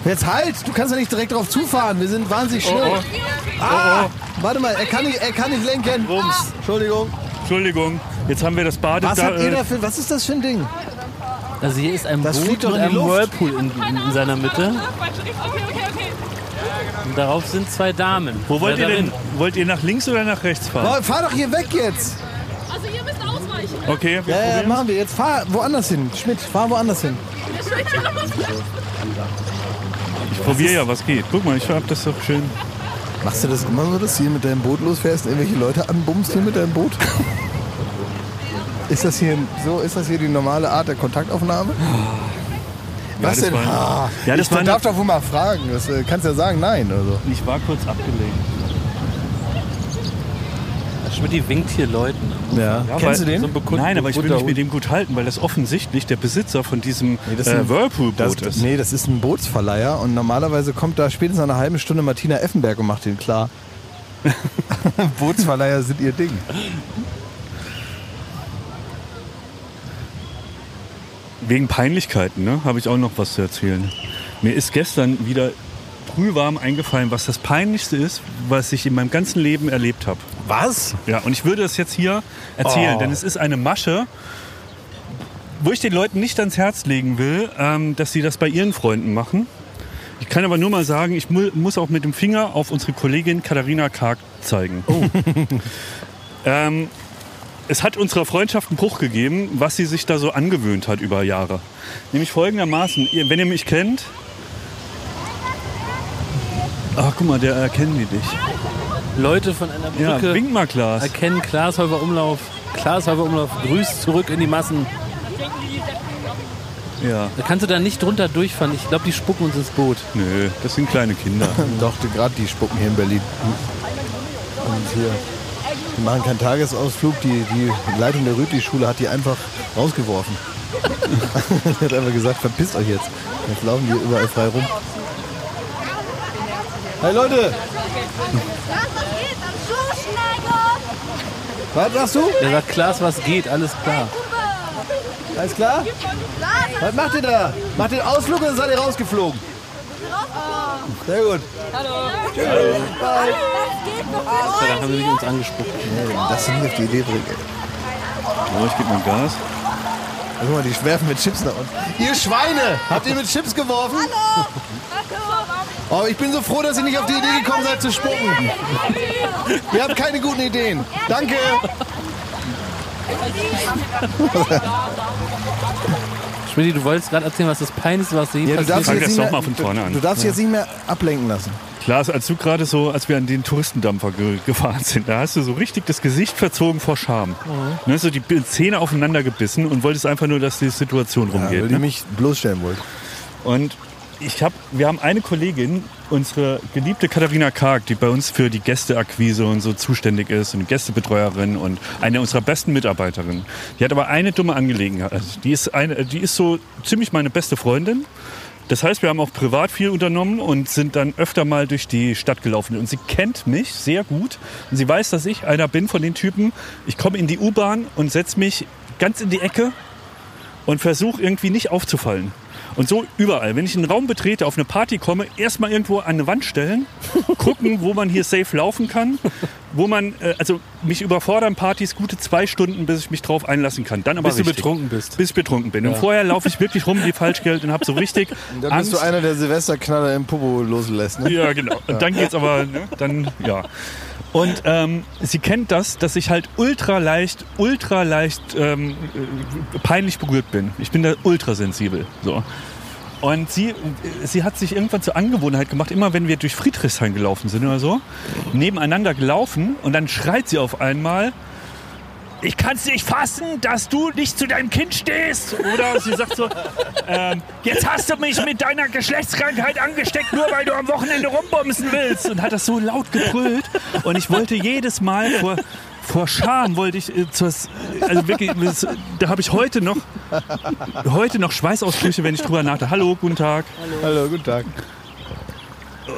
G: Jetzt halt! Du kannst ja nicht direkt drauf zufahren. Wir sind wahnsinnig schnell. Ah, warte mal, er kann nicht, er kann nicht lenken.
E: Rums.
G: Entschuldigung.
E: Entschuldigung, jetzt haben wir das äh,
G: Was habt ihr
E: Badedampfer.
G: dafür? Was ist das für ein Ding?
A: Also hier ist ein
G: Das
A: Boot
G: fliegt doch
A: mit
G: in die
A: einem
G: Luft.
A: Whirlpool in, in, in seiner Mitte.
H: Okay, okay, okay.
A: Und darauf sind zwei Damen.
E: Wo wollt
A: Ja,
E: ihr denn?
A: darin.
E: Wollt ihr nach links oder nach rechts fahren?
G: Boah, fahr doch hier weg jetzt!
H: Also ihr müsst ausweichen.
E: Okay, wir
G: Ja, ja,
E: probieren's.
G: machen wir. Jetzt fahr woanders hin. Schmidt, fahr woanders hin.
E: ich probier ja, was geht. Guck mal, ich hab das doch schön.
K: Machst du das immer so, dass du hier mit deinem Boot losfährst und irgendwelche Leute anbummst hier mit deinem Boot?
G: Ist das hier so? Ist das hier die normale Art der Kontaktaufnahme?
E: Was
G: denn?
E: War, ja, das
G: Ich
E: war
G: darf doch wohl mal fragen. Das äh, kannst ja sagen, nein oder so.
E: ich war kurz abgelenkt.
A: Schmidt die winkt hier Leuten.
G: Ja. Kennst du
E: weil-
G: den?
A: So ein Bekund-
E: Nein, aber ich will mich
A: Bekundter
E: mit dem gut halten, weil das offensichtlich der Besitzer von diesem
G: das
E: äh,
G: sind-
E: Whirlpool-Boot
G: Das,
E: ist.
G: nee, das ist ein Bootsverleiher und normalerweise kommt da spätestens nach einer halben Stunde Martina Effenberg und macht den
E: *laughs*
G: klar. *laughs* Bootsverleiher sind ihr Ding.
E: Wegen Peinlichkeiten, ne? Habe ich auch noch was zu erzählen. Mir ist gestern wieder brühwarm eingefallen, was das Peinlichste ist, was ich in meinem ganzen Leben erlebt habe.
G: Was?
E: Ja, und ich würde das jetzt hier erzählen, denn es ist eine Masche, wo ich den Leuten nicht ans Herz legen will, ähm, dass sie das bei ihren Freunden machen. Ich kann aber nur mal sagen, ich mu muss auch mit dem Finger auf unsere Kollegin Katharina Karg zeigen. ähm, es hat unserer Freundschaft einen Bruch gegeben, was sie sich da so angewöhnt hat über Jahre. Nämlich folgendermaßen, ihr, wenn ihr mich kennt... Ach, Ah, guck mal, der erkennen die dich.
A: Leute von einer
E: Ja,
A: Brücke
E: wink mal, Klaas.
A: erkennen Glashäuber Umlauf. Glashäuber Umlauf grüßt zurück in die Massen.
E: Ja.
A: Da kannst du da nicht drunter durchfahren. Ich glaube, die spucken uns ins Boot.
E: Nö, das sind kleine Kinder.
G: Doch, die- gerade die spucken hier in Berlin. Und hier. Die machen keinen Tagesausflug. Die, die Leitung der Rütli-Schule hat die einfach rausgeworfen. *laughs* die hat einfach gesagt, verpisst euch jetzt. Jetzt laufen die überall frei rum. Hey Leute,
H: Was, was geht? Am Schuhschneider!
G: was machst du?
A: Er sagt, Klaas, was geht? Alles klar.
G: Alles klar? Was macht ihr da? Macht ihr einen Ausflug oder seid ihr rausgeflogen? Sehr gut.
H: Was geht noch?
A: Da haben sie nicht uns angespuckt.
G: Das sind nicht die Idee bringen.
E: So, ich gebe mal Gas.
G: Guck mal, die werfen mit Chips nach unten. Ihr Schweine! Habt ihr mit Chips geworfen? *laughs* Oh, ich bin so froh, dass ihr nicht auf die Idee gekommen seid zu spucken. Ihr habt keine guten Ideen. Danke!
A: Schmidt, du wolltest gerade erzählen, was das Peinlichste war, was du je passiert
E: fang Also das doch mal von vorne an.
G: du darfst dich jetzt nicht mehr ablenken lassen.
E: Klaas, als du gerade so, als wir an den Touristendampfer ge gefahren sind, da hast du so richtig das Gesicht verzogen vor Scham. Du hast so die B- Zähne aufeinander gebissen und wolltest einfach nur, dass die Situation rumgeht.
G: weil
E: ne?
G: ihr mich bloßstellen wollt.
E: Und ich hab, wir haben eine Kollegin, unsere geliebte Katharina Karg, die bei uns für die Gästeakquise und so zuständig ist und Gästebetreuerin und eine unserer besten Mitarbeiterinnen. Die hat aber eine dumme Angelegenheit. Also Die ist, eine, die ist so ziemlich meine beste Freundin. Das heißt, wir haben auch privat viel unternommen und sind dann öfter mal durch die Stadt gelaufen. Und sie kennt mich sehr gut. Und sie weiß, dass ich einer bin von den Typen. Ich komme in die U-Bahn und setze mich ganz in die Ecke und versuche irgendwie nicht aufzufallen. Und so überall. Wenn ich einen Raum betrete, auf eine Party komme, erstmal irgendwo an eine
A: *laughs*
E: Wand stellen, gucken, wo man hier safe laufen kann, wo man, äh, also mich überfordern Partys gute zwei Stunden, bis ich mich drauf einlassen kann. Dann aber
A: Bis du
E: richtig.
A: betrunken bist.
E: Bis ich betrunken bin. Und vorher laufe ich wirklich rum wie Falschgeld und habe so
G: *laughs*
E: richtig
G: Dann bist
E: Angst.
G: du einer, der Silvesterknaller im Popo loslässt.
E: *laughs*
G: Ne?
E: Ja, genau. Und dann geht's aber, ne? dann, ja. Und ähm, sie kennt das, dass ich halt ultra leicht, ultra leicht ähm, äh, peinlich berührt bin. Ich bin da ultra sensibel. So. Und sie, sie hat sich irgendwann zur Angewohnheit gemacht, immer wenn wir durch Friedrichshain gelaufen sind oder so, nebeneinander gelaufen und dann schreit sie auf einmal, ich kann es nicht fassen, dass du nicht zu deinem Kind stehst. Oder sie sagt so, ähm, jetzt hast du mich mit deiner Geschlechtskrankheit angesteckt, nur weil du am Wochenende rumbumsen willst. Und hat das so laut gebrüllt. Und ich wollte jedes Mal vor, vor Scham wollte ich äh, zur, S- also wirklich, das- da habe ich heute noch, heute noch Schweißausbrüche, wenn ich drüber nachdenke. Hallo, guten Tag.
G: *laughs* Hallo, guten Tag.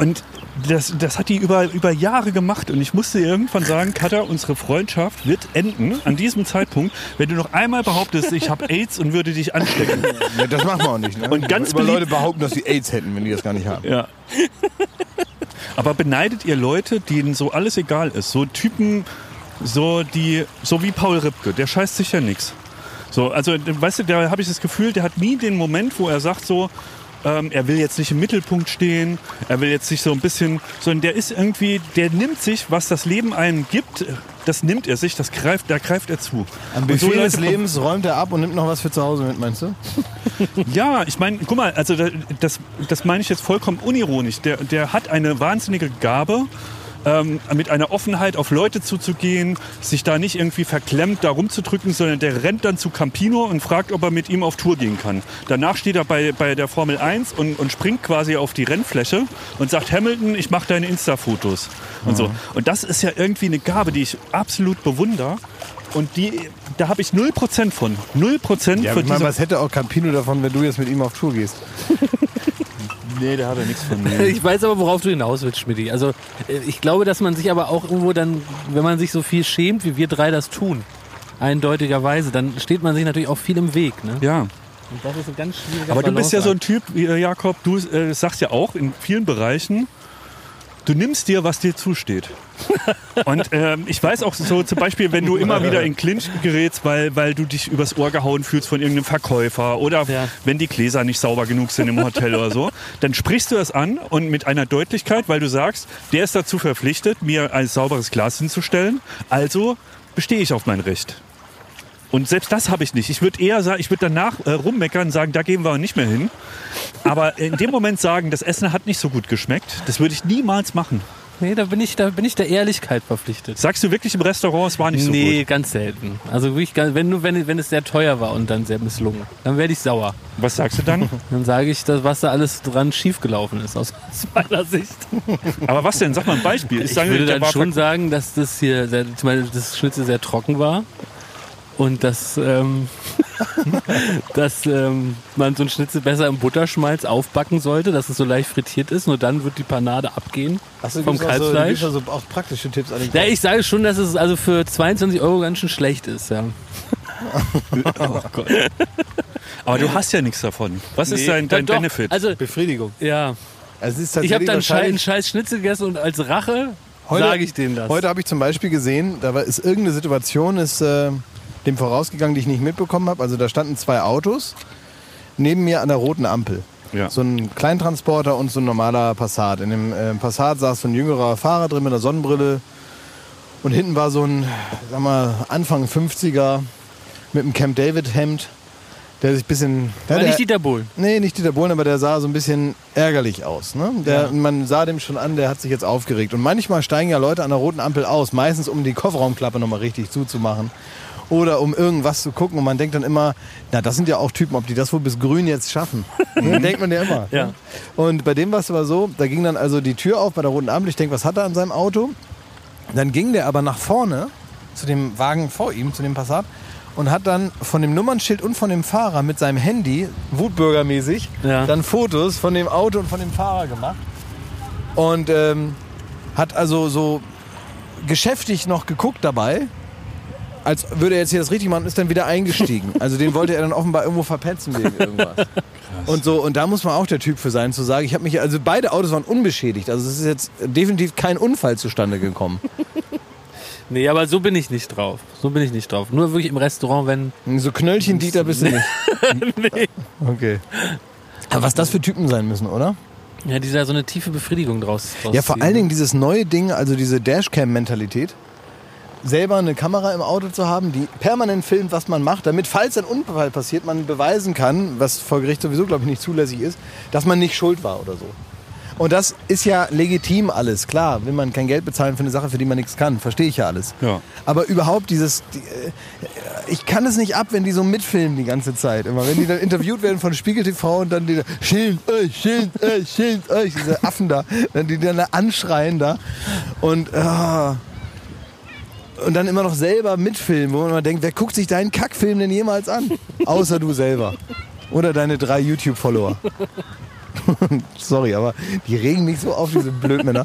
E: Und das, das hat die über, über Jahre gemacht und ich musste ihr irgendwann sagen, Katha, unsere Freundschaft wird enden an diesem Zeitpunkt, wenn du noch einmal behauptest, ich habe AIDS und würde dich anstecken.
G: Ja, das machen wir auch nicht. Ne?
E: Und ganz
G: Über Leute
E: beliebt-
G: behaupten, dass sie AIDS hätten, wenn die das gar nicht haben.
E: Ja. Aber beneidet ihr Leute, denen so alles egal ist? So Typen, so die, so wie Paul Ripke, der scheißt sich ja nix. So, also, weißt du, da habe ich das Gefühl, der hat nie den Moment, wo er sagt so, ähm, er will jetzt nicht im Mittelpunkt stehen, er will jetzt nicht so ein bisschen, sondern der ist irgendwie, der nimmt sich, was das Leben einem gibt, das nimmt er sich, das greift, da greift er zu.
G: Am
E: Und so
G: Befehl des
E: Leute-
G: Lebens räumt er ab und nimmt noch was für zu Hause mit, meinst du?
E: ja, ich meine, guck mal, also da- das, das meine ich jetzt vollkommen unironisch. Der, der hat eine wahnsinnige Gabe, ähm, mit einer Offenheit auf Leute zuzugehen, sich da nicht irgendwie verklemmt da rumzudrücken, sondern der rennt dann zu Campino und fragt, ob er mit ihm auf Tour gehen kann. Danach steht er bei, bei der Formel 1 und, und springt quasi auf die Rennfläche und sagt, Hamilton, ich mache deine Insta-Fotos und
G: Mhm.
E: so. Und das ist ja irgendwie eine Gabe, die ich absolut bewundere. Und die, da habe ich 0% von. 0%
G: Ja,
E: von
G: ich meine,
E: dieser-
G: was hätte auch Campino davon, wenn du jetzt mit ihm auf Tour gehst?
E: Nee, der hat ja nichts von
A: *laughs* Ich weiß aber, worauf du hinaus willst, Schmidti. Also äh, ich glaube, dass man sich aber auch irgendwo dann, wenn man sich so viel schämt, wie wir drei das tun, eindeutigerweise, dann steht man sich natürlich auch viel im Weg. Ne?
E: Ja. Und
A: das ist ein ganz schwieriger
E: Aber du bist ja so ein
A: Balanceakt.
E: Typ, äh, Jakob, du äh, sagst ja auch in vielen Bereichen, du nimmst dir, was dir zusteht. Und ähm, ich weiß auch so zum Beispiel, wenn du immer wieder in Clinch gerätst, weil, weil du dich übers Ohr gehauen fühlst von irgendeinem Verkäufer oder wenn die Gläser nicht sauber genug sind im Hotel oder so, dann sprichst du das an und mit einer Deutlichkeit, weil du sagst, der ist dazu verpflichtet, mir ein sauberes Glas hinzustellen, also bestehe ich auf mein Recht. Und selbst das habe ich nicht. Ich würde eher sagen, ich würde danach äh, rummeckern und sagen, da gehen wir nicht mehr hin. Aber in dem Moment sagen, das Essen hat nicht so gut geschmeckt, das würde ich niemals machen.
A: Nee, da bin, ich, da bin ich der Ehrlichkeit verpflichtet.
E: Sagst du wirklich im Restaurant, es war nicht so
A: nee,
E: gut?
A: ganz selten. Also wirklich, ganz- wenn, nur, wenn, wenn es sehr teuer war und dann sehr misslungen, dann werde ich sauer.
E: Was sagst du dann?
A: Dann sage ich, dass, was da alles dran schiefgelaufen ist aus *laughs* meiner Sicht.
E: Aber was denn? Sag mal ein Beispiel.
A: Ich
E: sage,
A: würde
E: der
A: dann
E: war
A: schon
E: verk-
A: sagen, dass das hier, sehr- zum Beispiel das Schnitzel sehr trocken war und dass, ähm, *laughs* dass ähm, man so ein Schnitzel besser im Butterschmalz aufbacken sollte, dass es so leicht frittiert ist. Nur dann wird die Panade abgehen vom Kalbfleisch.
G: So, also auch praktische Tipps an den
A: ja, ich sage schon, dass es also für 22 Euro ganz schön schlecht ist. Ja.
E: Oh Gott. Aber du hast ja nichts davon. Was ist
A: Nee.
E: dein, dein
A: Doch, doch.
E: Benefit?
A: Also,
G: Befriedigung.
A: ja.
G: Also es ist
A: Ich habe
G: tatsächlich
A: dann schei- einen
G: wahrscheinlich-
A: scheiß Schnitzel gegessen und als Rache sage ich denen das.
G: Heute habe ich zum Beispiel gesehen, da war, ist irgendeine Situation, ist äh, dem vorausgegangen, die ich nicht mitbekommen habe. Also da standen zwei Autos neben mir an der roten Ampel.
E: Ja.
G: So ein Kleintransporter und so ein normaler Passat. In dem äh, Passat saß so ein jüngerer Fahrer drin mit einer Sonnenbrille. Und hinten war so ein, sag mal, Anfang 50er mit einem Camp David-Hemd, der sich ein bisschen.
A: War
G: Ja, der-
A: nicht Dieter Bohlen.
G: Nee, nicht Dieter Bohlen, aber der sah so ein bisschen ärgerlich aus. Ne? Der,
A: Ja.
G: Man sah dem schon an, der hat sich jetzt aufgeregt. Und manchmal steigen ja Leute an der roten Ampel aus, meistens um die Kofferraumklappe nochmal richtig zuzumachen. Oder um irgendwas zu gucken. Und man denkt dann immer, na, das sind ja auch Typen, ob die das wohl bis grün
A: *laughs*
G: jetzt schaffen. Ne? denkt man ja immer.
A: Ja.
G: ne? Und bei dem war es aber so, da ging dann also die Tür auf bei der roten Ampel. Ich denke, was hat er an seinem Auto? Dann ging der aber nach vorne zu dem Wagen vor ihm, zu dem Passat, und hat dann von dem Nummernschild und von dem Fahrer mit seinem Handy, wutbürgermäßig,
A: Ja.
G: dann Fotos von dem Auto und von dem Fahrer gemacht. Und ähm, hat also so geschäftig noch geguckt dabei, als würde er jetzt hier das richtig machen, und ist dann wieder eingestiegen. Also den wollte er dann offenbar irgendwo verpetzen wegen irgendwas. Und so, und da muss man auch der Typ für sein, zu sagen, ich habe mich, also beide Autos waren unbeschädigt. Also es ist jetzt definitiv kein Unfall zustande gekommen.
A: Nee, aber so bin ich nicht drauf. So bin ich nicht drauf. Nur wirklich im Restaurant, wenn.
G: So Knöllchen Dieter bist du nicht. Okay. Aber was das für Typen sein müssen, oder?
A: Ja, die da so eine tiefe Befriedigung draus, draus
G: Ja, vor
A: ziehen. ne?
G: allen Dingen dieses neue Ding, also diese Dashcam-Mentalität. selber eine Kamera im Auto zu haben, die permanent filmt, was man macht, damit, falls ein Unfall passiert, man beweisen kann, was vor Gericht sowieso, glaube ich, nicht zulässig ist, dass man nicht schuld war oder so. Und das ist ja legitim alles, klar, will man kein Geld bezahlen für eine Sache, für die man nichts kann, verstehe ich ja alles.
E: Ja.
G: Aber überhaupt dieses, die, äh, ich kann es nicht ab, wenn die so mitfilmen die ganze Zeit. Immer wenn die dann interviewt werden von Spiegel TV und dann die da, schämt euch, schämt euch, schämt euch, diese Affen da, dann die dann da anschreien da und ah. und dann immer noch selber mitfilmen, wo man immer denkt, wer guckt sich deinen Kackfilm denn jemals an, außer du selber oder deine drei YouTube-Follower. *laughs* Sorry, aber die regen mich so auf, diese Blödmänner.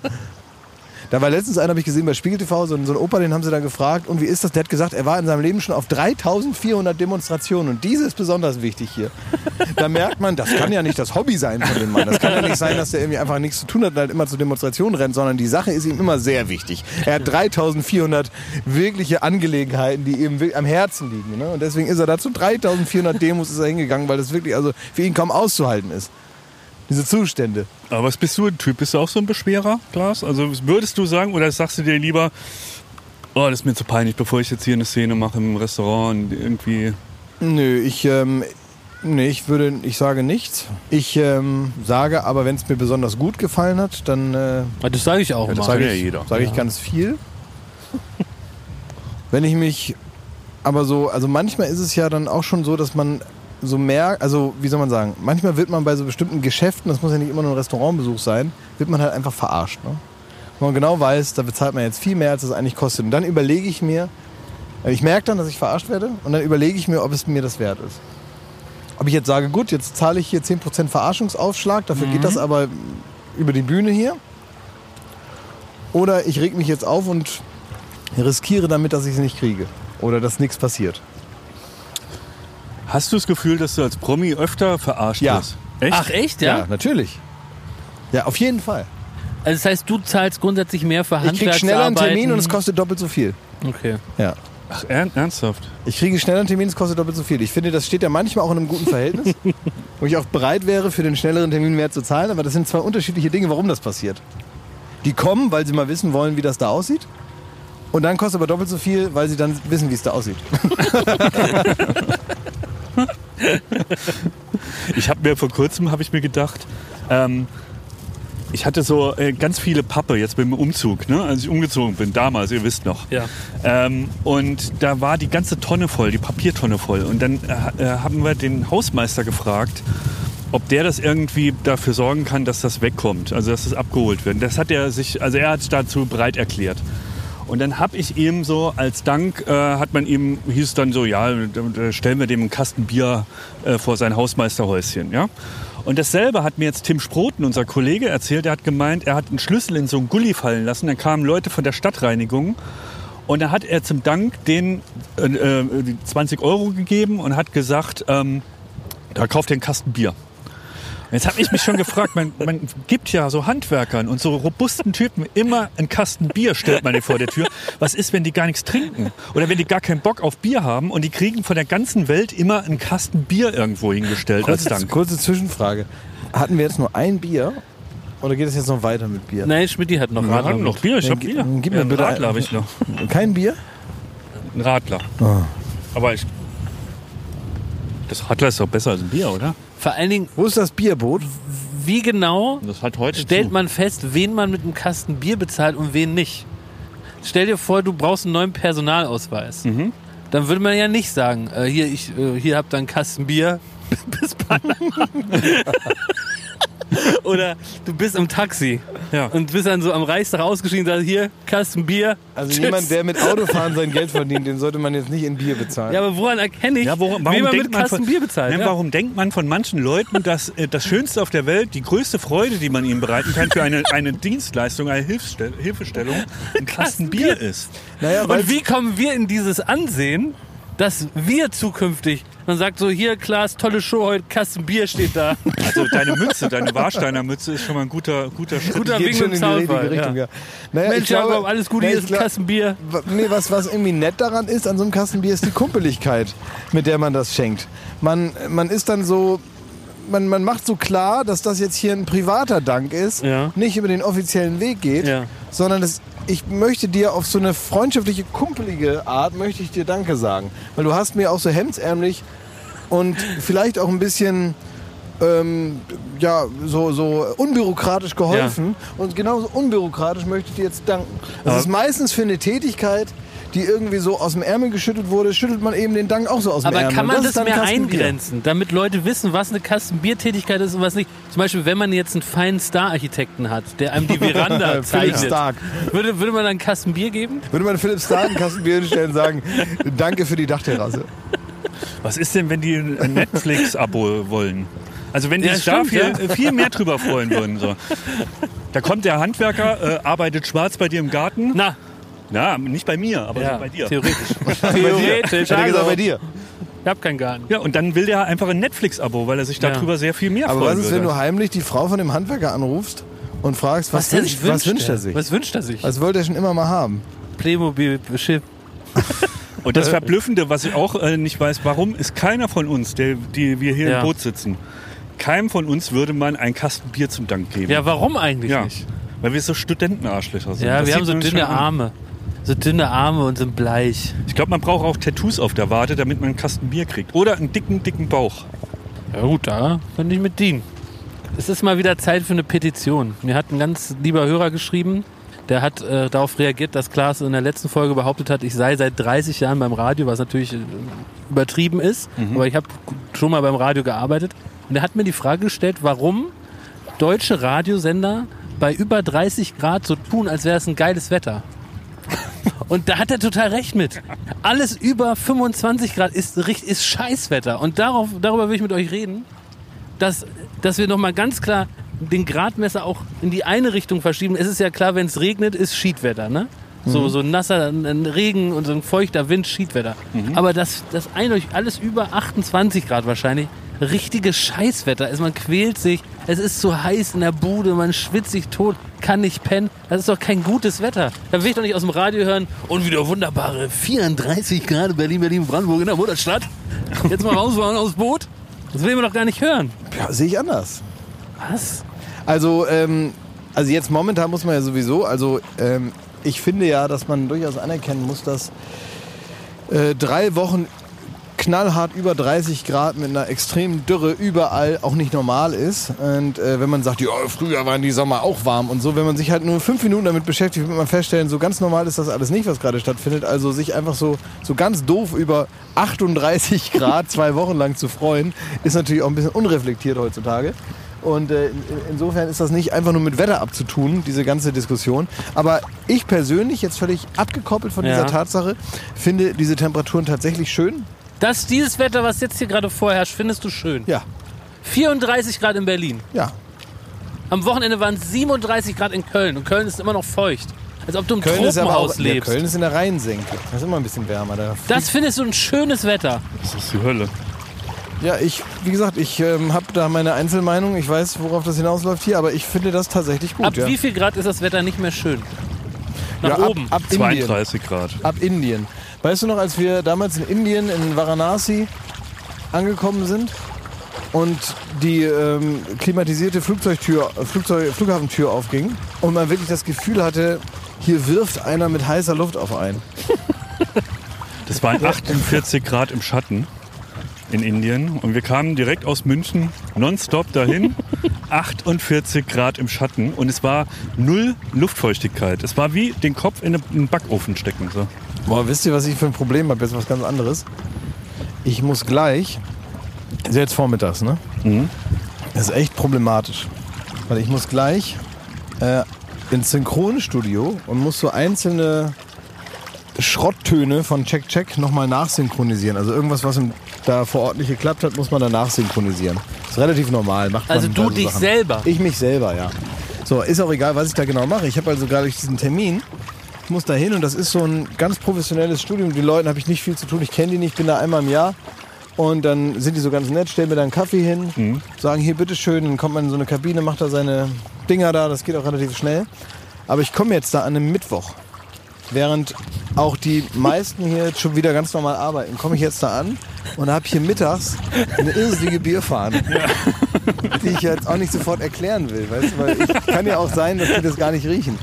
G: Da war letztens einer, habe ich gesehen, bei Spiegel TV, so ein, so ein Opa, den haben sie dann gefragt, und wie ist das? Der hat gesagt, er war in seinem Leben schon auf 3400 Demonstrationen und diese ist besonders wichtig hier. Da merkt man, das kann ja nicht das Hobby sein von dem Mann. Das kann ja nicht sein, dass der irgendwie einfach nichts zu tun hat und halt immer zu Demonstrationen rennt, sondern die Sache ist ihm immer sehr wichtig. Er hat 3400 wirkliche Angelegenheiten, die ihm wir- am Herzen liegen. Ne? Und deswegen ist er dazu 3400 Demos ist er hingegangen, weil das wirklich also für ihn kaum auszuhalten ist. Diese Zustände.
E: Aber was bist du ein Typ? Bist du auch so ein Beschwerer, Klaas? Also würdest du sagen, oder sagst du dir lieber, oh, das ist mir zu peinlich, bevor ich jetzt hier eine Szene mache im Restaurant und irgendwie.
G: Nö, ich, ähm, nee, ich würde, ich sage nichts. Ich ähm, sage aber, wenn es mir besonders gut gefallen hat, dann. Äh,
A: Ah, das sage ich auch
G: ja,
A: mal.
G: Das sage
A: Ja,
G: ich,
A: jeder.
G: Sage ich
A: Ja.
G: ganz viel. wenn ich mich, aber so, also manchmal ist es ja dann auch schon so, dass man so merkt, also wie soll man sagen, manchmal wird man bei so bestimmten Geschäften, das muss ja nicht immer nur ein Restaurantbesuch sein, wird man halt einfach verarscht. Ne? Wenn man genau weiß, da bezahlt man jetzt viel mehr, als es eigentlich kostet. Und dann überlege ich mir, also ich merke dann, dass ich verarscht werde und dann überlege ich mir, ob es mir das wert ist. Ob ich jetzt sage, gut, jetzt zahle ich hier 10% Verarschungsaufschlag, dafür
E: Mhm.
G: geht das aber über die Bühne hier. Oder ich reg mich jetzt auf und riskiere damit, dass ich es nicht kriege. Oder dass nichts passiert.
E: Hast du das Gefühl, dass du als Promi öfter verarscht
G: Ja.
E: wirst?
A: Ach, echt? Ja?
G: natürlich. Ja, auf jeden Fall.
A: Also das heißt, du zahlst grundsätzlich mehr für
G: Ich kriege
A: Handwerksarbeiten.
G: schneller einen Termin und es kostet doppelt so viel.
A: Okay.
G: Ja.
E: Ach, ern- ernsthaft?
G: Ich kriege schneller einen Termin, es kostet doppelt so viel. Ich finde, das steht ja manchmal auch in einem guten
A: *laughs*
G: Verhältnis, wo ich auch bereit wäre, für den schnelleren Termin mehr zu zahlen. Aber das sind zwei unterschiedliche Dinge, warum das passiert. Die kommen, weil sie mal wissen wollen, wie das da aussieht. Und dann kostet aber doppelt so viel, weil sie dann wissen, wie es da aussieht.
E: Ich habe mir vor kurzem habe ich mir gedacht, ähm, ich hatte so äh, ganz viele Pappe jetzt beim Umzug, ne? als ich umgezogen bin damals, ihr wisst noch.
A: Ja.
E: Ähm, und da war die ganze Tonne voll, die Papiertonne voll. Und dann äh, äh, haben wir den Hausmeister gefragt, ob der das irgendwie dafür sorgen kann, dass das wegkommt, also dass das abgeholt wird. Und Das hat er sich, also er hat es dazu bereit erklärt. Und dann habe ich ihm so als Dank, äh, hat man ihm, hieß es dann so, ja, dann, äh, stellen wir dem einen Kasten Bier äh, vor sein Hausmeisterhäuschen, ja. Und dasselbe hat mir jetzt Tim Sproten, unser Kollege, erzählt. Er hat gemeint, er hat einen Schlüssel in so einen Gully fallen lassen. Dann kamen Leute von der Stadtreinigung und da hat er zum Dank den äh, äh, die 20 Euro gegeben und hat gesagt, ähm, da kauft ihr einen Kasten Bier. Und Jetzt habe ich mich schon gefragt, man, man gibt ja so Handwerkern und so robusten Typen immer einen Kasten Bier, stellt man dir vor der Tür. Was ist, wenn die gar nichts trinken? Oder wenn die gar keinen Bock auf Bier haben und die kriegen von der ganzen Welt immer einen Kasten Bier irgendwo hingestellt als
G: Kurze,
E: Dank?
G: kurze Zwischenfrage. Hatten wir jetzt nur ein Bier oder geht es jetzt noch weiter mit Bier?
A: Nein, Schmidt hat noch
E: Wir
A: Radler
E: haben noch
A: mit.
E: Bier, ich
G: Ja,
E: hab
G: gi-
E: Bier.
G: gib mir
E: ja, einen
G: bitte ein-
E: Radler habe ich noch.
G: Kein Bier?
E: Ein Radler.
G: Ah.
E: Aber ich. Das Radler ist doch besser als ein Bier, oder?
A: Vor allen Dingen,
G: Wo ist das Bierboot?
A: wie genau
E: Das hat heute
A: stellt
E: zu.
A: man fest, wen man mit einem Kasten Bier bezahlt und wen nicht? Stell dir vor, du brauchst einen neuen Personalausweis.
E: Mhm.
A: Dann würde man ja nicht sagen, äh, hier, ich, äh, hier habt ihr einen Kasten Bier *laughs* bis Panama. Oder du bist im Taxi
E: Ja.
A: und bist dann so am Reichstag ausgeschieden und sagst, hier, Kasten Bier.
G: Also
A: tschüss.
G: jemand, der mit Autofahren sein Geld verdient, den sollte man jetzt nicht in Bier bezahlen.
A: Ja, aber woran erkenne ich,
E: Ja, warum,
A: wen
E: warum,
A: man
E: denkt
A: mit
E: man
A: Kasten
E: von, Ne,
A: Bier bezahlt?
E: Nein,
A: Ja.
E: warum denkt man von manchen Leuten, dass äh, das Schönste auf der Welt, die größte Freude, die man ihnen bereiten kann für eine, eine Dienstleistung, eine Hilfsstell- Hilfestellung, ein Kasten Bier ist?
G: naja, weil
A: Und wie kommen wir in dieses Ansehen, dass wir zukünftig, man sagt so, hier Klaas, tolle Show heute, Kasten Bier steht
G: *laughs*
A: da.
E: Also deine Mütze, deine Warsteiner Mütze ist schon mal ein guter, guter Schritt.
A: Guter
G: geht
A: Wink
G: schon
A: mit
G: in die richtige
A: Zaunfall.
G: Richtung.
A: Ja.
G: Ja. Naja,
A: Mensch,
G: ich glaube-
A: Jakob, alles Gute,
G: Nee,
A: hier
G: ich
A: ist ein
G: glaub-
A: Kasten Bier.
G: W- Nee, was, was irgendwie nett daran ist, an so einem Kastenbier, ist die Kumpeligkeit, mit der man das schenkt. Man, man ist dann so. Man, man macht so klar, dass das jetzt hier ein privater Dank ist,
A: Ja.
G: nicht über den offiziellen Weg geht,
A: Ja.
G: sondern es ich möchte dir auf so eine freundschaftliche, kumpelige Art, möchte ich dir Danke sagen. Weil du hast mir auch so hemdsärmlich und vielleicht auch ein bisschen ähm, ja, so, so unbürokratisch geholfen. Und genauso unbürokratisch möchte ich dir jetzt danken. Das
L: Aber-
G: ist meistens für eine Tätigkeit, die irgendwie so aus dem Ärmel geschüttet wurde, schüttelt man eben den Dank auch so aus dem
A: Aber
G: Ärmel.
A: kann man
G: ist
A: das,
G: dann
A: mehr
G: Kasten Bier.
A: eingrenzen, damit Leute wissen, was eine Kastenbiertätigkeit ist und was nicht? Zum Beispiel, wenn man jetzt einen feinen Star-Architekten hat, der
G: *laughs*
A: einem die Veranda
G: Philipp
A: zeichnet.
G: Stark.
A: Würde, würde man dann Kastenbier geben?
G: Würde man Philipp Stark einen Kasten Bier hinstellen und sagen, danke für die Dachterrasse.
L: Was ist denn, wenn die ein Netflix-Abo wollen? Also wenn die
A: Ja,
L: sich
A: stimmt,
L: da viel,
A: ja.
L: viel mehr drüber freuen würden. So. Da kommt der Handwerker, äh, arbeitet schwarz bei dir im Garten.
A: Na.
L: Na, nicht bei mir, aber
A: Ja,
L: Also bei dir.
G: *laughs*
A: theoretisch. *laughs*
L: Theoretisch.
A: Theoretisch, Hat er gesagt, also. bei
G: dir.
A: Ich hab keinen Garten.
L: Ja, und dann will der einfach ein Netflix-Abo, weil er sich
A: Ja.
L: darüber sehr viel mehr
G: Aber
L: freuen
G: was ist,
L: würde.
G: wenn du heimlich die Frau von dem Handwerker anrufst und fragst, was,
A: der
G: wünscht,
A: sich
G: was wünscht er sich?
A: Was wünscht er sich?
G: Was wollte er schon immer mal haben?
A: Playmobil, Schiff.
L: Und das Verblüffende, was ich auch äh, nicht weiß, warum ist keiner von uns, der, die wir hier
A: Ja.
L: im Boot sitzen, keinem von uns würde man einen Kasten Bier zum Dank geben.
A: Ja, warum eigentlich
L: Ja.
A: nicht?
L: Weil wir so Studentenarschlöcher sind.
A: Ja,
L: Das
A: wir
L: sieht
A: haben so
L: man schon
A: dünne
L: an.
A: Arme. So dünne Arme und sind bleich.
L: Ich glaube, man braucht auch Tattoos auf der Warte, damit man einen Kasten Bier kriegt. Oder einen dicken, dicken Bauch.
A: Ja gut, da könnte ich mit dienen. Es ist mal wieder Zeit für eine Petition. Mir hat ein ganz lieber Hörer geschrieben, der hat äh, darauf reagiert, dass Klaas in der letzten Folge behauptet hat, ich sei seit 30 Jahren beim Radio, was natürlich äh, übertrieben ist, aber ich habe schon mal beim Radio gearbeitet. Und er hat mir die Frage gestellt, warum deutsche Radiosender bei über 30 Grad so tun, als wäre es ein geiles Wetter. Und da hat er total recht mit. Alles über 25 Grad ist, richt- ist Scheißwetter. Und darauf, darüber will ich mit euch reden, dass, dass wir nochmal ganz klar den Gradmesser auch in die eine Richtung verschieben. Es ist ja klar, wenn es regnet, ist Schiedwetter, ne? So,
L: Mhm.
A: so ein nasser ein ein Regen und so ein feuchter Wind, Schiedwetter. Aber das, das eindeutig alles über 28 Grad wahrscheinlich, richtiges Scheißwetter ist. Man quält sich, es ist zu heiß in der Bude, man schwitzt sich tot, kann nicht pennen. Das ist doch kein gutes Wetter. Da will ich doch nicht aus dem Radio hören und wieder wunderbare 34 Grad Berlin, Berlin, Brandenburg in der Mutterstadt. Jetzt mal rausfahren aus Boot. Das will man doch gar nicht hören.
G: Ja, sehe ich anders.
A: Was?
G: Also, ähm, also jetzt momentan muss man ja sowieso, also ähm, ich finde ja, dass man durchaus anerkennen muss, dass äh, drei Wochen knallhart über 30 Grad mit einer extremen Dürre überall auch nicht normal ist. Und äh, wenn man sagt, ja, früher waren die Sommer auch warm und so, wenn man sich halt nur fünf Minuten damit beschäftigt, wird man feststellen, so ganz normal ist das alles nicht, was gerade stattfindet. Also sich einfach so, so ganz doof über 38 *laughs* Grad zwei Wochen lang zu freuen, ist natürlich auch ein bisschen unreflektiert heutzutage. Und äh, in- insofern ist das nicht einfach nur mit Wetter abzutun, diese ganze Diskussion. Aber ich persönlich, jetzt völlig abgekoppelt von
A: Ja.
G: dieser Tatsache, finde diese Temperaturen tatsächlich schön.
A: Das, dieses Wetter, was jetzt hier gerade vorherrscht, findest du schön?
G: Ja.
A: 34 Grad in Berlin.
G: Ja.
A: Am Wochenende waren es 37 Grad in Köln und Köln ist immer noch feucht. Als ob du im
G: Köln ist aber auch,
A: Tropenhaus
G: ja,
A: lebst.
G: Köln ist in der Rheinsenke. Das ist immer ein bisschen wärmer. Da.
A: das findest du ein schönes Wetter.
L: Das ist die Hölle.
G: Ja, ich, wie gesagt, ich ähm, habe da meine Einzelmeinung. Ich weiß, worauf das hinausläuft hier, aber ich finde das tatsächlich gut.
A: ab
G: ja.
A: wie viel Grad ist das Wetter nicht mehr schön? Nach
G: Ja, ab-
A: oben.
G: ab Indien.
L: 32 Grad.
G: Ab Indien. Weißt du noch, als wir damals in Indien, in Varanasi, angekommen sind und die ähm, klimatisierte Flugzeugtür, äh, Flugzeug, Flughafentür aufging und man wirklich das Gefühl hatte, hier wirft einer mit heißer Luft auf einen.
L: Das waren 48 Grad im Schatten in Indien. Und wir kamen direkt aus München nonstop dahin. 48 Grad im Schatten. Und es war null Luftfeuchtigkeit. Es war wie den Kopf in einen Backofen stecken. So.
G: Boah, wisst ihr, was ich für ein Problem habe? Jetzt was ganz anderes. Ich muss gleich, ist ja jetzt vormittags, ne?
A: Mhm.
G: Das ist echt problematisch. Weil ich muss gleich äh, ins Synchronstudio und muss so einzelne Schrotttöne von Check Check nochmal nachsynchronisieren. Also irgendwas, was im, da vor Ort nicht geklappt hat, muss man dann nachsynchronisieren. Ist relativ normal. Macht
A: Also
G: man
A: du
G: bei so
A: dich selber?
G: Ich mich selber, ja. So, ist auch egal, was ich da genau mache. Ich habe also gerade diesen Termin. Ich muss da hin und das ist so ein ganz professionelles Studium. Mit Den Leuten habe ich nicht viel zu tun. Ich kenne die nicht, bin da einmal im Jahr. Und dann sind die so ganz nett, stellen mir da einen Kaffee hin, sagen hier bitteschön, dann kommt man in so eine Kabine, macht da seine Dinger da, das geht auch relativ schnell. Aber ich komme jetzt da an einem Mittwoch, während auch die meisten hier jetzt schon wieder ganz normal arbeiten, komme ich jetzt da an und habe hier mittags eine irrsinnige Bierfahne. die ich jetzt auch nicht sofort erklären will. Weißt du, weil ich kann ja auch sein, dass die das gar nicht riechen.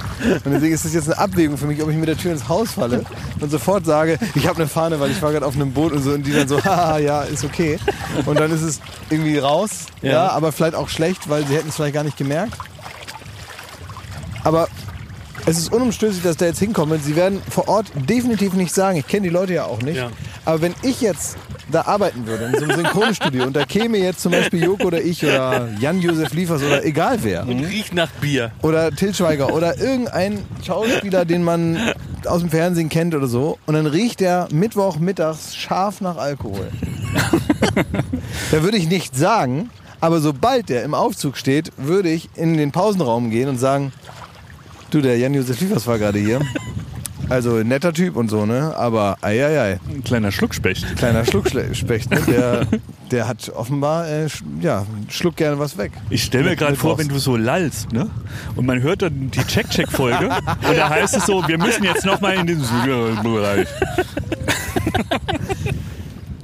G: Und deswegen ist das jetzt eine Abwägung für mich, ob ich mit der Tür ins Haus falle und sofort sage, ich habe eine Fahne, weil ich war gerade auf einem Boot und so und die dann so, *laughs* haha, ja, ist okay. Und dann ist es irgendwie raus, ja,
M: Ja.
G: aber vielleicht auch schlecht, weil sie hätten es vielleicht gar nicht gemerkt. Aber es ist unumstößlich, dass der jetzt hinkommt. Und sie werden vor Ort definitiv nicht sagen. Ich kenne die Leute ja auch nicht.
M: Ja.
G: Aber wenn ich jetzt da arbeiten würde, in so einem Synchronstudio, und da käme jetzt zum Beispiel Joko oder ich oder Jan-Josef Liefers oder egal wer. hm?
A: Und riecht nach Bier.
G: Oder Til Schweiger oder irgendein Schauspieler, den man aus dem Fernsehen kennt oder so. Und dann riecht der Mittwochmittags scharf nach Alkohol. da würde ich nichts sagen. Aber sobald der im Aufzug steht, würde ich in den Pausenraum gehen und sagen, du, der Jan-Josef Liefers war gerade hier. Also netter Typ und so, ne? Aber eieiei.
E: Ein kleiner Schluckspecht.
G: Kleiner Schluckspecht, ne? Der, der hat offenbar, äh, sch- ja, schluckt gerne was weg.
E: Ich stelle mir
G: Mit-
E: gerade
G: mit
E: vor,
G: Wurst.
E: wenn du so lallst, ne? Und man hört dann die Check-Check-Folge und da heißt es so, wir müssen jetzt nochmal in den Bereich.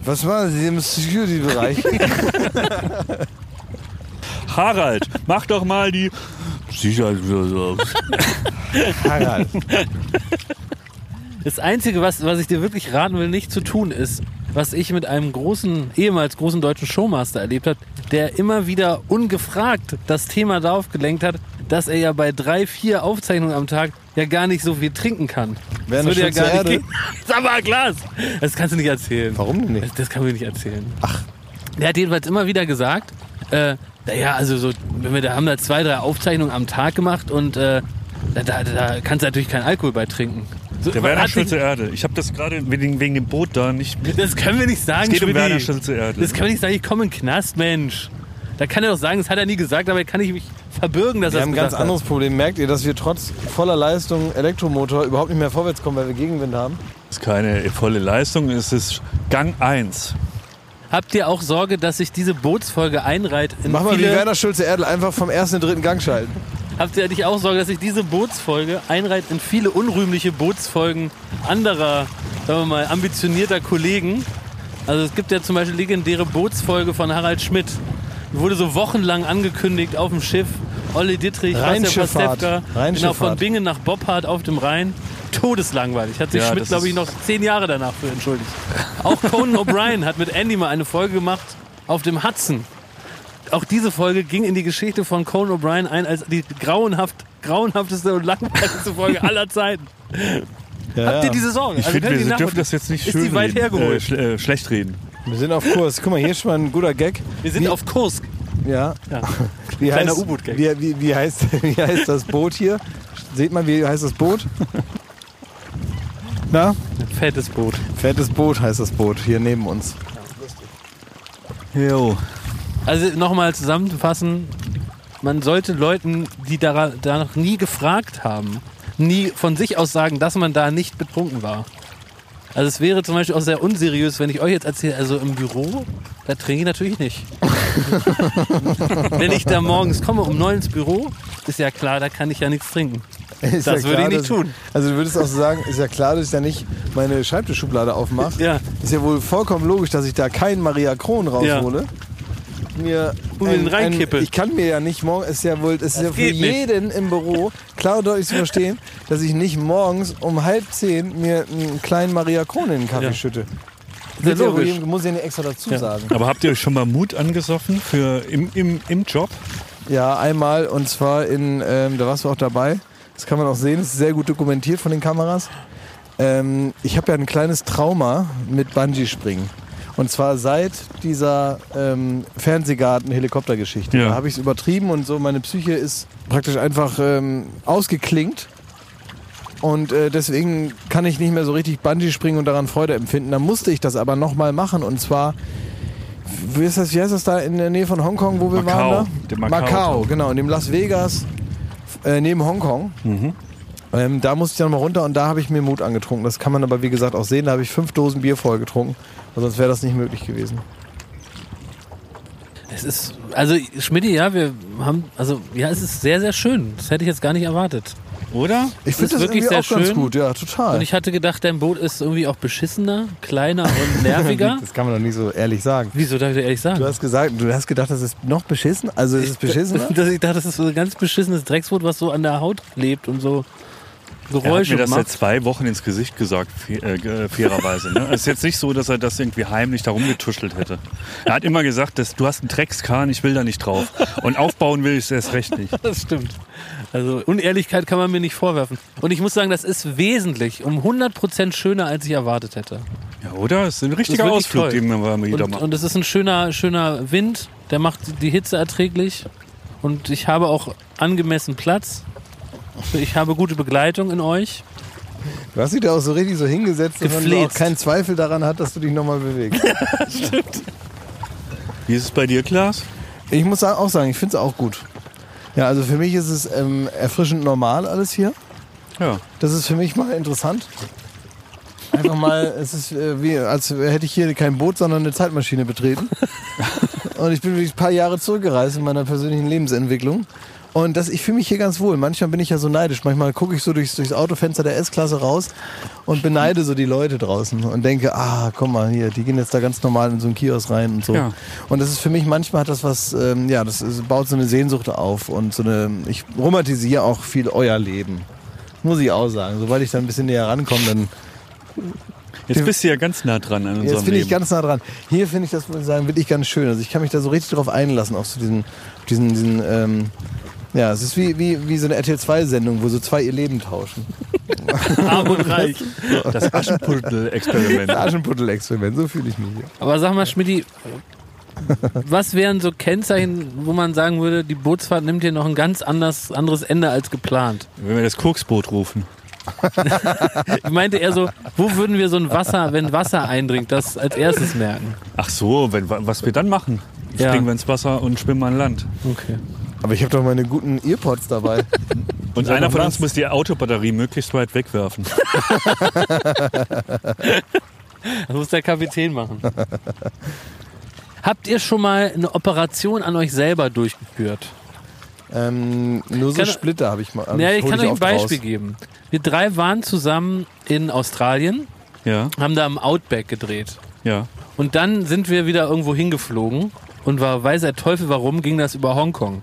G: Was war das im Security-Bereich?
E: Harald, mach doch mal die Sicherheitswürde.
G: Harald.
A: Das Einzige, was, was ich dir wirklich raten will, nicht zu tun, ist, was ich mit einem großen, ehemals großen deutschen Showmaster erlebt habe, der immer wieder ungefragt das Thema darauf gelenkt hat, dass er ja bei drei, vier Aufzeichnungen am Tag ja gar nicht so viel trinken kann.
G: Wer eine
A: ja
G: Schütze Erde?
A: gehen. Sag mal, Glas! Das kannst du nicht erzählen.
G: Warum denn nicht?
A: Das, das kann man nicht erzählen. Ach. Der hat jedenfalls immer wieder gesagt, äh, naja, also so, wenn wir da haben da zwei, drei Aufzeichnungen am Tag gemacht und äh, da, da, da kannst du natürlich keinen Alkohol bei trinken. So,
E: Der
A: man
E: Werner
A: hat sich-
E: Schulze Erde. Ich habe das gerade wegen, wegen dem Boot da nicht.
A: Das können wir nicht sagen,
E: Es geht um
A: Schmidti.
E: Werner Schulze Erde.
A: Das können wir nicht sagen, ich komme in den Knast, Mensch. Da kann er doch sagen, das hat er nie gesagt, aber kann ich mich verbürgen, dass
G: Wir
A: er es
G: haben ein ganz
A: gesagt
G: anderes Problem. Merkt ihr, dass wir trotz voller Leistung Elektromotor überhaupt nicht mehr vorwärts kommen, weil wir Gegenwind haben?
E: Das ist keine volle Leistung, es ist Gang 1.
A: hat. Habt ihr auch Sorge, dass sich diese Bootsfolge einreiht in
G: Mach mal wie
A: viele...
G: Werner Schulze Erdl einfach vom ersten in den dritten Gang schalten.
A: habt ihr nicht auch Sorge, dass sich diese Bootsfolge einreiht in viele unrühmliche Bootsfolgen anderer, sagen wir mal, ambitionierter Kollegen? Also es gibt ja zum Beispiel legendäre Bootsfolge von Harald Schmidt. Die wurde so wochenlang angekündigt auf dem Schiff. Olle Dittrich, Bastian
G: Rheinschifffahrt.
A: Pastewka, genau,
G: Rheinschifffahrt.
A: von Bingen nach Boppard auf dem Rhein. Todeslangweilig. Hat sich
E: Ja,
A: Schmidt,
E: das
A: glaube ich,
E: ist-
A: noch zehn Jahre danach für
E: *laughs*
A: entschuldigt. Auch Conan O'Brien hat mit Andy mal eine Folge gemacht auf dem Hudson. Auch diese Folge ging in die Geschichte von Conan O'Brien ein als die grauenhaft, grauenhafteste und langweiligste Folge aller Zeiten. Habt ihr diese Sorge?
E: Ich finde,
A: könnt ihr
E: wir
A: die
E: dürfen
A: nachvollziehen?
E: das jetzt nicht
A: Ist
E: schön
A: die weit
E: reden,
A: hergeholt?
E: Äh, schle äh, schlecht reden.
G: Wir sind auf Kurs. Guck mal, hier ist schon mal ein guter Gag.
A: wir sind
G: wie-
A: auf Kurs.
G: Ja.
A: Ja.
G: Wie
A: Kleiner
G: heißt-
A: U-Boot-Gag.
G: Wie, wie, wie, heißt, *laughs* wie heißt das Boot hier? Seht mal, wie heißt das Boot? Na?
A: Fettes Boot.
G: Fettes Boot heißt das Boot, hier neben uns.
E: Jo.
A: Also nochmal zusammenfassen, man sollte Leuten, die dara- danach nie gefragt haben, nie von sich aus sagen, dass man da nicht betrunken war. Also es wäre zum Beispiel auch sehr unseriös, wenn ich euch jetzt erzähle, also im Büro, da trinke ich
N: *laughs*
A: natürlich nicht. wenn ich da morgens komme um neun ins Büro, ist ja klar, da kann ich ja nichts trinken.
G: Ist
A: das
G: ja
A: würde
G: klar,
A: ich nicht
G: dass-
A: tun.
G: Also du würdest auch sagen, ist ja klar, dass ich da nicht meine Schreibtischschublade aufmache.
A: Ja.
G: Ist ja wohl vollkommen logisch, dass ich da keinen Maria Kron raushole. Mir
A: Und den reinkippe.
G: ich kann mir ja nicht morgen, ist ja wohl, ist ja für
A: geht nicht.
G: jeden im Büro klar und deutlich zu verstehen, dass ich nicht morgens um halb zehn mir einen kleinen Maria Kron in den Kaffee
A: Ja.
G: schütte.
A: Sehr
G: Wird ja wohl
A: logisch.
G: jedem- muss ich ja nicht extra dazu sagen.
E: Aber habt ihr euch schon mal Mut angesoffen für im, im, im Job?
G: Ja, einmal und zwar in, ähm, da warst du auch dabei. Das kann man auch sehen, das ist sehr gut dokumentiert von den Kameras. Ähm, ich habe ja ein kleines Trauma mit Bungee-Springen. Und zwar seit dieser ähm, Fernsehgarten-Helikoptergeschichte.
E: Ja.
G: Da habe ich es übertrieben und so, meine Psyche ist praktisch einfach ähm, ausgeklingt. Und äh, deswegen kann ich nicht mehr so richtig Bungee springen und daran Freude empfinden. Da musste ich das aber nochmal machen. Und zwar, wie, ist das, wie heißt das da in der Nähe von Hongkong, wo wir
E: Macau.
G: waren? Da?
E: Der Macau.
G: genau. In dem Las Vegas äh, neben Hongkong. Ähm, da musste ich dann mal runter und da habe ich mir Mut angetrunken. Das kann man aber, wie gesagt, auch sehen. Da habe ich fünf Dosen Bier vorher getrunken. Weil Sonst wäre das nicht möglich gewesen.
A: Es ist, also Schmidti, ja, wir haben, also ja, es ist sehr, sehr schön. Das hätte ich jetzt gar nicht erwartet.
E: Oder?
N: Ich finde das, wirklich sehr auch schön. ganz gut, ja, total.
A: Und ich hatte gedacht, dein Boot ist irgendwie auch beschissener, kleiner
E: *laughs*
A: und nerviger.
G: Das kann man doch nicht so ehrlich sagen.
A: Wieso darf ich ehrlich sagen?
G: Du hast gesagt, du hast gedacht, das ist noch beschissen, also es ist beschissen. *laughs*
A: *laughs* Dass ich dachte, das ist so ein ganz beschissenes Drecksboot, was so an der Haut klebt und so Geräusche
E: er hat mir das
A: macht.
E: seit zwei Wochen ins Gesicht gesagt, fe- äh, äh, fairerweise. Ne? Es ist jetzt nicht so, dass er das irgendwie heimlich da rumgetuschelt hätte. Er hat immer gesagt, dass, du hast einen Dreckskahn, ich will da nicht drauf. Und aufbauen will ich es erst recht nicht.
A: *laughs* Das stimmt. Also Unehrlichkeit kann man mir nicht vorwerfen. Und ich muss sagen, das ist wesentlich um 100% schöner, als ich erwartet hätte.
E: Ja, oder? Es ist ein richtiger
A: wirklich
E: Ausflug,
A: toll.
E: den wir wieder
A: und,
E: machen.
A: und es ist ein schöner, schöner Wind, der macht die Hitze erträglich. Und ich habe auch angemessen Platz. Ich habe gute Begleitung in
E: *laughs*
A: euch.
G: Du hast dich da auch so richtig so hingesetzt, dass man auch
A: Gefläzt.
G: keinen Zweifel daran hat, dass du dich nochmal bewegst.
E: Wie ist es bei dir, Klaas?
G: Ich muss sa- auch sagen, ich finde es auch gut. Ja, also für mich ist es ähm, erfrischend normal alles hier.
E: Ja.
G: Das ist für mich mal interessant. Einfach mal, es ist äh, wie, als hätte ich hier kein Boot, sondern eine Zeitmaschine betreten. und ich bin wirklich ein paar Jahre zurückgereist in meiner persönlichen Lebensentwicklung. Und das, ich fühle mich hier ganz wohl. Manchmal bin ich ja so neidisch. Manchmal gucke ich so durchs, durchs Autofenster der S-Klasse raus und beneide so die Leute draußen und denke, ah, guck mal hier, die gehen jetzt da ganz normal in so einen Kiosk rein und so.
E: Ja.
G: Und das ist für mich manchmal hat das was, ähm, ja, das ist, baut so eine Sehnsucht auf und so eine, ich romantisiere auch viel euer Leben. Muss ich auch sagen. Sobald ich da ein bisschen näher rankomme, dann
E: Jetzt bist du ja ganz nah dran an
G: Jetzt
E: unserem
G: bin ich
E: Leben.
G: ganz nah dran. Hier finde ich das, muss ich sagen, wirklich ganz schön. Also ich kann mich da so richtig drauf einlassen, auf so diesen, auf diesen, diesen ähm, ja, es ist wie, wie, wie so eine RTL2-Sendung, wo so zwei ihr
A: *laughs*
G: Leben tauschen.
A: Arm und reich.
E: das Aschenputtel-Experiment.
G: Das Aschenputtel-Experiment, so fühle ich mich hier.
A: Aber sag mal, Schmidti, *laughs* was wären so Kennzeichen, wo man sagen würde, die Bootsfahrt nimmt hier noch ein ganz anders, anderes Ende als geplant?
E: Wenn wir das Koksboot rufen.
A: Ich meinte eher so, wo würden wir so ein Wasser, wenn Wasser eindringt, das als erstes merken?
E: Ach so, wenn, wa- was wir dann machen?
A: Ja.
E: Springen wir ins Wasser und schwimmen an Land.
A: Okay.
G: Aber ich habe doch meine guten
A: *laughs*
G: Earpods dabei.
E: Und einer von uns
G: nass.
E: muss die Autobatterie möglichst weit wegwerfen.
A: Das muss der Kapitän machen. Habt ihr schon mal eine Operation an euch selber durchgeführt?
G: ähm, nur so
A: Kann-
G: Splitter habe ich mal. hab
A: Ja, ich
G: hol
A: kann euch ein
G: oft
A: Beispiel
G: raus.
A: geben. Wir drei waren zusammen in Australien,
E: Ja,
A: haben da im Outback gedreht.
E: ja.
A: Und dann sind wir wieder irgendwo hingeflogen und war weiß der Teufel warum ging das über Hongkong.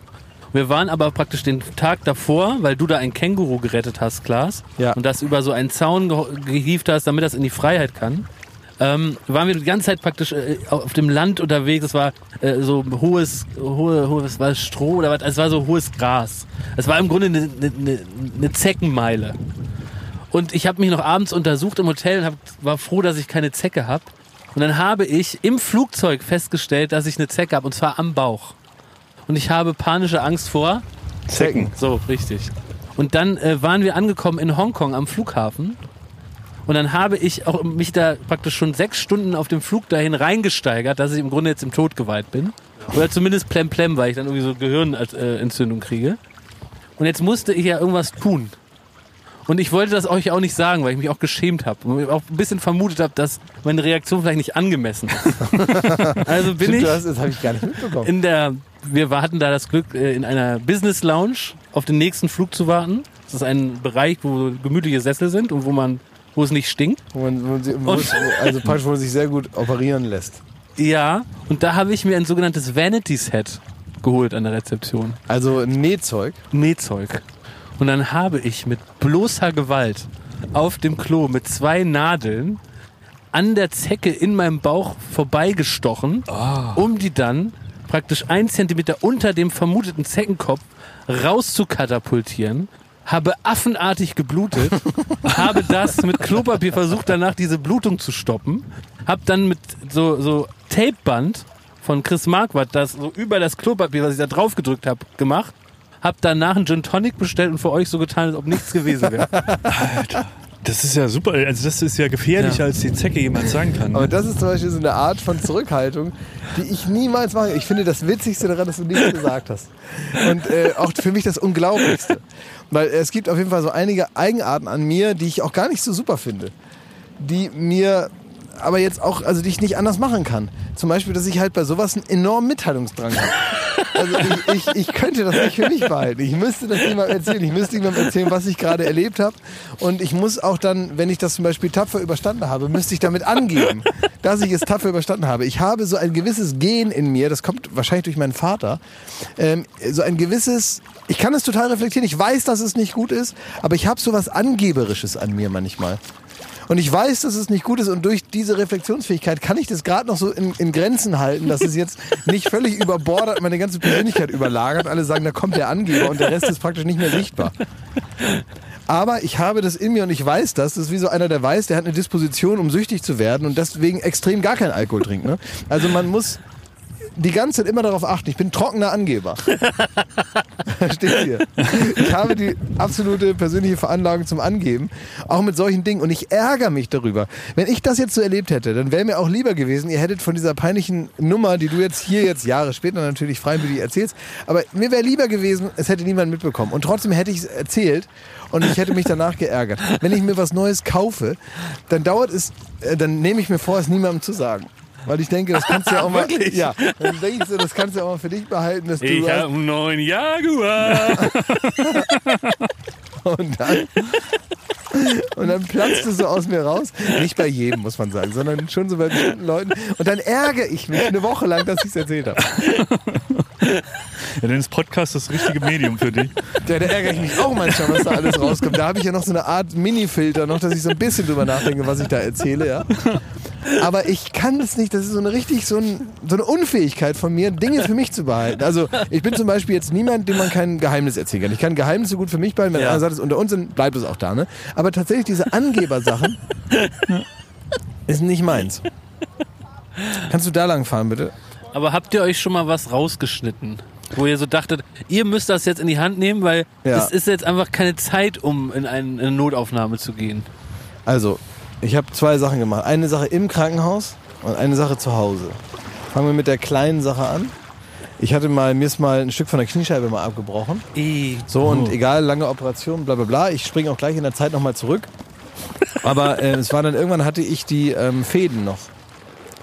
A: Wir waren aber praktisch den Tag davor, weil du da ein Känguru gerettet hast, Klaas,
G: Ja.
A: und das über so einen Zaun geho- gehievt hast, damit das in die Freiheit kann. Ähm, waren wir die ganze Zeit praktisch äh, auf dem Land unterwegs. Es war äh, so hohes, hohe, hohes, war es Stroh oder was? Es war so hohes Gras. Es war im Grunde eine, eine- eine, eine Zeckenmeile. Und ich habe mich noch abends untersucht im Hotel und hab, war froh, dass ich keine Zecke habe. Und dann habe ich im Flugzeug festgestellt, dass ich eine Zecke habe, und zwar am Bauch. Und ich habe panische Angst vor.
G: Zecken.
A: So, richtig. Und dann äh, waren wir angekommen in Hongkong am Flughafen. Und dann habe ich auch mich da praktisch schon sechs Stunden auf dem Flug dahin reingesteigert, dass ich im Grunde jetzt im Tod geweiht bin. Oder zumindest plemplem, weil ich dann irgendwie so Gehirnentzündung kriege. Und jetzt musste ich ja irgendwas tun. Und ich wollte das euch auch nicht sagen, weil ich mich auch geschämt habe. Und auch ein bisschen vermutet habe, dass meine Reaktion vielleicht nicht angemessen ist.
G: *laughs*
A: also bin
G: Stimmt,
A: ich
G: du hast- Das habe ich gar nicht mitbekommen.
A: in der, wir hatten da das Glück, äh, in einer Business Lounge auf den nächsten Flug zu warten. Das ist ein Bereich, wo gemütliche Sessel sind und wo man, wo es nicht stinkt.
G: Wo man, wo man, sich- wo
A: Und-
G: es- also praktisch, wo man sich sehr gut operieren lässt.
A: Ja, und da habe ich mir ein sogenanntes Vanity Set geholt an der Rezeption.
G: Also Nähzeug.
A: Nähzeug. Und dann habe ich mit bloßer Gewalt auf dem Klo mit zwei Nadeln an der Zecke in meinem Bauch vorbeigestochen, um die dann praktisch ein Zentimeter unter dem vermuteten Zeckenkopf rauszukatapultieren. Habe affenartig geblutet, habe das mit Klopapier versucht, danach diese Blutung zu stoppen. Hab dann mit so, so Tapeband von Chris Marquardt das so über das Klopapier, was ich da drauf gedrückt habe, gemacht. Hab danach einen Gin Tonic bestellt und für euch so getan, als ob nichts gewesen
G: *laughs*
A: wäre.
E: Das ist ja super. Also das ist ja gefährlicher,
A: Ja.
E: als die Zecke jemals sagen kann. ne?
G: Aber das ist zum Beispiel so eine Art von Zurückhaltung, die ich niemals mache. Ich finde das Witzigste daran, dass du nichts gesagt hast. Und äh, auch für mich das Unglaublichste. Weil es gibt auf jeden Fall so einige Eigenarten an mir, die ich auch gar nicht so super finde. Die mir aber jetzt auch, also die ich nicht anders machen kann. Zum Beispiel, dass ich halt bei sowas einen enormen Mitteilungsdrang habe. Also ich, ich, ich könnte das nicht für mich behalten. Ich müsste das jemandem erzählen. Ich müsste jemandem erzählen, was ich gerade erlebt habe. Und ich muss auch dann, wenn ich das zum Beispiel tapfer überstanden habe, müsste ich damit angeben, dass ich es tapfer überstanden habe. Ich habe so ein gewisses Gen in mir, das kommt wahrscheinlich durch meinen Vater, ähm, so ein gewisses, ich kann es total reflektieren, ich weiß, dass es nicht gut ist, aber ich habe so was Angeberisches an mir manchmal. Und ich weiß, dass es nicht gut ist und durch diese Reflexionsfähigkeit kann ich das gerade noch so in, in Grenzen halten, dass es jetzt nicht völlig überbordert, meine ganze Persönlichkeit überlagert. Alle sagen, da kommt der Angeber und der Rest ist praktisch nicht mehr sichtbar. Aber ich habe das in mir und ich weiß das. Das ist wie so einer, der weiß, der hat eine Disposition, um süchtig zu werden und deswegen extrem gar keinen Alkohol trinkt. Ne? Also man muss die ganze Zeit immer darauf achten. Ich bin trockener Angeber. *laughs* Steht hier. Ich habe die absolute persönliche Veranlagung zum Angeben, auch mit solchen Dingen. Und ich ärgere mich darüber. Wenn ich das jetzt so erlebt hätte, dann wäre mir auch lieber gewesen, ihr hättet von dieser peinlichen Nummer, die du jetzt hier jetzt Jahre später natürlich freiwillig erzählst, aber mir wäre lieber gewesen, es hätte niemand mitbekommen. Und trotzdem hätte ich es erzählt und ich hätte mich danach geärgert. Wenn ich mir was Neues kaufe, dann dauert es, äh, dann nehme ich mir vor, es niemandem zu sagen. Weil ich denke, das kannst du ja auch
L: *laughs*
G: mal.
L: Wirklich?
G: ja, dann denke ich so, das kannst du ja auch mal für dich behalten, dass du.
L: Ich
G: hast-
L: habe einen neuen Jaguar.
G: *laughs* und dann. Und dann platzt es so aus mir raus. Nicht bei jedem, muss man sagen, sondern schon so bei bestimmten Leuten. Und dann ärgere ich mich eine Woche lang, dass ich es erzählt habe.
L: Ja, dann ist Podcast das richtige Medium für dich.
G: Ja, da ärgere ich mich auch manchmal, was da alles rauskommt. Da habe ich ja noch so eine Art Mini-Filter, noch, dass ich so ein bisschen drüber nachdenke, was ich da erzähle, ja. Aber ich kann das nicht. Das ist so eine richtig so, ein, so eine Unfähigkeit von mir, Dinge für mich zu behalten. Also ich bin zum Beispiel jetzt niemand, dem man kein Geheimnis erzählen kann. Ich kann Geheimnisse gut für mich behalten. Wenn
L: Ja.
G: einer sagt, es ist unter uns, dann bleibt es auch da. Ne? Aber tatsächlich diese Angebersachen ist nicht meins. Kannst du da lang fahren, bitte?
A: Aber habt ihr euch schon mal was rausgeschnitten? Wo ihr so dachtet, ihr müsst das jetzt in die Hand nehmen, weil
G: Ja.
A: es ist jetzt einfach keine Zeit, um in ein- in eine Notaufnahme zu gehen.
G: Also, ich habe zwei Sachen gemacht. Eine Sache im Krankenhaus und eine Sache zu Hause. Fangen wir mit der kleinen Sache an. Ich hatte mal, mir ist mal ein Stück von der Kniescheibe mal abgebrochen. So, und
A: Oh.
G: egal, lange Operation, bla bla bla. Ich springe auch gleich in der Zeit nochmal zurück. Aber äh, es war dann irgendwann hatte ich die ähm, Fäden noch.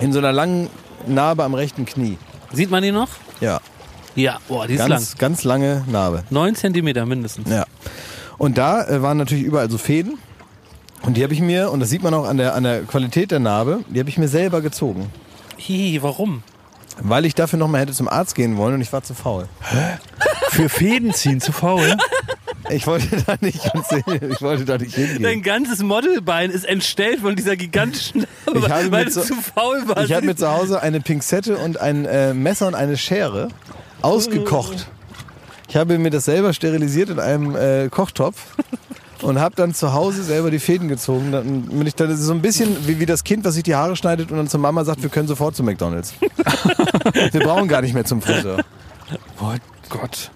G: In so einer langen Narbe am rechten Knie.
A: Sieht man die noch?
G: Ja.
A: Ja, boah, die ist
G: ganz,
A: lang.
G: ganz lange Narbe.
A: Neun Zentimeter mindestens.
G: Ja. Und da äh, waren natürlich überall so Fäden. Und die habe ich mir, und das sieht man auch an der, an der Qualität der Narbe, die habe ich mir selber gezogen.
A: Hihi, warum?
G: Weil ich dafür nochmal hätte zum Arzt gehen wollen und ich war zu faul.
L: Für Fäden ziehen zu faul?
G: Ich wollte *laughs* da nicht, ganz hin- ich wollte da nicht
A: Dein
G: hingehen.
A: ganzes Modelbein ist entstellt von dieser gigantischen,
G: Ich habe
A: weil
G: mir
A: du
G: zu-
A: zu faul warst.
G: Ich habe mir zu Hause eine Pinzette und ein äh, Messer und eine Schere ausgekocht. Ich habe mir das selber sterilisiert in einem äh, Kochtopf und habe dann zu Hause selber die Fäden gezogen. Dann bin ich dann das ist so ein bisschen wie, wie das Kind, was sich die Haare schneidet und dann zur Mama sagt, wir können sofort zu McDonald's. wir brauchen gar nicht mehr zum Friseur.
L: Oh Gott.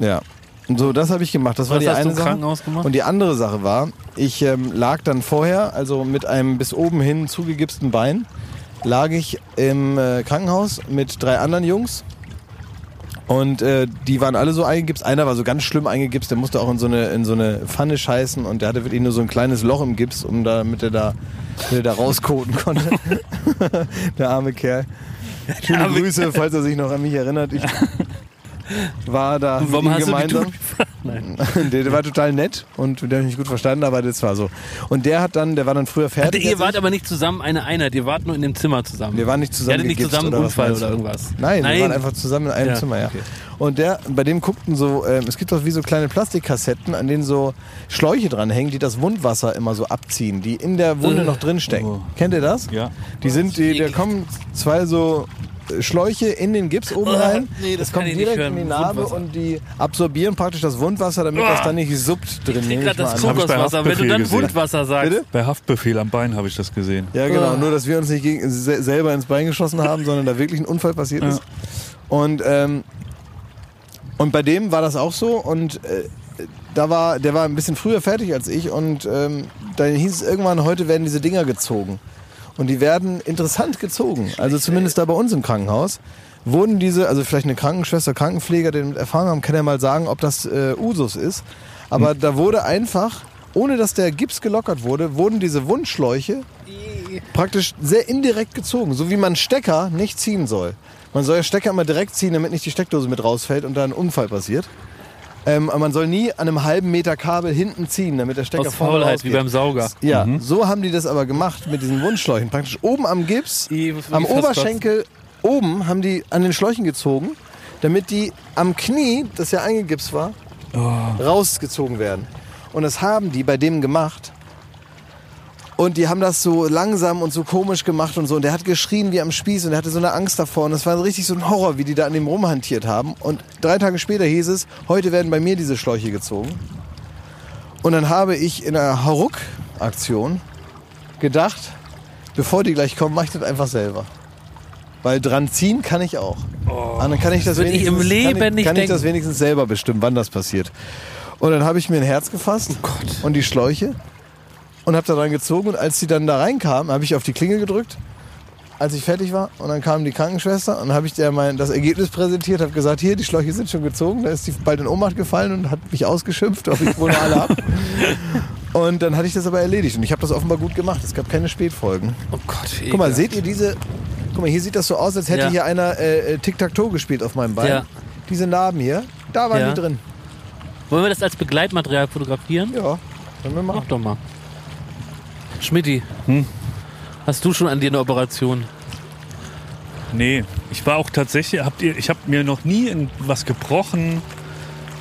G: Ja. Und so, das habe ich gemacht. Das war
A: Was
G: die
A: hast du
G: eine
A: im
G: Sache.
A: Krankenhaus gemacht?
G: Und die andere Sache war, ich ähm, lag dann vorher, also mit einem bis oben hin zugegipsten Bein, lag ich im äh, Krankenhaus mit drei anderen Jungs. Und äh, die waren alle so eingegipst. Einer war so ganz schlimm eingegipst, der musste auch in so eine, in so eine Pfanne scheißen und der hatte wirklich nur so ein kleines Loch im Gips, um da, damit er da, damit er da rauskoten konnte. *laughs* der arme Kerl. Schöne
A: arme
G: Grüße, falls er sich noch an mich erinnert. Ich war da
A: Und warum
G: mit ihm
A: hast du die
G: gemeinsam.
A: Tour Nein.
G: *laughs* der, der war total nett und den habe ich nicht gut verstanden, aber das war so. Und der hat dann, der war dann früher fertig.
A: Ihr
G: als
A: wart aber nicht zusammen eine Einheit, ihr wart nur in dem Zimmer zusammen.
G: wir waren nicht zusammen.
A: Ihr hattet nicht
G: gegipst
A: zusammen einen
G: was
A: Unfall
G: meinst
A: oder
G: du?
A: irgendwas.
G: Nein, wir waren einfach zusammen in einem
A: Ja,
G: Zimmer, ja. Und der, bei dem guckten so, ähm, es gibt doch wie so kleine Plastikkassetten, an denen so Schläuche dranhängen, die das Wundwasser immer so abziehen, die in der Wunde
L: Äh.
G: noch drinstecken.
A: Oh.
G: Kennt ihr das?
L: Ja.
G: Die sind, die, da kommen zwei so äh, Schläuche in den Gips oben
A: Oh,
G: rein.
A: nee, das
G: kommt
A: kann ich nicht
G: direkt
A: hören.
G: in die Narbe
A: Wundwasser.
G: und die absorbieren praktisch das Wundwasser, damit
A: Oh.
G: das dann nicht suppt drin.
A: krieg
G: nehme
A: grad das
G: mal
L: Hab
G: an.
L: ich bei
A: Kokoswasser, wenn du
L: Haftbefehl
A: dann
L: gesehen.
A: Wundwasser sagst.
G: Bitte?
L: Bei Haftbefehl am Bein habe ich das gesehen.
G: Ja, genau.
A: Ah.
G: Nur, dass wir uns nicht gegen, se selber ins Bein geschossen haben, sondern da wirklich ein Unfall passiert ist. Und, ähm, und bei dem war das auch so. Und äh, da war, der war ein bisschen früher fertig als ich. Und ähm, dann hieß es irgendwann, heute werden diese Dinger gezogen. Und die werden interessant gezogen. Also zumindest da bei uns im Krankenhaus. Wurden diese, also vielleicht eine Krankenschwester, Krankenpfleger, den erfahren haben, kann ja mal sagen, ob das äh, Usus ist. Aber da wurde einfach, ohne dass der Gips gelockert wurde, wurden diese Wundschläuche praktisch sehr indirekt gezogen, so wie man Stecker nicht ziehen soll. Man soll ja Stecker immer direkt ziehen, damit nicht die Steckdose mit rausfällt und da ein Unfall passiert. Ähm, aber man soll nie an einem halben Meter Kabel hinten ziehen, damit der Stecker
A: Aus Faulheit,
G: rausgeht.
A: wie beim Sauger.
G: Ja,
A: Mhm.
G: so haben die das aber gemacht mit diesen Wundschläuchen. Praktisch oben am Gips,
A: muss
G: am
A: mich fast
G: Oberschenkel, oben haben die an den Schläuchen gezogen, damit die am Knie, das ja eingegipst war,
A: Oh.
G: rausgezogen werden. Und das haben die bei dem gemacht. Und die haben das so langsam und so komisch gemacht und so. Und der hat geschrien wie am Spieß und er hatte so eine Angst davor. Und das war richtig so ein Horror, wie die da an dem rumhantiert haben. Und drei Tage später hieß es, heute werden bei mir diese Schläuche gezogen. Und dann habe ich in einer Haruk-Aktion gedacht, bevor die gleich kommen, mache ich das einfach selber. Weil dran ziehen kann ich auch. Und dann kann ich das,
A: würd Oh, ich im
G: wenigstens-
A: Leben
G: kann ich,
A: nicht
G: kann ich das
A: denken.
G: wenigstens selber bestimmen, wann das passiert. Und dann habe ich mir ein Herz
A: Oh
G: gefasst und die Schläuche und habe daran gezogen. Und als die dann da reinkamen, habe ich auf die Klinge gedrückt, als ich fertig war. Und dann kam die Krankenschwester und habe ich der mein, das Ergebnis präsentiert, habe gesagt, hier, die Schläuche sind schon gezogen. Da ist die bald in Ohnmacht gefallen und hat mich ausgeschimpft, ob ich wohl noch alle habe. Und dann hatte ich das aber erledigt. Und ich habe das offenbar gut gemacht. Es gab keine Spätfolgen.
A: Oh Gott,
G: Guck mal,
A: ekelhaft.
G: seht ihr diese... Guck mal, hier sieht das so aus, als hätte
A: Ja.
G: hier einer äh, äh, Tic-Tac-Toe gespielt auf meinem Bein.
O: Ja.
G: Diese Narben hier, da waren
O: Ja.
G: die drin.
O: Wollen wir das als Begleitmaterial fotografieren?
G: Ja, können wir mal.
O: Mach
A: doch mal. Schmidti,
G: Hm?
A: hast du schon an dir eine Operation?
E: Nee, ich war auch tatsächlich, habt ihr, ich habe mir noch nie in was gebrochen.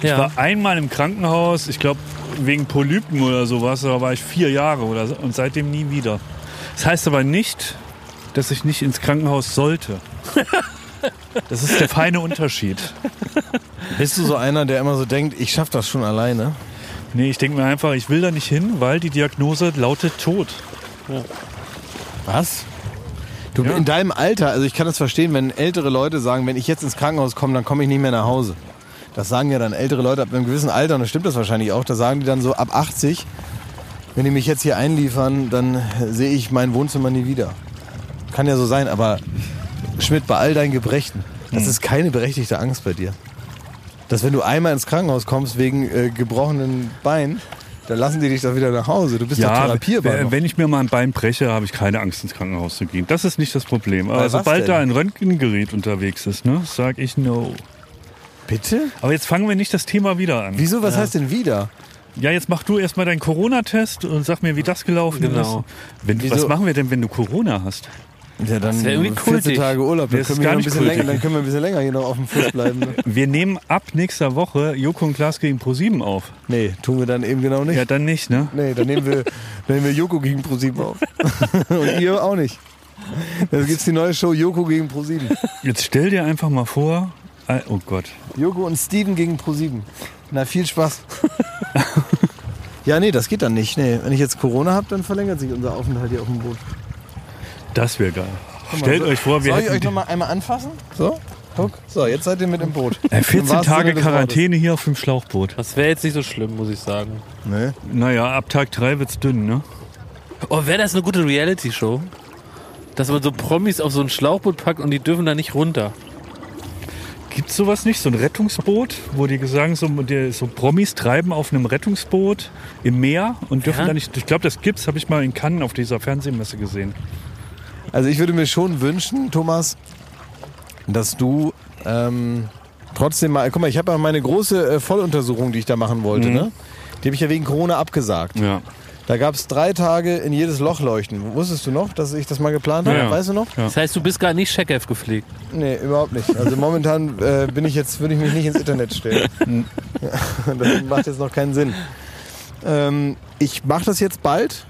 E: Ich
A: Ja.
E: war einmal im Krankenhaus, ich glaube wegen Polypen oder sowas, da war ich vier Jahre oder so, und seitdem nie wieder. Das heißt aber nicht, dass ich nicht ins Krankenhaus sollte. Das ist der feine Unterschied.
G: Bist du so einer, der immer so denkt, ich schaff das schon alleine?
E: Nee, ich denke mir einfach, ich will da nicht hin, weil die Diagnose lautet Tod.
G: Was? Du, In deinem Alter, also ich kann das verstehen, wenn ältere Leute sagen, wenn ich jetzt ins Krankenhaus komme, dann komme ich nicht mehr nach Hause. Das sagen ja dann ältere Leute ab einem gewissen Alter, und das stimmt das wahrscheinlich auch, da sagen die dann so ab 80, wenn die mich jetzt hier einliefern, dann äh, sehe ich mein Wohnzimmer nie wieder. Kann ja so sein, aber Schmidt, bei all deinen Gebrechen, das ist keine berechtigte Angst bei dir. Dass wenn du einmal ins Krankenhaus kommst wegen äh, gebrochenen Bein, dann lassen die dich doch wieder nach Hause. Du bist doch therapierbar.
E: w-
G: noch.
E: Wenn ich mir mal ein Bein breche, habe ich keine Angst, ins Krankenhaus zu gehen. Das ist nicht das Problem. Aber
G: was
E: sobald
G: denn?
E: da ein Röntgengerät unterwegs ist, ne, sage ich no.
G: Bitte?
E: Aber jetzt fangen wir nicht das Thema wieder an.
G: Wieso? Was heißt denn wieder?
E: Ja, jetzt mach du erstmal deinen Corona-Test und sag mir, wie das gelaufen
G: Genau.
E: ist. Wenn,
G: Wieso?
E: was machen wir denn, wenn du Corona hast?
G: Ja, dann
E: Das wär irgendwie
G: 14
E: kultig.
G: Tage Urlaub, dann
E: Das ist
G: können, wir
E: gar
G: noch ein
E: nicht
G: bisschen
E: kultig.
G: länger, dann können wir ein bisschen länger hier noch auf dem
E: *laughs*
G: Fuß bleiben. ne?
E: Wir nehmen ab nächster Woche Joko und Klaas gegen ProSieben auf.
G: Nee, tun wir dann eben genau nicht.
E: Ja, dann nicht, ne?
G: Nee, dann nehmen *laughs* wir, dann nehmen wir Joko gegen ProSieben *laughs* auf. Und ihr auch nicht. Dann gibt's die neue Show Joko gegen ProSieben.
E: Jetzt stell dir einfach mal vor, äh, oh Gott,
G: Joko und Steven gegen ProSieben. Na, viel *laughs* Spaß. Ja, nee, das geht dann nicht. Nee, wenn ich jetzt Corona habe, dann verlängert sich unser Aufenthalt hier auf dem Boot.
E: das wäre geil.
G: Guck mal,
E: Stellt
G: so-
E: euch vor, wir
G: Soll ich
E: hätten
G: euch
E: die-
G: noch mal einmal anfassen? So, guck. So, jetzt seid ihr mit im Boot.
E: Äh, 14
G: Im wahrsten
E: Tage
G: Sinne des Wortes.
E: Quarantäne hier auf dem Schlauchboot.
A: Das wäre jetzt nicht so schlimm, muss ich sagen.
G: Nee.
E: Naja, ab Tag 3 wird's dünn, ne?
A: Oh, wäre das eine gute Reality-Show? Dass man so Promis auf so ein Schlauchboot packt und die dürfen da nicht runter.
E: Gibt's sowas nicht? So ein Rettungsboot, wo die sagen, so, die, so Promis treiben auf einem Rettungsboot im Meer und dürfen
A: Ja?
E: da nicht. Ich glaube, das gibt's, habe ich mal in Cannes auf dieser Fernsehmesse gesehen.
G: Also ich würde mir schon wünschen, Thomas, dass du ähm, trotzdem mal, guck mal, ich habe ja meine große äh, Volluntersuchung, die ich da machen wollte,
E: Mhm.
G: ne? Die habe ich ja wegen Corona abgesagt.
E: Ja.
G: Da gab es drei Tage in jedes Loch leuchten. Wusstest du noch, dass ich das mal geplant habe? Weißt du noch?
A: Das heißt, du bist gar nicht Scheckhef gepflegt.
G: Nee, überhaupt nicht. Also momentan äh, bin ich jetzt, würde ich mich nicht ins Internet stellen. Ja, *laughs* das macht jetzt noch keinen Sinn. Ähm, ich mache das jetzt bald,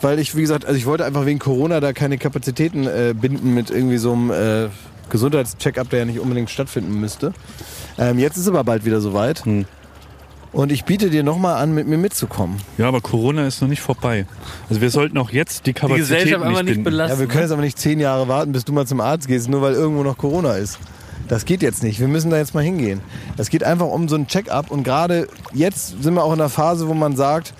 G: weil ich, wie gesagt, also ich wollte einfach wegen Corona da keine Kapazitäten äh, binden mit irgendwie so einem äh, Gesundheitscheck-up, der ja nicht unbedingt stattfinden müsste. Ähm, jetzt ist aber bald wieder soweit. Und ich biete dir nochmal an, mit mir mitzukommen.
E: Ja, aber Corona ist noch nicht vorbei. Also wir sollten auch jetzt die Kapazität binden.
G: Ja, wir können jetzt aber nicht zehn Jahre warten, bis du mal zum Arzt gehst, nur weil irgendwo noch Corona ist. Das geht jetzt nicht. Wir müssen da jetzt mal hingehen. Es geht einfach um so ein Check-up und gerade jetzt sind wir auch in der Phase, wo man sagt,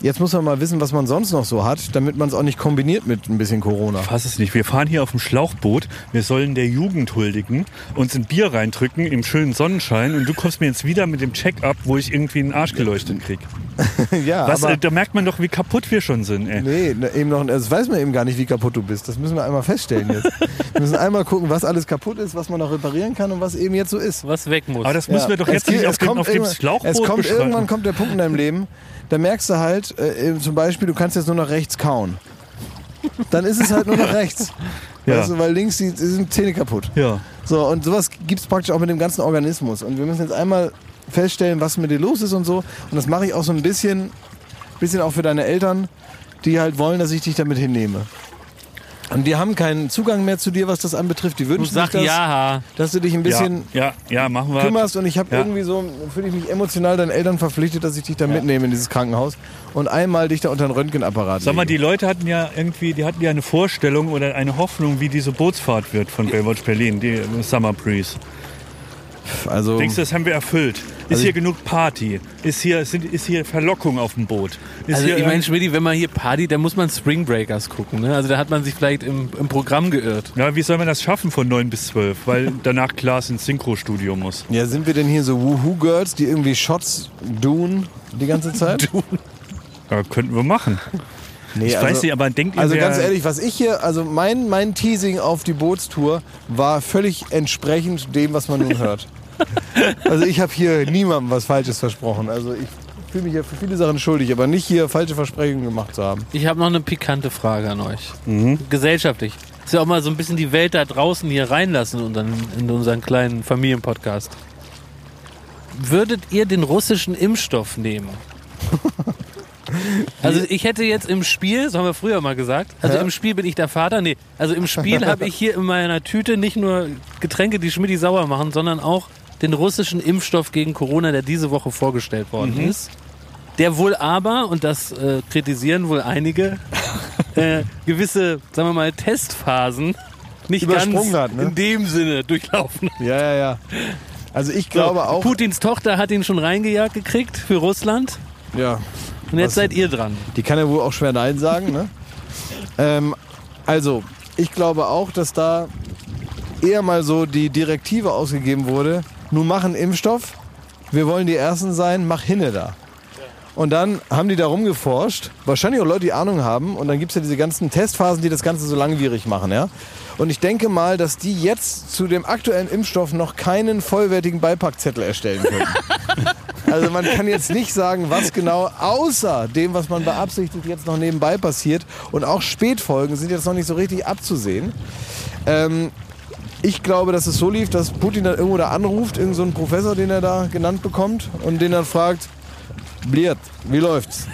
G: jetzt muss man mal wissen, was man sonst noch so hat, damit man es auch nicht kombiniert mit ein bisschen Corona.
E: Fass es nicht. Wir fahren hier auf dem Schlauchboot. Wir sollen der Jugend huldigen, uns ein Bier reindrücken im schönen Sonnenschein und du kommst mir jetzt wieder mit dem Check-up, wo ich irgendwie einen Arsch geleuchtet krieg.
G: *laughs* ja,
E: Was,
G: aber-
E: äh, da merkt man doch, wie kaputt wir schon sind. Ey.
G: Nee, ne, eben noch, das weiß man eben gar nicht, wie kaputt du bist. Das müssen wir einmal feststellen jetzt. wir müssen einmal gucken, was alles kaputt ist, was man noch reparieren kann und was eben jetzt so ist.
A: Was weg muss.
E: Aber das müssen wir doch jetzt nicht auf dem- auf dem Schlauchboot
G: Es kommt,
E: beschreiben.
G: irgendwann kommt der Punkt in deinem Leben, da merkst du halt, äh, eben zum Beispiel, du kannst jetzt nur noch rechts kauen. Dann ist es halt
A: *laughs*
G: nur noch rechts.
E: Ja.
G: Weißt du, weil links die, die sind Zähne kaputt.
E: Ja.
G: So, und sowas gibt es praktisch auch mit dem ganzen Organismus. Und wir müssen jetzt einmal feststellen, was mit dir los ist und so. Und das mache ich auch so ein bisschen, bisschen auch für deine Eltern, die halt wollen, dass ich dich damit hinnehme. Und die haben keinen Zugang mehr zu dir, was das anbetrifft. Die wünschen
A: sag
G: sich, dass,
A: ja.
G: dass du dich ein bisschen
E: Ja, ja, ja machen wir.
G: kümmerst. Und ich habe
E: Ja.
G: irgendwie so, fühle ich mich emotional deinen Eltern verpflichtet, dass ich dich da mitnehme in dieses Krankenhaus. Und einmal dich da unter den Röntgenapparat
E: Sag mal,
G: lege.
E: die Leute hatten ja irgendwie, die hatten ja eine Vorstellung oder eine Hoffnung, wie diese Bootsfahrt wird von Baywatch Berlin, die Summer Breeze.
G: Also,
E: Denkst du, das haben wir erfüllt? Ist
A: Also
E: hier genug Party? Ist hier, sind, ist hier Verlockung auf dem Boot? Ist
A: Also
E: hier ähm,
A: ich meine, Schmidti, wenn man hier Party, dann muss man Spring Breakers gucken. Ne? Also da hat man sich vielleicht im, im Programm geirrt.
E: Ja, wie soll man das schaffen von 9 bis 12?
G: *laughs*
E: Weil danach Klaas ins Synchro-Studio muss.
G: Ja, sind wir denn hier so Woohoo-Girls, die irgendwie Shots doen die
A: *laughs*
G: ganze Zeit?
E: Ja, könnten wir machen.
G: Nee,
E: ich weiß nicht, aber denkt ihr,
G: Also
E: wer-
G: ganz ehrlich, was ich hier, also mein, mein Teasing auf die Bootstour war völlig entsprechend dem, was man
E: *laughs*
G: nun hört. also ich habe hier niemandem was Falsches versprochen. Also ich fühle mich ja für viele Sachen schuldig, aber nicht hier falsche Versprechungen gemacht zu haben.
A: Ich habe noch eine pikante Frage an euch. Gesellschaftlich. Ist ja auch mal so ein bisschen die Welt da draußen hier reinlassen in unseren, in unseren kleinen Familienpodcast. Würdet ihr den russischen Impfstoff
G: *laughs*
A: nehmen? Also ich hätte jetzt im Spiel, so haben wir früher mal gesagt, also
P: Hä?
A: im Spiel bin ich der Vater, nee, also im Spiel habe ich hier in meiner Tüte nicht nur Getränke, die Schmidti sauer machen, sondern auch den russischen Impfstoff gegen Corona, der diese Woche vorgestellt worden
P: Mhm.
A: ist, der wohl aber, und das äh, kritisieren wohl
G: *laughs*
A: einige, äh, gewisse, sagen wir mal, Testphasen nicht ganz
G: Übersprungen hat, ne?
A: in dem Sinne durchlaufen.
G: Ja, ja, ja. Also ich glaube auch-
A: Putins Tochter hat ihn schon reingejagt gekriegt für Russland.
G: Ja.
A: Und jetzt seid ihr dran.
G: Die kann ja wohl auch schwer Nein sagen, ne? ähm, also, ich glaube auch, dass da eher mal so die Direktive ausgegeben wurde, nun mach einen Impfstoff, wir wollen die Ersten sein, mach hinne da. Und dann haben die da rumgeforscht, wahrscheinlich auch Leute, die Ahnung haben. Und dann gibt es ja diese ganzen Testphasen, die das Ganze so langwierig machen. Ja? Und ich denke mal, dass die jetzt zu dem aktuellen Impfstoff noch keinen vollwertigen Beipackzettel erstellen können. Also man kann jetzt nicht sagen, was genau außer dem, was man beabsichtigt, jetzt noch nebenbei passiert. Und auch Spätfolgen sind jetzt noch nicht so richtig abzusehen. Ähm, ich glaube, dass es so lief, dass Putin dann irgendwo da anruft, irgendeinen so einen Professor, den er da genannt bekommt, und den dann fragt, Bliert, wie läuft's?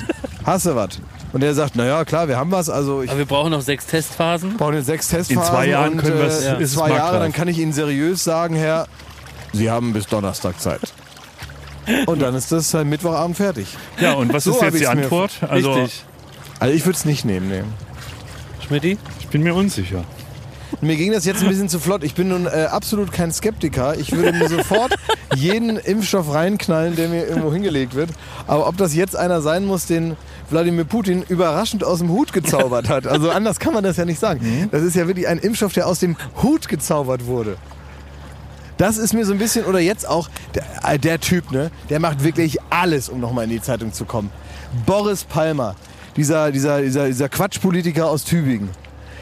G: Hast du was? Und der sagt, naja, klar, wir haben was. Also ich
A: Aber wir brauchen noch sechs Testphasen.
G: brauche jetzt sechs Testphasen.
E: In zwei Jahren
G: und,
E: können wir's-
G: äh,
E: ist es
G: zwei Jahre,
E: marktreif.
G: dann kann ich Ihnen seriös sagen, Herr, Sie haben bis
E: *laughs*
G: Donnerstag Zeit. Und dann ist das halt Mittwochabend fertig.
E: Ja, und
G: *laughs*
E: was ist
G: hab
E: jetzt die
G: ich's mir-
E: Antwort? Also- Richtig.
G: also ich würde es nicht nehmen, nehmen.
A: Schmidti?
E: Ich bin mir unsicher.
G: Mir ging das jetzt ein bisschen zu flott. Ich bin nun äh, absolut kein Skeptiker. Ich würde mir sofort jeden Impfstoff reinknallen, der mir irgendwo hingelegt wird. Aber ob das jetzt einer sein muss, den Wladimir Putin überraschend aus dem Hut gezaubert hat. Also anders kann man das ja nicht sagen. Das ist ja wirklich ein Impfstoff, der aus dem Hut gezaubert wurde. Das ist mir so ein bisschen, oder jetzt auch, der, äh, der Typ, ne? Der macht wirklich alles, um nochmal in die Zeitung zu kommen. Boris Palmer, dieser, dieser, dieser, dieser Quatschpolitiker aus Tübingen.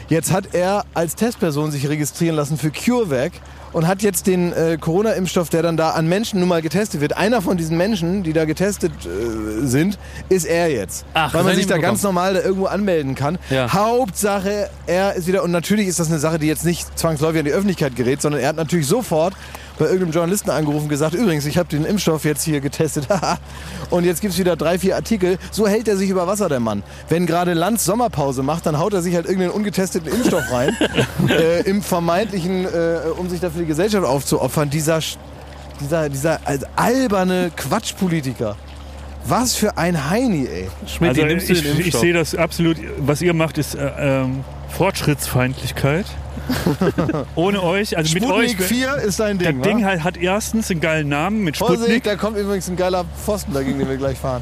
G: Jetzt hat er als Testperson sich registrieren lassen für CureVac und hat jetzt den äh, Corona-Impfstoff, der dann da an Menschen nun mal getestet wird. Einer von diesen Menschen, die da getestet äh, sind, ist er jetzt.
A: Ach,
G: Weil
A: das
G: man
A: hab ich
G: sich da ganz
A: mitbekommen.
G: normal da irgendwo anmelden kann.
A: Ja.
G: Hauptsache, er ist wieder, und natürlich ist das eine Sache, die jetzt nicht zwangsläufig an die Öffentlichkeit gerät, sondern er hat natürlich sofort bei irgendeinem Journalisten angerufen und gesagt, übrigens, ich habe den Impfstoff jetzt hier getestet. *laughs* haha. und jetzt gibt's wieder drei, vier Artikel. So hält er sich über Wasser, der Mann. Wenn gerade Lanz Sommerpause macht, dann haut er sich halt irgendeinen ungetesteten Impfstoff rein, äh, im vermeintlichen, äh, um sich dafür die Gesellschaft aufzuopfern. Dieser, Sch- dieser, dieser also alberne Quatschpolitiker. Was für ein Heini, ey.
E: also, ich, ich sehe das absolut, was ihr macht, ist äh, ähm,
G: *laughs*
E: Fortschrittsfeindlichkeit. Ohne euch, also mit
G: Sputnik
E: euch.
G: 4 ist dein Ding,
E: Das Ding
G: wa?
E: hat, hat erstens einen geilen Namen mit
G: Vorsicht,
A: *laughs*
E: Sputnik.
G: da kommt übrigens ein geiler Pfosten, dagegen den wir gleich fahren.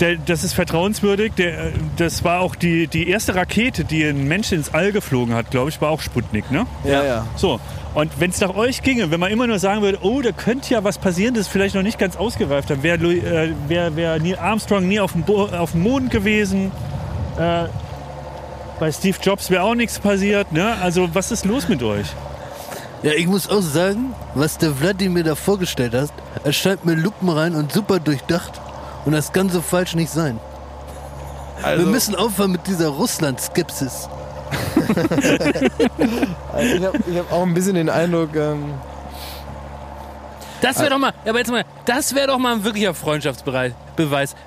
E: der, das ist vertrauenswürdig. Der, äh, das war auch die, die erste Rakete, die ein Mensch ins All geflogen hat, glaube ich, war auch Sputnik, ne?
G: Ja, ja.
E: So. Und wenn es nach euch ginge, wenn man immer nur sagen würde, oh, da könnte ja was passieren, das ist vielleicht noch nicht ganz ausgereift, dann wäre äh, wär, wär Neil Armstrong nie auf dem, Bo auf dem Mond gewesen. Äh, bei Steve Jobs wäre auch nichts passiert, ne? Also, was ist los mit euch?
A: Ja, ich muss auch sagen, was der Vladimir da vorgestellt hat, erscheint mir lupenrein und super durchdacht. Und das kann so falsch nicht sein.
G: Also-
A: Wir müssen aufhören mit dieser Russland-Skepsis.
G: Also ich habe ich hab auch ein bisschen den Eindruck, ähm,
A: Das wäre doch mal, ja, aber jetzt mal, das wäre doch mal ein wirklicher Freundschaftsbeweis.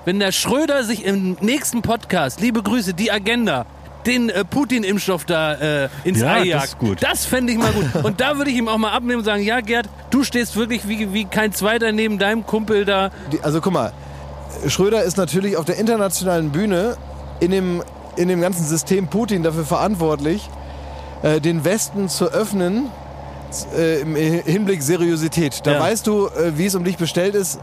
A: Wenn der Schröder sich im nächsten Podcast, liebe Grüße, die Agenda, den äh, Putin-Impfstoff da äh, ins
E: Ja,
A: Ei
E: das
A: jagt.
E: ist gut.
A: Das fände ich mal gut.
E: *laughs*
A: Und da würde ich ihm auch mal abnehmen und sagen, ja, Gerd, du stehst wirklich wie, wie kein Zweiter neben deinem Kumpel da.
G: die, also guck mal, Schröder ist natürlich auf der internationalen Bühne in dem, in dem ganzen System Putin dafür verantwortlich, äh, den Westen zu öffnen z- äh, im Hinblick Seriosität. Da
A: Ja.
G: weißt du, äh, wie es um dich bestellt ist,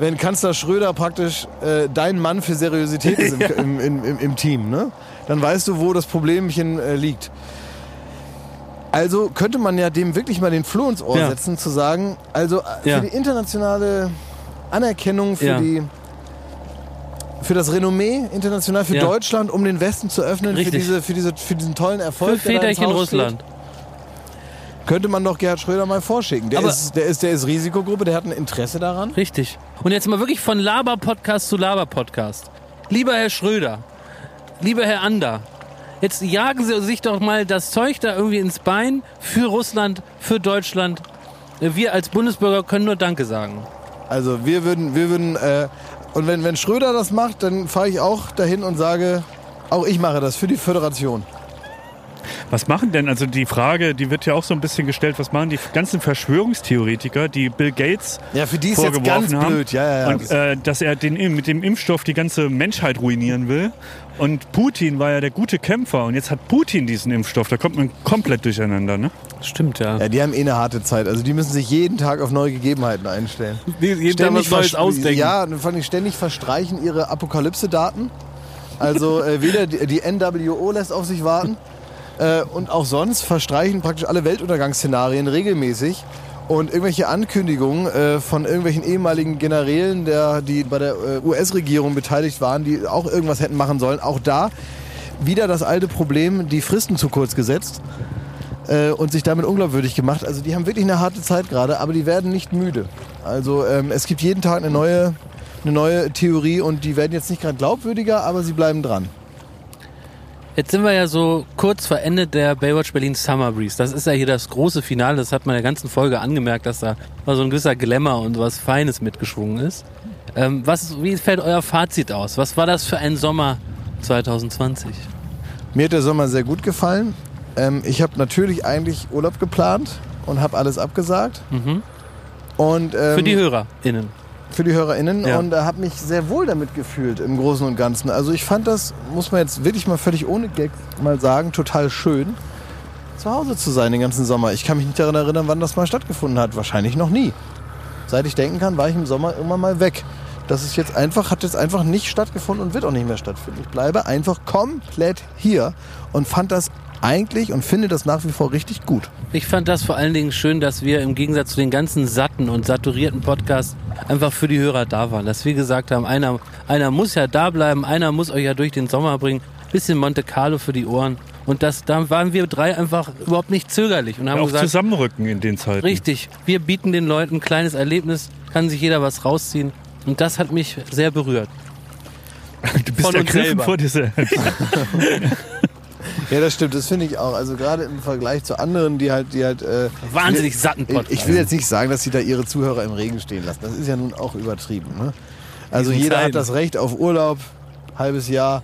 G: wenn Kanzler Schröder praktisch äh, dein Mann für Seriosität ist
A: *laughs*
G: im,
A: Ja.
G: im, im, im, im Team. Ne? Dann weißt du, wo das Problemchen äh, liegt. Also könnte man ja dem wirklich mal den Floh ins Ohr
A: Ja.
G: setzen, zu sagen, also äh,
A: Ja.
G: für die internationale Anerkennung, für
A: Ja.
G: die für das Renommee international, für
A: Ja.
G: Deutschland, um den Westen zu öffnen, für,
A: Richtig.
G: diese, für, diese, für diesen tollen Erfolg.
A: Für
G: der da ins
A: Väterchen
G: Haus
A: Russland.
G: Steht, könnte man doch Gerhard Schröder mal vorschicken. Der,
A: Aber-
G: ist, der, ist, der ist Risikogruppe, der hat ein Interesse daran.
A: Richtig. Und jetzt mal wirklich von Laber-Podcast zu Laber-Podcast. Lieber Herr Schröder, lieber Herr Ander, jetzt jagen Sie sich doch mal das Zeug da irgendwie ins Bein für Russland, für Deutschland. Wir als Bundesbürger können nur Danke sagen.
G: Also wir würden, wir würden äh, und wenn, wenn Schröder das macht, dann fahre ich auch dahin und sage, auch ich mache das für die Föderation.
E: Was machen denn, also die Frage, die wird ja auch so ein bisschen gestellt, was machen die ganzen Verschwörungstheoretiker, die Bill Gates
G: Ja, für die ist jetzt
E: vorgeworfen
G: ganz
E: haben,
G: blöd. Ja, ja, ja.
E: Und, äh, dass er den, mit dem Impfstoff die ganze Menschheit ruinieren will. Und Putin war ja der gute Kämpfer und jetzt hat Putin diesen Impfstoff, da kommt man komplett durcheinander, ne?
A: Stimmt, ja.
G: Ja, die haben eh eine harte Zeit. Also die müssen sich jeden Tag auf neue
A: *laughs*
G: Gegebenheiten einstellen.
A: Jeden Tag was Neues
G: versch-
A: ausdenken.
G: Ja, und vor allem ständig verstreichen ihre Apokalypse-Daten. Also äh, weder die, die NWO lässt auf sich warten äh, und auch sonst verstreichen praktisch alle Weltuntergangsszenarien regelmäßig. Und irgendwelche Ankündigungen äh, von irgendwelchen ehemaligen Generälen, der, die bei der äh, US-Regierung beteiligt waren, die auch irgendwas hätten machen sollen, auch da wieder das alte Problem, die Fristen zu kurz gesetzt äh, und sich damit unglaubwürdig gemacht. Also die haben wirklich eine harte Zeit gerade, aber die werden nicht müde. Also ähm, es gibt jeden Tag eine neue, eine neue Theorie und die werden jetzt nicht gerade glaubwürdiger, aber sie bleiben dran.
A: Jetzt sind wir ja so kurz vor Ende der Baywatch Berlin Summer Breeze. Das ist ja hier das große Finale. Das hat man in der ganzen Folge angemerkt, dass da mal so ein gewisser Glamour und was Feines mitgeschwungen ist. Ähm, was, wie fällt euer Fazit aus? Was war das für ein Sommer 2020?
G: Mir hat der Sommer sehr gut gefallen. Ähm, ich habe natürlich eigentlich Urlaub geplant und habe alles abgesagt.
A: Mhm.
G: Und, ähm,
A: Für die HörerInnen.
G: für die HörerInnen
A: Ja.
G: und äh, habe mich sehr wohl damit gefühlt im Großen und Ganzen. Also ich fand das, muss man jetzt wirklich mal völlig ohne Gag mal sagen, total schön, zu Hause zu sein den ganzen Sommer. Ich kann mich nicht daran erinnern, wann das mal stattgefunden hat. Wahrscheinlich noch nie. Seit ich denken kann, war ich im Sommer immer mal weg. Das ist jetzt einfach, hat jetzt einfach nicht stattgefunden und wird auch nicht mehr stattfinden. Ich bleibe einfach komplett hier und fand das eigentlich und finde das nach wie vor richtig gut.
A: Ich fand das vor allen Dingen schön, dass wir im Gegensatz zu den ganzen satten und saturierten Podcasts einfach für die Hörer da waren. Dass wir gesagt haben, einer, einer muss ja da bleiben, einer muss euch ja durch den Sommer bringen. Bisschen Monte Carlo für die Ohren. Und das, da waren wir drei einfach überhaupt nicht zögerlich und haben
E: Auch
A: gesagt,
E: zusammenrücken in den Zeiten.
A: richtig, wir bieten den Leuten ein kleines Erlebnis, kann sich jeder was rausziehen. Und das hat mich sehr berührt.
E: Du bist
A: Von uns
E: ergriffen
A: selber.
E: vor dir selbst.
G: Ja, das stimmt, das finde ich auch. Also gerade im Vergleich zu anderen, die halt, die halt äh,
A: Wahnsinnig satten
G: ich,
A: Podcast.
G: ich will jetzt nicht sagen, dass sie da ihre Zuhörer im Regen stehen lassen. Das ist ja nun auch übertrieben. Ne? Also
A: Diesen
G: jeder
A: Zeiten.
G: hat das Recht auf Urlaub, halbes Jahr.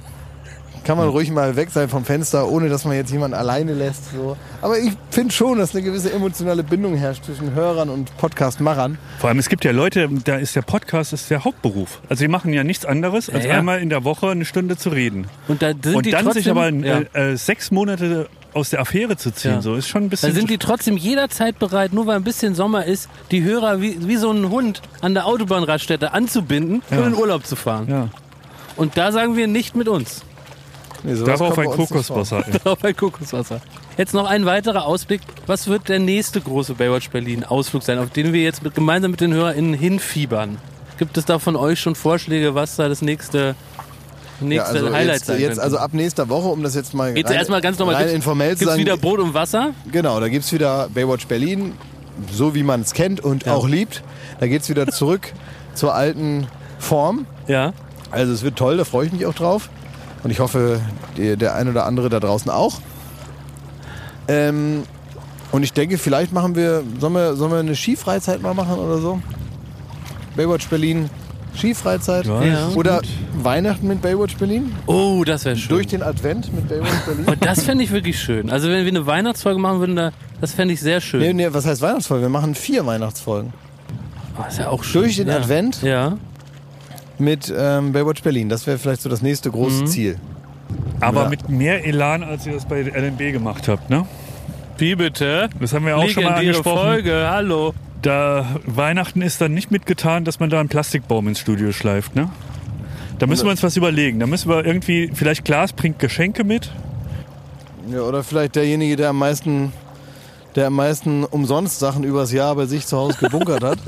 G: Kann
A: Hm.
G: man ruhig mal weg sein vom Fenster, ohne dass man jetzt jemanden alleine lässt. So. Aber ich finde schon, dass eine gewisse emotionale Bindung herrscht zwischen Hörern und Podcast-Machern.
E: Vor allem, es gibt ja Leute, da ist der Podcast ist der Hauptberuf. Also die machen ja nichts anderes, als
A: Ja, ja.
E: einmal in der Woche eine Stunde zu reden.
A: Und da sind
E: und
A: die
E: dann
A: trotzdem,
E: sich aber
A: ja.
E: äh, äh, sechs Monate aus der Affäre zu ziehen,
A: Ja.
E: so ist schon ein bisschen.
A: Dann sind die trotzdem jederzeit bereit, nur weil ein bisschen Sommer ist, die Hörer wie, wie so ein Hund an der Autobahnraststätte anzubinden und in Urlaub zu fahren.
E: ja.
A: Und da sagen wir nicht mit uns. *laughs*
E: Nee, sowas Darauf können wir ein uns nicht Kokoswasser, vorstellen.
A: Darauf ein Kokoswasser. Jetzt noch ein weiterer Ausblick. Was wird der nächste große Baywatch Berlin Ausflug sein, auf den wir jetzt mit, gemeinsam mit den HörerInnen hinfiebern? Gibt es da von euch schon Vorschläge, was da das nächste, nächste
G: also
A: Highlight
G: jetzt,
A: sein
G: jetzt
A: könnte?
G: also ab nächster Woche, um das jetzt mal
A: Geht's erstmal ganz normal-
G: rein
A: gibt's-
G: informell zu
A: gibt's
G: sagen.
A: wieder Brot und Wasser?
G: Genau, da gibt es wieder Baywatch Berlin, so wie man es kennt und auch liebt. Da geht es wieder zurück *laughs* zur alten Form.
A: Ja.
G: Also es wird toll, da freue ich mich auch drauf. Und ich hoffe, die, der ein oder andere da draußen auch. Ähm, und ich denke, vielleicht machen wir, sollen wir, sollen wir eine Skifreizeit mal machen oder so? Baywatch Berlin, Skifreizeit.
A: Ja, Ja. das ist
G: Oder Weihnachten mit Baywatch Berlin?
A: Oh, das wäre schön.
G: Durch den Advent mit Baywatch Berlin?
A: Und das fände ich wirklich schön. Also wenn wir eine Weihnachtsfolge machen würden, da, das fände ich sehr schön.
G: Nee, nee, was heißt Weihnachtsfolge? Wir machen vier Weihnachtsfolgen.
A: Oh, ist ja auch schön.
G: Durch den
A: Ja.
G: Advent
A: ja.
G: mit ähm, Baywatch Berlin. Das wäre vielleicht so das nächste
A: Mhm.
G: große Ziel.
E: Aber
G: Ja.
E: mit mehr Elan, als ihr das bei LNB gemacht habt, ne?
A: Wie bitte?
E: Das haben wir auch schon mal
A: Legendäre
E: angesprochen.
A: Folge, hallo.
E: Da Weihnachten ist dann nicht mitgetan, dass man da einen Plastikbaum ins Studio schleift, ne? Da müssen wir uns was überlegen. Da müssen wir irgendwie, vielleicht Glas bringt Geschenke mit.
G: Ja, oder vielleicht derjenige, der am meisten der am meisten umsonst Sachen übers Jahr bei sich zu Hause gebunkert *laughs* hat.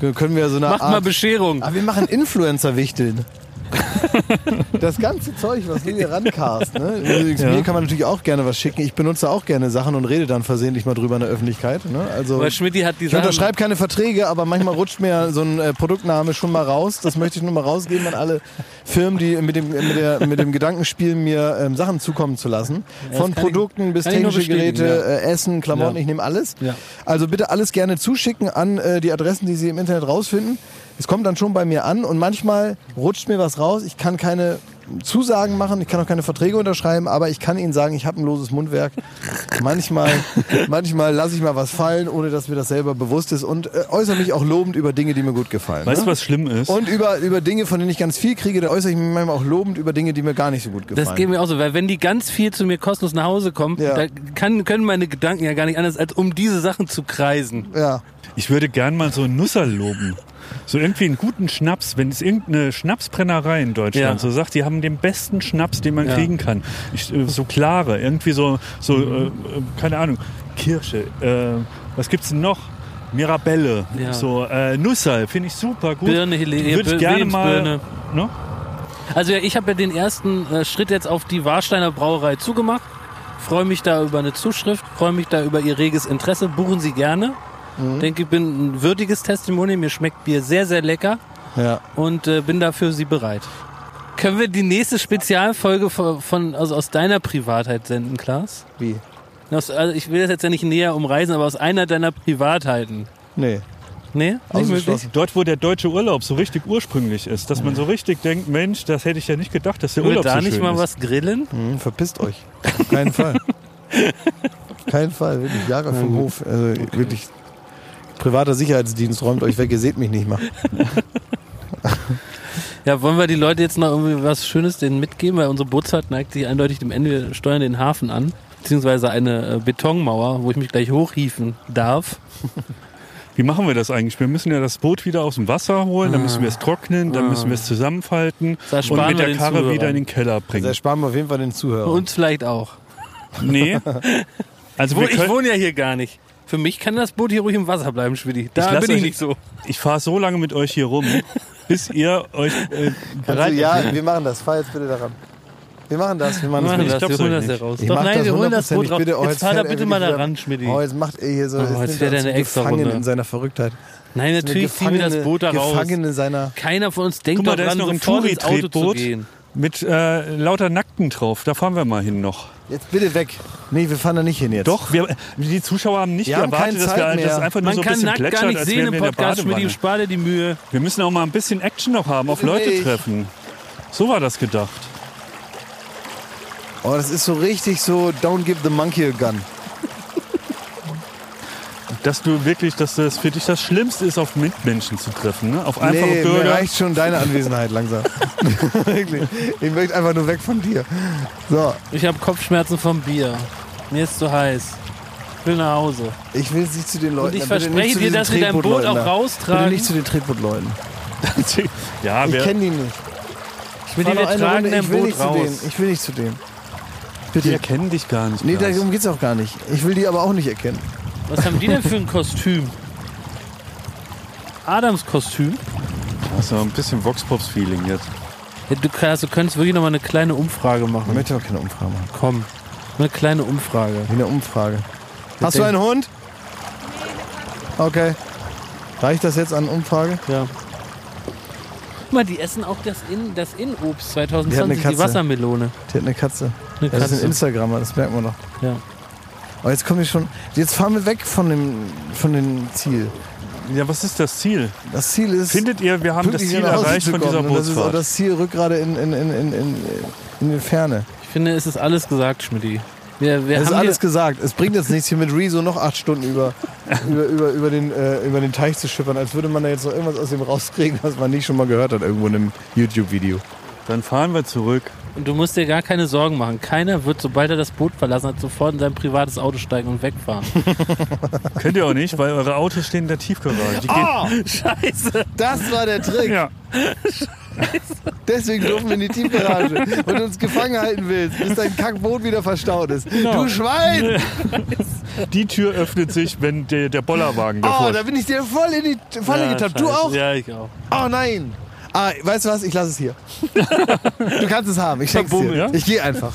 G: K- Können wir so eine
A: Macht
G: Art,
A: mal Bescherung.
G: Aber wir machen
A: *laughs*
G: Influencer-Wichteln. Das ganze Zeug, was du hier rancast. Ne? Übrigens,
E: Ja.
G: Mir kann man natürlich auch gerne was schicken. Ich benutze auch gerne Sachen und rede dann versehentlich mal drüber in der Öffentlichkeit. Ne? Also,
A: Weil Schmidti hat die
G: ich
A: Sachen-
G: unterschreibe keine Verträge, aber manchmal rutscht mir so ein äh, Produktname schon mal raus. Das möchte ich nur mal rausgeben an alle Firmen, die mit dem, mit der, mit dem Gedanken spielen, mir ähm, Sachen zukommen zu lassen.
A: das
G: Von
A: kann ich-
G: Produkten bis
A: kann ich nur
G: technische
A: bestätigen,
G: Geräte,
A: ja.
G: äh, Essen, Klamotten,
A: Ja.
G: ich nehme alles.
A: Ja.
G: Also bitte alles gerne zuschicken an äh, die Adressen, die Sie im Internet rausfinden. Es kommt dann schon bei mir an und manchmal rutscht mir was raus. Ich kann keine Zusagen machen, ich kann auch keine Verträge unterschreiben, aber ich kann Ihnen sagen, ich habe ein loses Mundwerk.
E: *laughs*
G: Manchmal, manchmal lasse ich mal was fallen, ohne dass mir das selber bewusst ist und äh, äußere mich auch lobend über Dinge, die mir gut gefallen.
E: Weißt
G: ne?
E: du, was schlimm ist?
G: Und über, über Dinge, von denen ich ganz viel kriege, da äußere ich mich manchmal auch lobend über Dinge, die mir gar nicht so gut gefallen.
A: Das geht mir auch so, weil wenn die ganz viel zu mir kostenlos nach Hause kommen,
G: Ja.
A: da kann, können meine Gedanken ja gar nicht anders, als um diese Sachen zu kreisen.
G: ja.
E: Ich würde gern mal so einen Nusser loben. So irgendwie einen guten Schnaps, wenn es irgendeine Schnapsbrennerei in Deutschland
A: Ja.
E: so sagt, die haben den besten Schnaps, den man
A: Ja. Mhm.
E: kriegen kann. Ich, äh, so klare, irgendwie so, so äh, äh, keine Ahnung, Kirsche. Äh, was gibt's denn noch? Mirabelle,
A: Ja.
E: so äh, Nusser, finde ich super gut.
A: Birne, Hele-
E: Würde
A: Bir-
E: ich gerne mal.
A: Lebensbirne.
E: Ne?
A: Also ja, ich habe ja den ersten äh, Schritt jetzt auf die Warsteiner Brauerei zugemacht. Freue mich da über eine Zuschrift, freue mich da über Ihr reges Interesse. Buchen Sie gerne.
E: Mhm.
A: Denke, ich bin ein würdiges Testimonial. Mir schmeckt Bier sehr, sehr lecker
G: Ja.
A: und äh, bin dafür Sie bereit. Können wir die nächste Spezialfolge von, von also aus deiner Privatheit senden, Klaas?
G: Wie?
A: Aus, also ich will das jetzt ja nicht näher umreißen, aber aus einer deiner Privatheiten.
G: Nee.
A: Nee? Nicht möglich?
G: Ausgeschlossen.
E: Dort, wo der deutsche Urlaub so richtig ursprünglich ist, dass man so richtig denkt, Mensch, das hätte ich ja nicht gedacht, dass der
A: Können wir
E: Urlaub
A: da
E: so
A: nicht
E: schön
A: mal
E: ist.
A: was grillen?
G: Hm, verpisst euch. Auf keinen Fall. Auf keinen Fall, wirklich. Jahre vom Hof. Also wirklich. Privater Sicherheitsdienst räumt euch weg, ihr seht mich nicht mal.
A: Ja, wollen wir die Leute jetzt noch irgendwie was Schönes denen mitgeben, weil unsere Bootsfahrt neigt sich eindeutig dem Ende. Wir steuern den Hafen an, beziehungsweise eine äh, Betonmauer, wo ich mich gleich hochhieven darf.
E: Wie machen wir das eigentlich? Wir müssen ja das Boot wieder aus dem Wasser holen, dann müssen wir es trocknen, dann müssen wir es zusammenfalten
A: Ah. Da
E: und
A: sparen wir
E: mit der
A: den
E: Karre
A: Zuhörern.
E: wieder in den Keller
G: Da
E: bringen.
G: sparen wir auf jeden Fall den Zuhörer.
A: Uns vielleicht auch. *laughs*
E: Nee. Also
A: Wo,
E: wir
A: ich
E: können,
A: wohne ja hier gar nicht. Für mich kann das Boot hier ruhig im Wasser bleiben, Schwidi.
E: Ich
A: Da
E: lass
A: bin ich
E: euch-
A: nicht so.
E: ich fahre so lange mit euch hier rum, bis ihr euch äh, bereit
G: also, ja, wir machen das. Fahr jetzt bitte daran. Wir machen das. Wir machen
A: Wir machen
G: das. mit.
A: das, wir
E: glaub's
A: holen
E: euch
A: das
E: nicht.
A: heraus.
G: Ich
A: Doch,
G: mach
A: nein, wir holen das
G: 100%.
A: Boot drauf.
G: Bitte, oh,
A: jetzt fahr da
G: fährt er
A: bitte mal
G: wieder-
A: da ran, Schmidti.
G: Oh, jetzt macht er hier so.
A: Oh,
G: jetzt
A: jetzt
G: nimmt
A: fährt
G: er
A: er eine
G: uns
A: extra
G: Gefangen
A: Runde.
G: in seiner Verrücktheit.
A: Nein, natürlich ziehen wir das
G: Gefangene-
A: Boot da raus.
G: Gefangene seiner.
A: Keiner von uns denkt
E: Guck mal, da
A: daran,
E: ist noch ein
A: sofort ins Auto zu
E: Touri-Tretboot
A: gehen.
E: mit äh, lauter Nackten drauf. Da fahren wir mal hin noch.
G: Jetzt bitte weg. Nee, wir fahren da nicht hin jetzt.
E: Doch, wir, die Zuschauer haben nicht
G: Wir haben
E: erwartet,
G: keine
E: dass
G: Zeit
E: wir dass
G: mehr.
E: es einfach nur
A: Man
E: so ein
A: kann
E: bisschen
A: nackt gar
E: plätschern,
A: nicht
E: als
A: sehen
E: wären
A: im
E: wir in der
A: Podcast, Schmidti.
E: Badewanne.
A: Spar dir die Mühe.
E: Wir müssen auch mal ein bisschen Action noch haben, auf
G: Bitte
E: Leute
G: nicht.
E: treffen. So war das gedacht.
G: Oh, das ist so richtig so. Don't give the monkey a gun.
E: Dass du wirklich, dass das für dich das Schlimmste ist, auf Mitmenschen zu treffen, ne? Auf einfache
G: nee, Mir
E: Bürger.
G: reicht schon deine Anwesenheit *laughs* langsam. Wirklich. Ich möchte einfach nur weg von dir. So,
A: Ich habe Kopfschmerzen vom Bier. Mir ist zu heiß. Ich will nach Hause.
G: ich will nicht zu den Leuten.
A: ich
G: bitte nicht
A: verspreche
G: zu
A: dir,
G: diesen
A: dass wir dein Boot
G: Tretbootleuten
A: auch
G: da.
A: raustragen.
E: *laughs*
G: Bitte nicht zu den Tretbootleuten.
E: ja,
G: Ich
E: wir,
G: kenne die nicht.
A: Ich will die wir tragen im
G: ich will
A: Boot
G: nicht
A: raus.
G: zu dem. Ich will nicht zu dem.
E: Die erkennen dich gar nicht.
G: Nee,
E: Klaus.
G: darum geht's auch gar nicht. Ich will die aber auch nicht erkennen.
A: Was haben die denn für ein Kostüm? Adams Kostüm?
E: Hast du ein bisschen Vox-Pops-Feeling jetzt.
A: Ja, du, kannst- also könntest wirklich nochmal eine kleine Umfrage machen.
G: Ich möchte aber keine Umfrage machen.
A: Komm, eine kleine Umfrage.
G: Wie eine Umfrage. Hast
A: dem-
G: du einen Hund? Okay. Reicht das jetzt an Umfrage?
A: Ja. Guck mal, die essen auch das, in, das Inobst
G: Die hat eine
A: 2020, die
G: Katze.
A: Wassermelone.
G: Die hat eine Katze.
A: Eine
G: Das ist
A: Katze.
G: ein Instagrammer, das merkt man doch.
A: Ja.
G: Aber jetzt kommen wir schon. Jetzt fahren wir weg von dem, von dem Ziel.
E: Ja, was ist das Ziel?
G: Das Ziel ist.
E: Findet ihr, wir haben das
G: pünktlich
E: Ziel
G: nach Hause
E: erreicht
G: zu
E: von
G: kommen.
E: dieser
G: Und Das ist auch
E: Bootsfahrt?
G: das Ziel rückgrade in, in, in, in, in, in die Ferne.
A: Ich finde, es ist alles gesagt, Schmidti. Wir, wir
G: Es ist
A: haben
G: alles gesagt. Es bringt jetzt nichts, hier mit Rezo noch acht Stunden
E: *laughs*
G: über, über, über, über, den, äh, über den Teich zu schippern, als würde man da jetzt noch irgendwas aus dem rauskriegen, was man nicht schon mal gehört hat irgendwo in einem YouTube-Video.
E: Dann fahren wir zurück.
A: Und du musst dir gar keine Sorgen machen. Keiner wird, sobald er das Boot verlassen hat, sofort in sein privates Auto steigen und wegfahren.
E: Könnt ihr auch nicht, weil eure Autos stehen in der Tiefgarage. Die gehen-
G: Ah!
A: Scheiße.
G: Das war der Trick.
E: Ja.
G: *laughs* Deswegen dürfen wir in die Tiefgarage und uns gefangen halten willst, bis dein Kackboot wieder verstaut ist.
A: Genau.
G: Du Schwein!
E: Die Tür öffnet sich, wenn der, der Bollerwagen davor
G: Oh, da bin ich dir voll in die Falle
A: Ja,
G: getappt. Du
A: scheiße.
G: auch?
A: Ja, ich auch.
G: Oh nein! Ah, weißt du was? Ich lasse
A: *laughs*
G: es hier. du kannst es haben. Ich schenk's
E: Verbummelt,
G: dir.
E: ja?
G: Ich gehe einfach.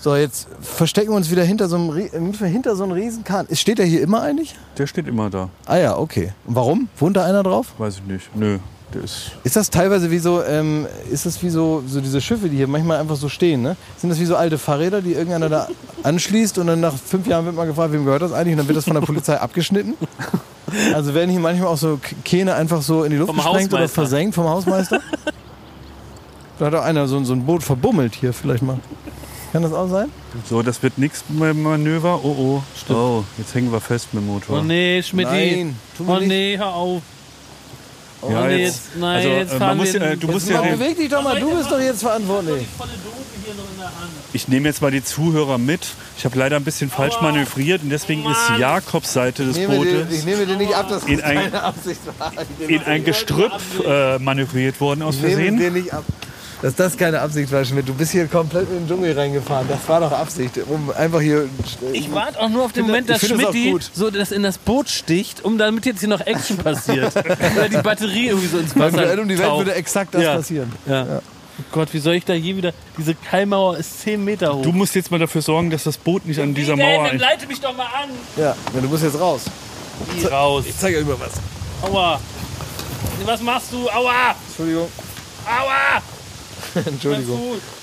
G: So, jetzt verstecken wir uns wieder hinter so einem, Rie- äh, hinter so einem Riesenkahn. Steht der hier immer eigentlich?
E: Der steht immer da.
G: Ah ja, okay. Und warum? Wohnt da einer drauf?
E: Weiß ich nicht. Nö. Der ist.
G: Ist das teilweise wie so, ähm, ist das wie so, so diese Schiffe, die hier manchmal einfach so stehen, ne? Sind das wie so alte Fahrräder, die irgendeiner da anschließt und dann nach fünf Jahren wird man gefragt, wem gehört das eigentlich? Und dann wird das von der Polizei abgeschnitten? Also werden hier manchmal auch so K- Kähne einfach so in die Luft
A: Vom
G: gesprengt oder
A: Hausmeister.
G: versenkt vom Hausmeister? da hat doch einer so, ein- so ein Boot verbummelt hier vielleicht mal. Kann das auch sein?
E: So, das wird nichts mit dem Manöver. Oh, oh. Oh, jetzt hängen wir fest mit dem
A: Oh
E: Motor.
A: nee, Schmidti.
G: Nein, tu mir
A: Oh
G: nicht.
A: nee, hör auf. Oh nee, jetzt, nein,
E: also,
A: jetzt
E: äh,
A: fahren
E: man muss,
A: wir
E: äh, du musst ja
G: Mann,
E: den,
G: beweg dich doch mal, du bist doch jetzt verantwortlich.
E: ich nehme jetzt mal die Zuhörer mit. Ich habe leider ein bisschen falsch manövriert und deswegen ist Jakobs Seite des
G: Ich nehme dir, ich
E: Bootes
G: nehme dir nicht ab, dass
E: In
G: das
E: ein-
G: keine Absicht war. Ich nehme
E: in ein Gestrüpp äh, manövriert worden aus
G: Nehmen
E: Versehen.
G: wir nicht ab. Dass das keine Absicht war, Schmidt. Du bist hier komplett in den Dschungel reingefahren. Das war doch Absicht. Um einfach hier.
A: Ich warte auch nur auf den Moment,
G: ich
A: dass
G: finde es auch
A: Schmidti
G: gut.
A: so das in das Boot sticht, um damit jetzt hier noch Action
G: *laughs*
A: passiert. Oder die Batterie irgendwie so ins
G: Beim
A: Wasser
G: Duell um die Welt
A: taucht.
G: würde exakt das
A: Ja.
G: passieren.
A: Ja. Oh Gott, wie soll ich da je wieder... Diese Keilmauer ist 10 Meter hoch.
E: Du musst jetzt mal dafür sorgen, dass das Boot nicht an dieser
A: Hey,
E: Mauer
A: dann
E: ein.
A: leite mich doch mal an.
G: Ja, ja, du musst jetzt raus.
A: Geh raus.
G: Ich zeige euch mal was.
A: Aua. Was machst du? Aua.
G: Entschuldigung.
A: Aua.
G: *laughs* Entschuldigung.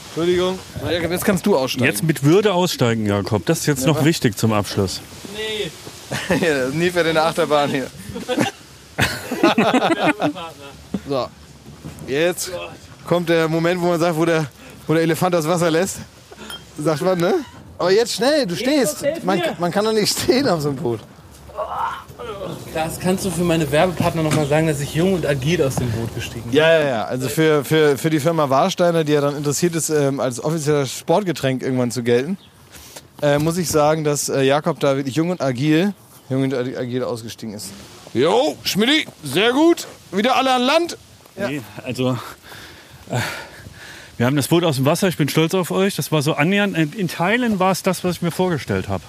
G: Entschuldigung. Jakob, jetzt kannst du aussteigen.
E: Jetzt mit Würde aussteigen, Jakob. Das ist jetzt noch wichtig zum Abschluss.
A: Nee.
G: Jetzt. Nie für den Achterbahn *laughs* hier. so. Jetzt kommt der Moment, wo man sagt, wo der, wo der Elefant das Wasser lässt. Sagt man, ne? Aber jetzt schnell, du stehst.
A: helf
G: Man,
A: mir.
G: man kann doch nicht stehen auf so einem Boot.
A: Lars, kannst du für meine Werbepartner nochmal sagen, dass ich jung und agil aus dem Boot gestiegen bin?
G: Ja, ja, ja. Also für, für, für die Firma Warsteiner, die ja dann interessiert ist, ähm, als offizielles Sportgetränk irgendwann zu gelten, äh, muss ich sagen, dass äh, Jakob da wirklich jung und agil, jung und ag- agil ausgestiegen ist. Jo, Schmidti, sehr gut. Wieder alle an Land.
E: Nee, also. äh, Wir haben das Boot aus dem Wasser, ich bin stolz auf euch. Das war so annähernd. äh, In in Teilen war es das, was ich mir vorgestellt habe.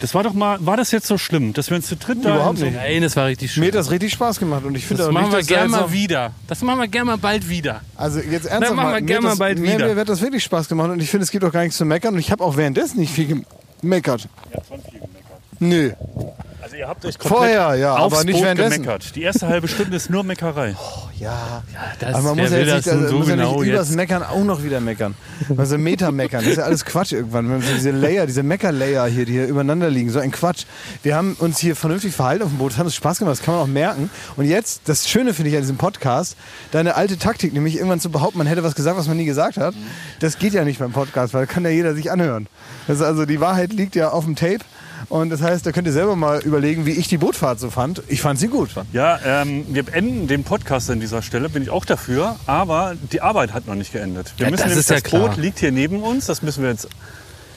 E: Das war doch mal, war das jetzt so schlimm, dass wir uns zu dritt da
G: Überhaupt
E: in
G: nicht.
A: Nein, das war richtig schön.
G: Mir hat das richtig Spaß gemacht und ich finde
A: Das
G: auch
A: machen
G: nicht,
A: wir
G: dass da
A: gerne
G: jetzt
A: mal
G: noch-
A: wieder. Das machen wir gerne mal bald wieder.
G: Also jetzt ernsthaft
A: machen wir
G: mir
A: gerne
G: hat das-
A: mal bald
G: mir-
A: wieder.
G: Mir hat das wirklich Spaß gemacht und ich finde, es gibt auch gar nichts zu meckern und ich habe auch währenddessen nicht viel gemeckert. Nö.
E: so- Also ihr habt euch komplett
G: Vorher, ja,
E: aufs
G: aber nicht
E: Boot
G: währenddessen.
E: gemeckert. Die erste halbe Stunde ist nur Meckerei.
G: Ja,
A: Ah, das-
G: aber man muss ja
A: wer will das
G: jetzt nicht,
A: nun
G: also,
A: so
G: muss ja nicht
A: genau
G: übers
A: jetzt?
G: Meckern auch noch wieder meckern. Also Meta-Meckern, das ist ja alles Quatsch irgendwann. Wenn so diese Layer, diese Mecker-Layer hier, die hier übereinander liegen, so ein Quatsch. Wir haben uns hier vernünftig verhalten auf dem Boot, hat uns Spaß gemacht, das kann man auch merken. Und jetzt, das Schöne finde ich an diesem Podcast, deine alte Taktik, nämlich irgendwann zu behaupten, man hätte was gesagt, was man nie gesagt hat, das geht ja nicht beim Podcast, weil kann ja jeder sich anhören. Das ist also, die Wahrheit liegt ja auf dem Tape. Und das heißt, da könnt ihr selber mal überlegen, wie ich die Bootfahrt so fand. Ich fand sie gut.
E: Ja, ähm, wir beenden den Podcast an dieser Stelle, bin ich auch dafür, aber die Arbeit hat noch nicht geendet. Wir
A: Ja,
E: müssen
A: das
E: nämlich-
A: ist ja
E: das
A: klar.
E: Boot liegt hier neben uns, das müssen wir jetzt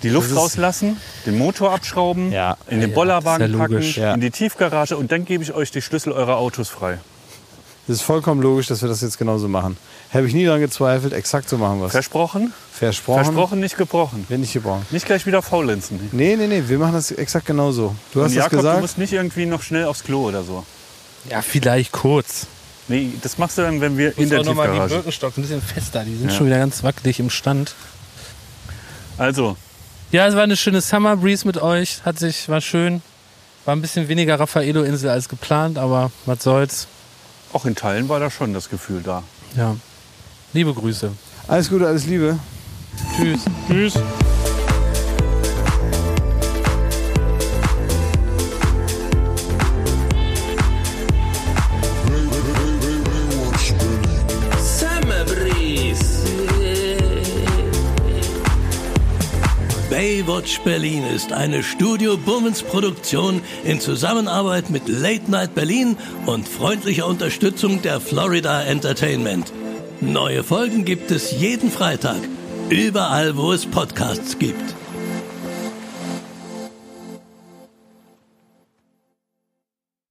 E: die Luft rauslassen, den Motor abschrauben,
G: Ja.
A: Ja, ja, das
E: in den
A: ist ja
E: Bollerwagen packen,
A: logisch.
G: Ja.
E: in die Tiefgarage und dann gebe ich euch die Schlüssel eurer Autos frei.
G: Es ist vollkommen logisch, dass wir das jetzt genauso machen. Habe ich nie daran gezweifelt, exakt so machen wir es.
E: Versprochen?
G: Versprochen.
E: Versprochen, nicht gebrochen.
G: Wenn nicht gebrochen.
E: Nicht gleich wieder faulenzen.
G: Nee, nee, nee, wir machen das exakt genauso. Du hast
E: Und
G: das
E: Jakob,
G: gesagt.
E: du musst nicht irgendwie noch schnell aufs Klo oder so.
A: Ja, vielleicht kurz.
E: Nee, das machst du dann, wenn wir in
A: Muss
E: der
A: auch nochmal die
E: Tiefgarage.
A: Birkenstock ein bisschen fester. Die sind
E: Ja.
A: schon wieder ganz wackelig im Stand.
E: Also,
A: Ja, es war eine schöne Summer Breeze mit euch. Hat sich, war schön. War ein bisschen weniger Raffaello-Insel als geplant, aber was soll's.
E: auch in Teilen war da schon das Gefühl da.
A: Ja. Liebe Grüße.
G: Alles Gute, alles Liebe.
A: Tschüss. Tschüss.
Q: Summer Breeze.
R: Baywatch Berlin ist eine Studio Bummens Produktion in Zusammenarbeit mit Late Night Berlin und freundlicher Unterstützung der Florida Entertainment. Neue Folgen gibt es jeden Freitag, überall wo es Podcasts gibt.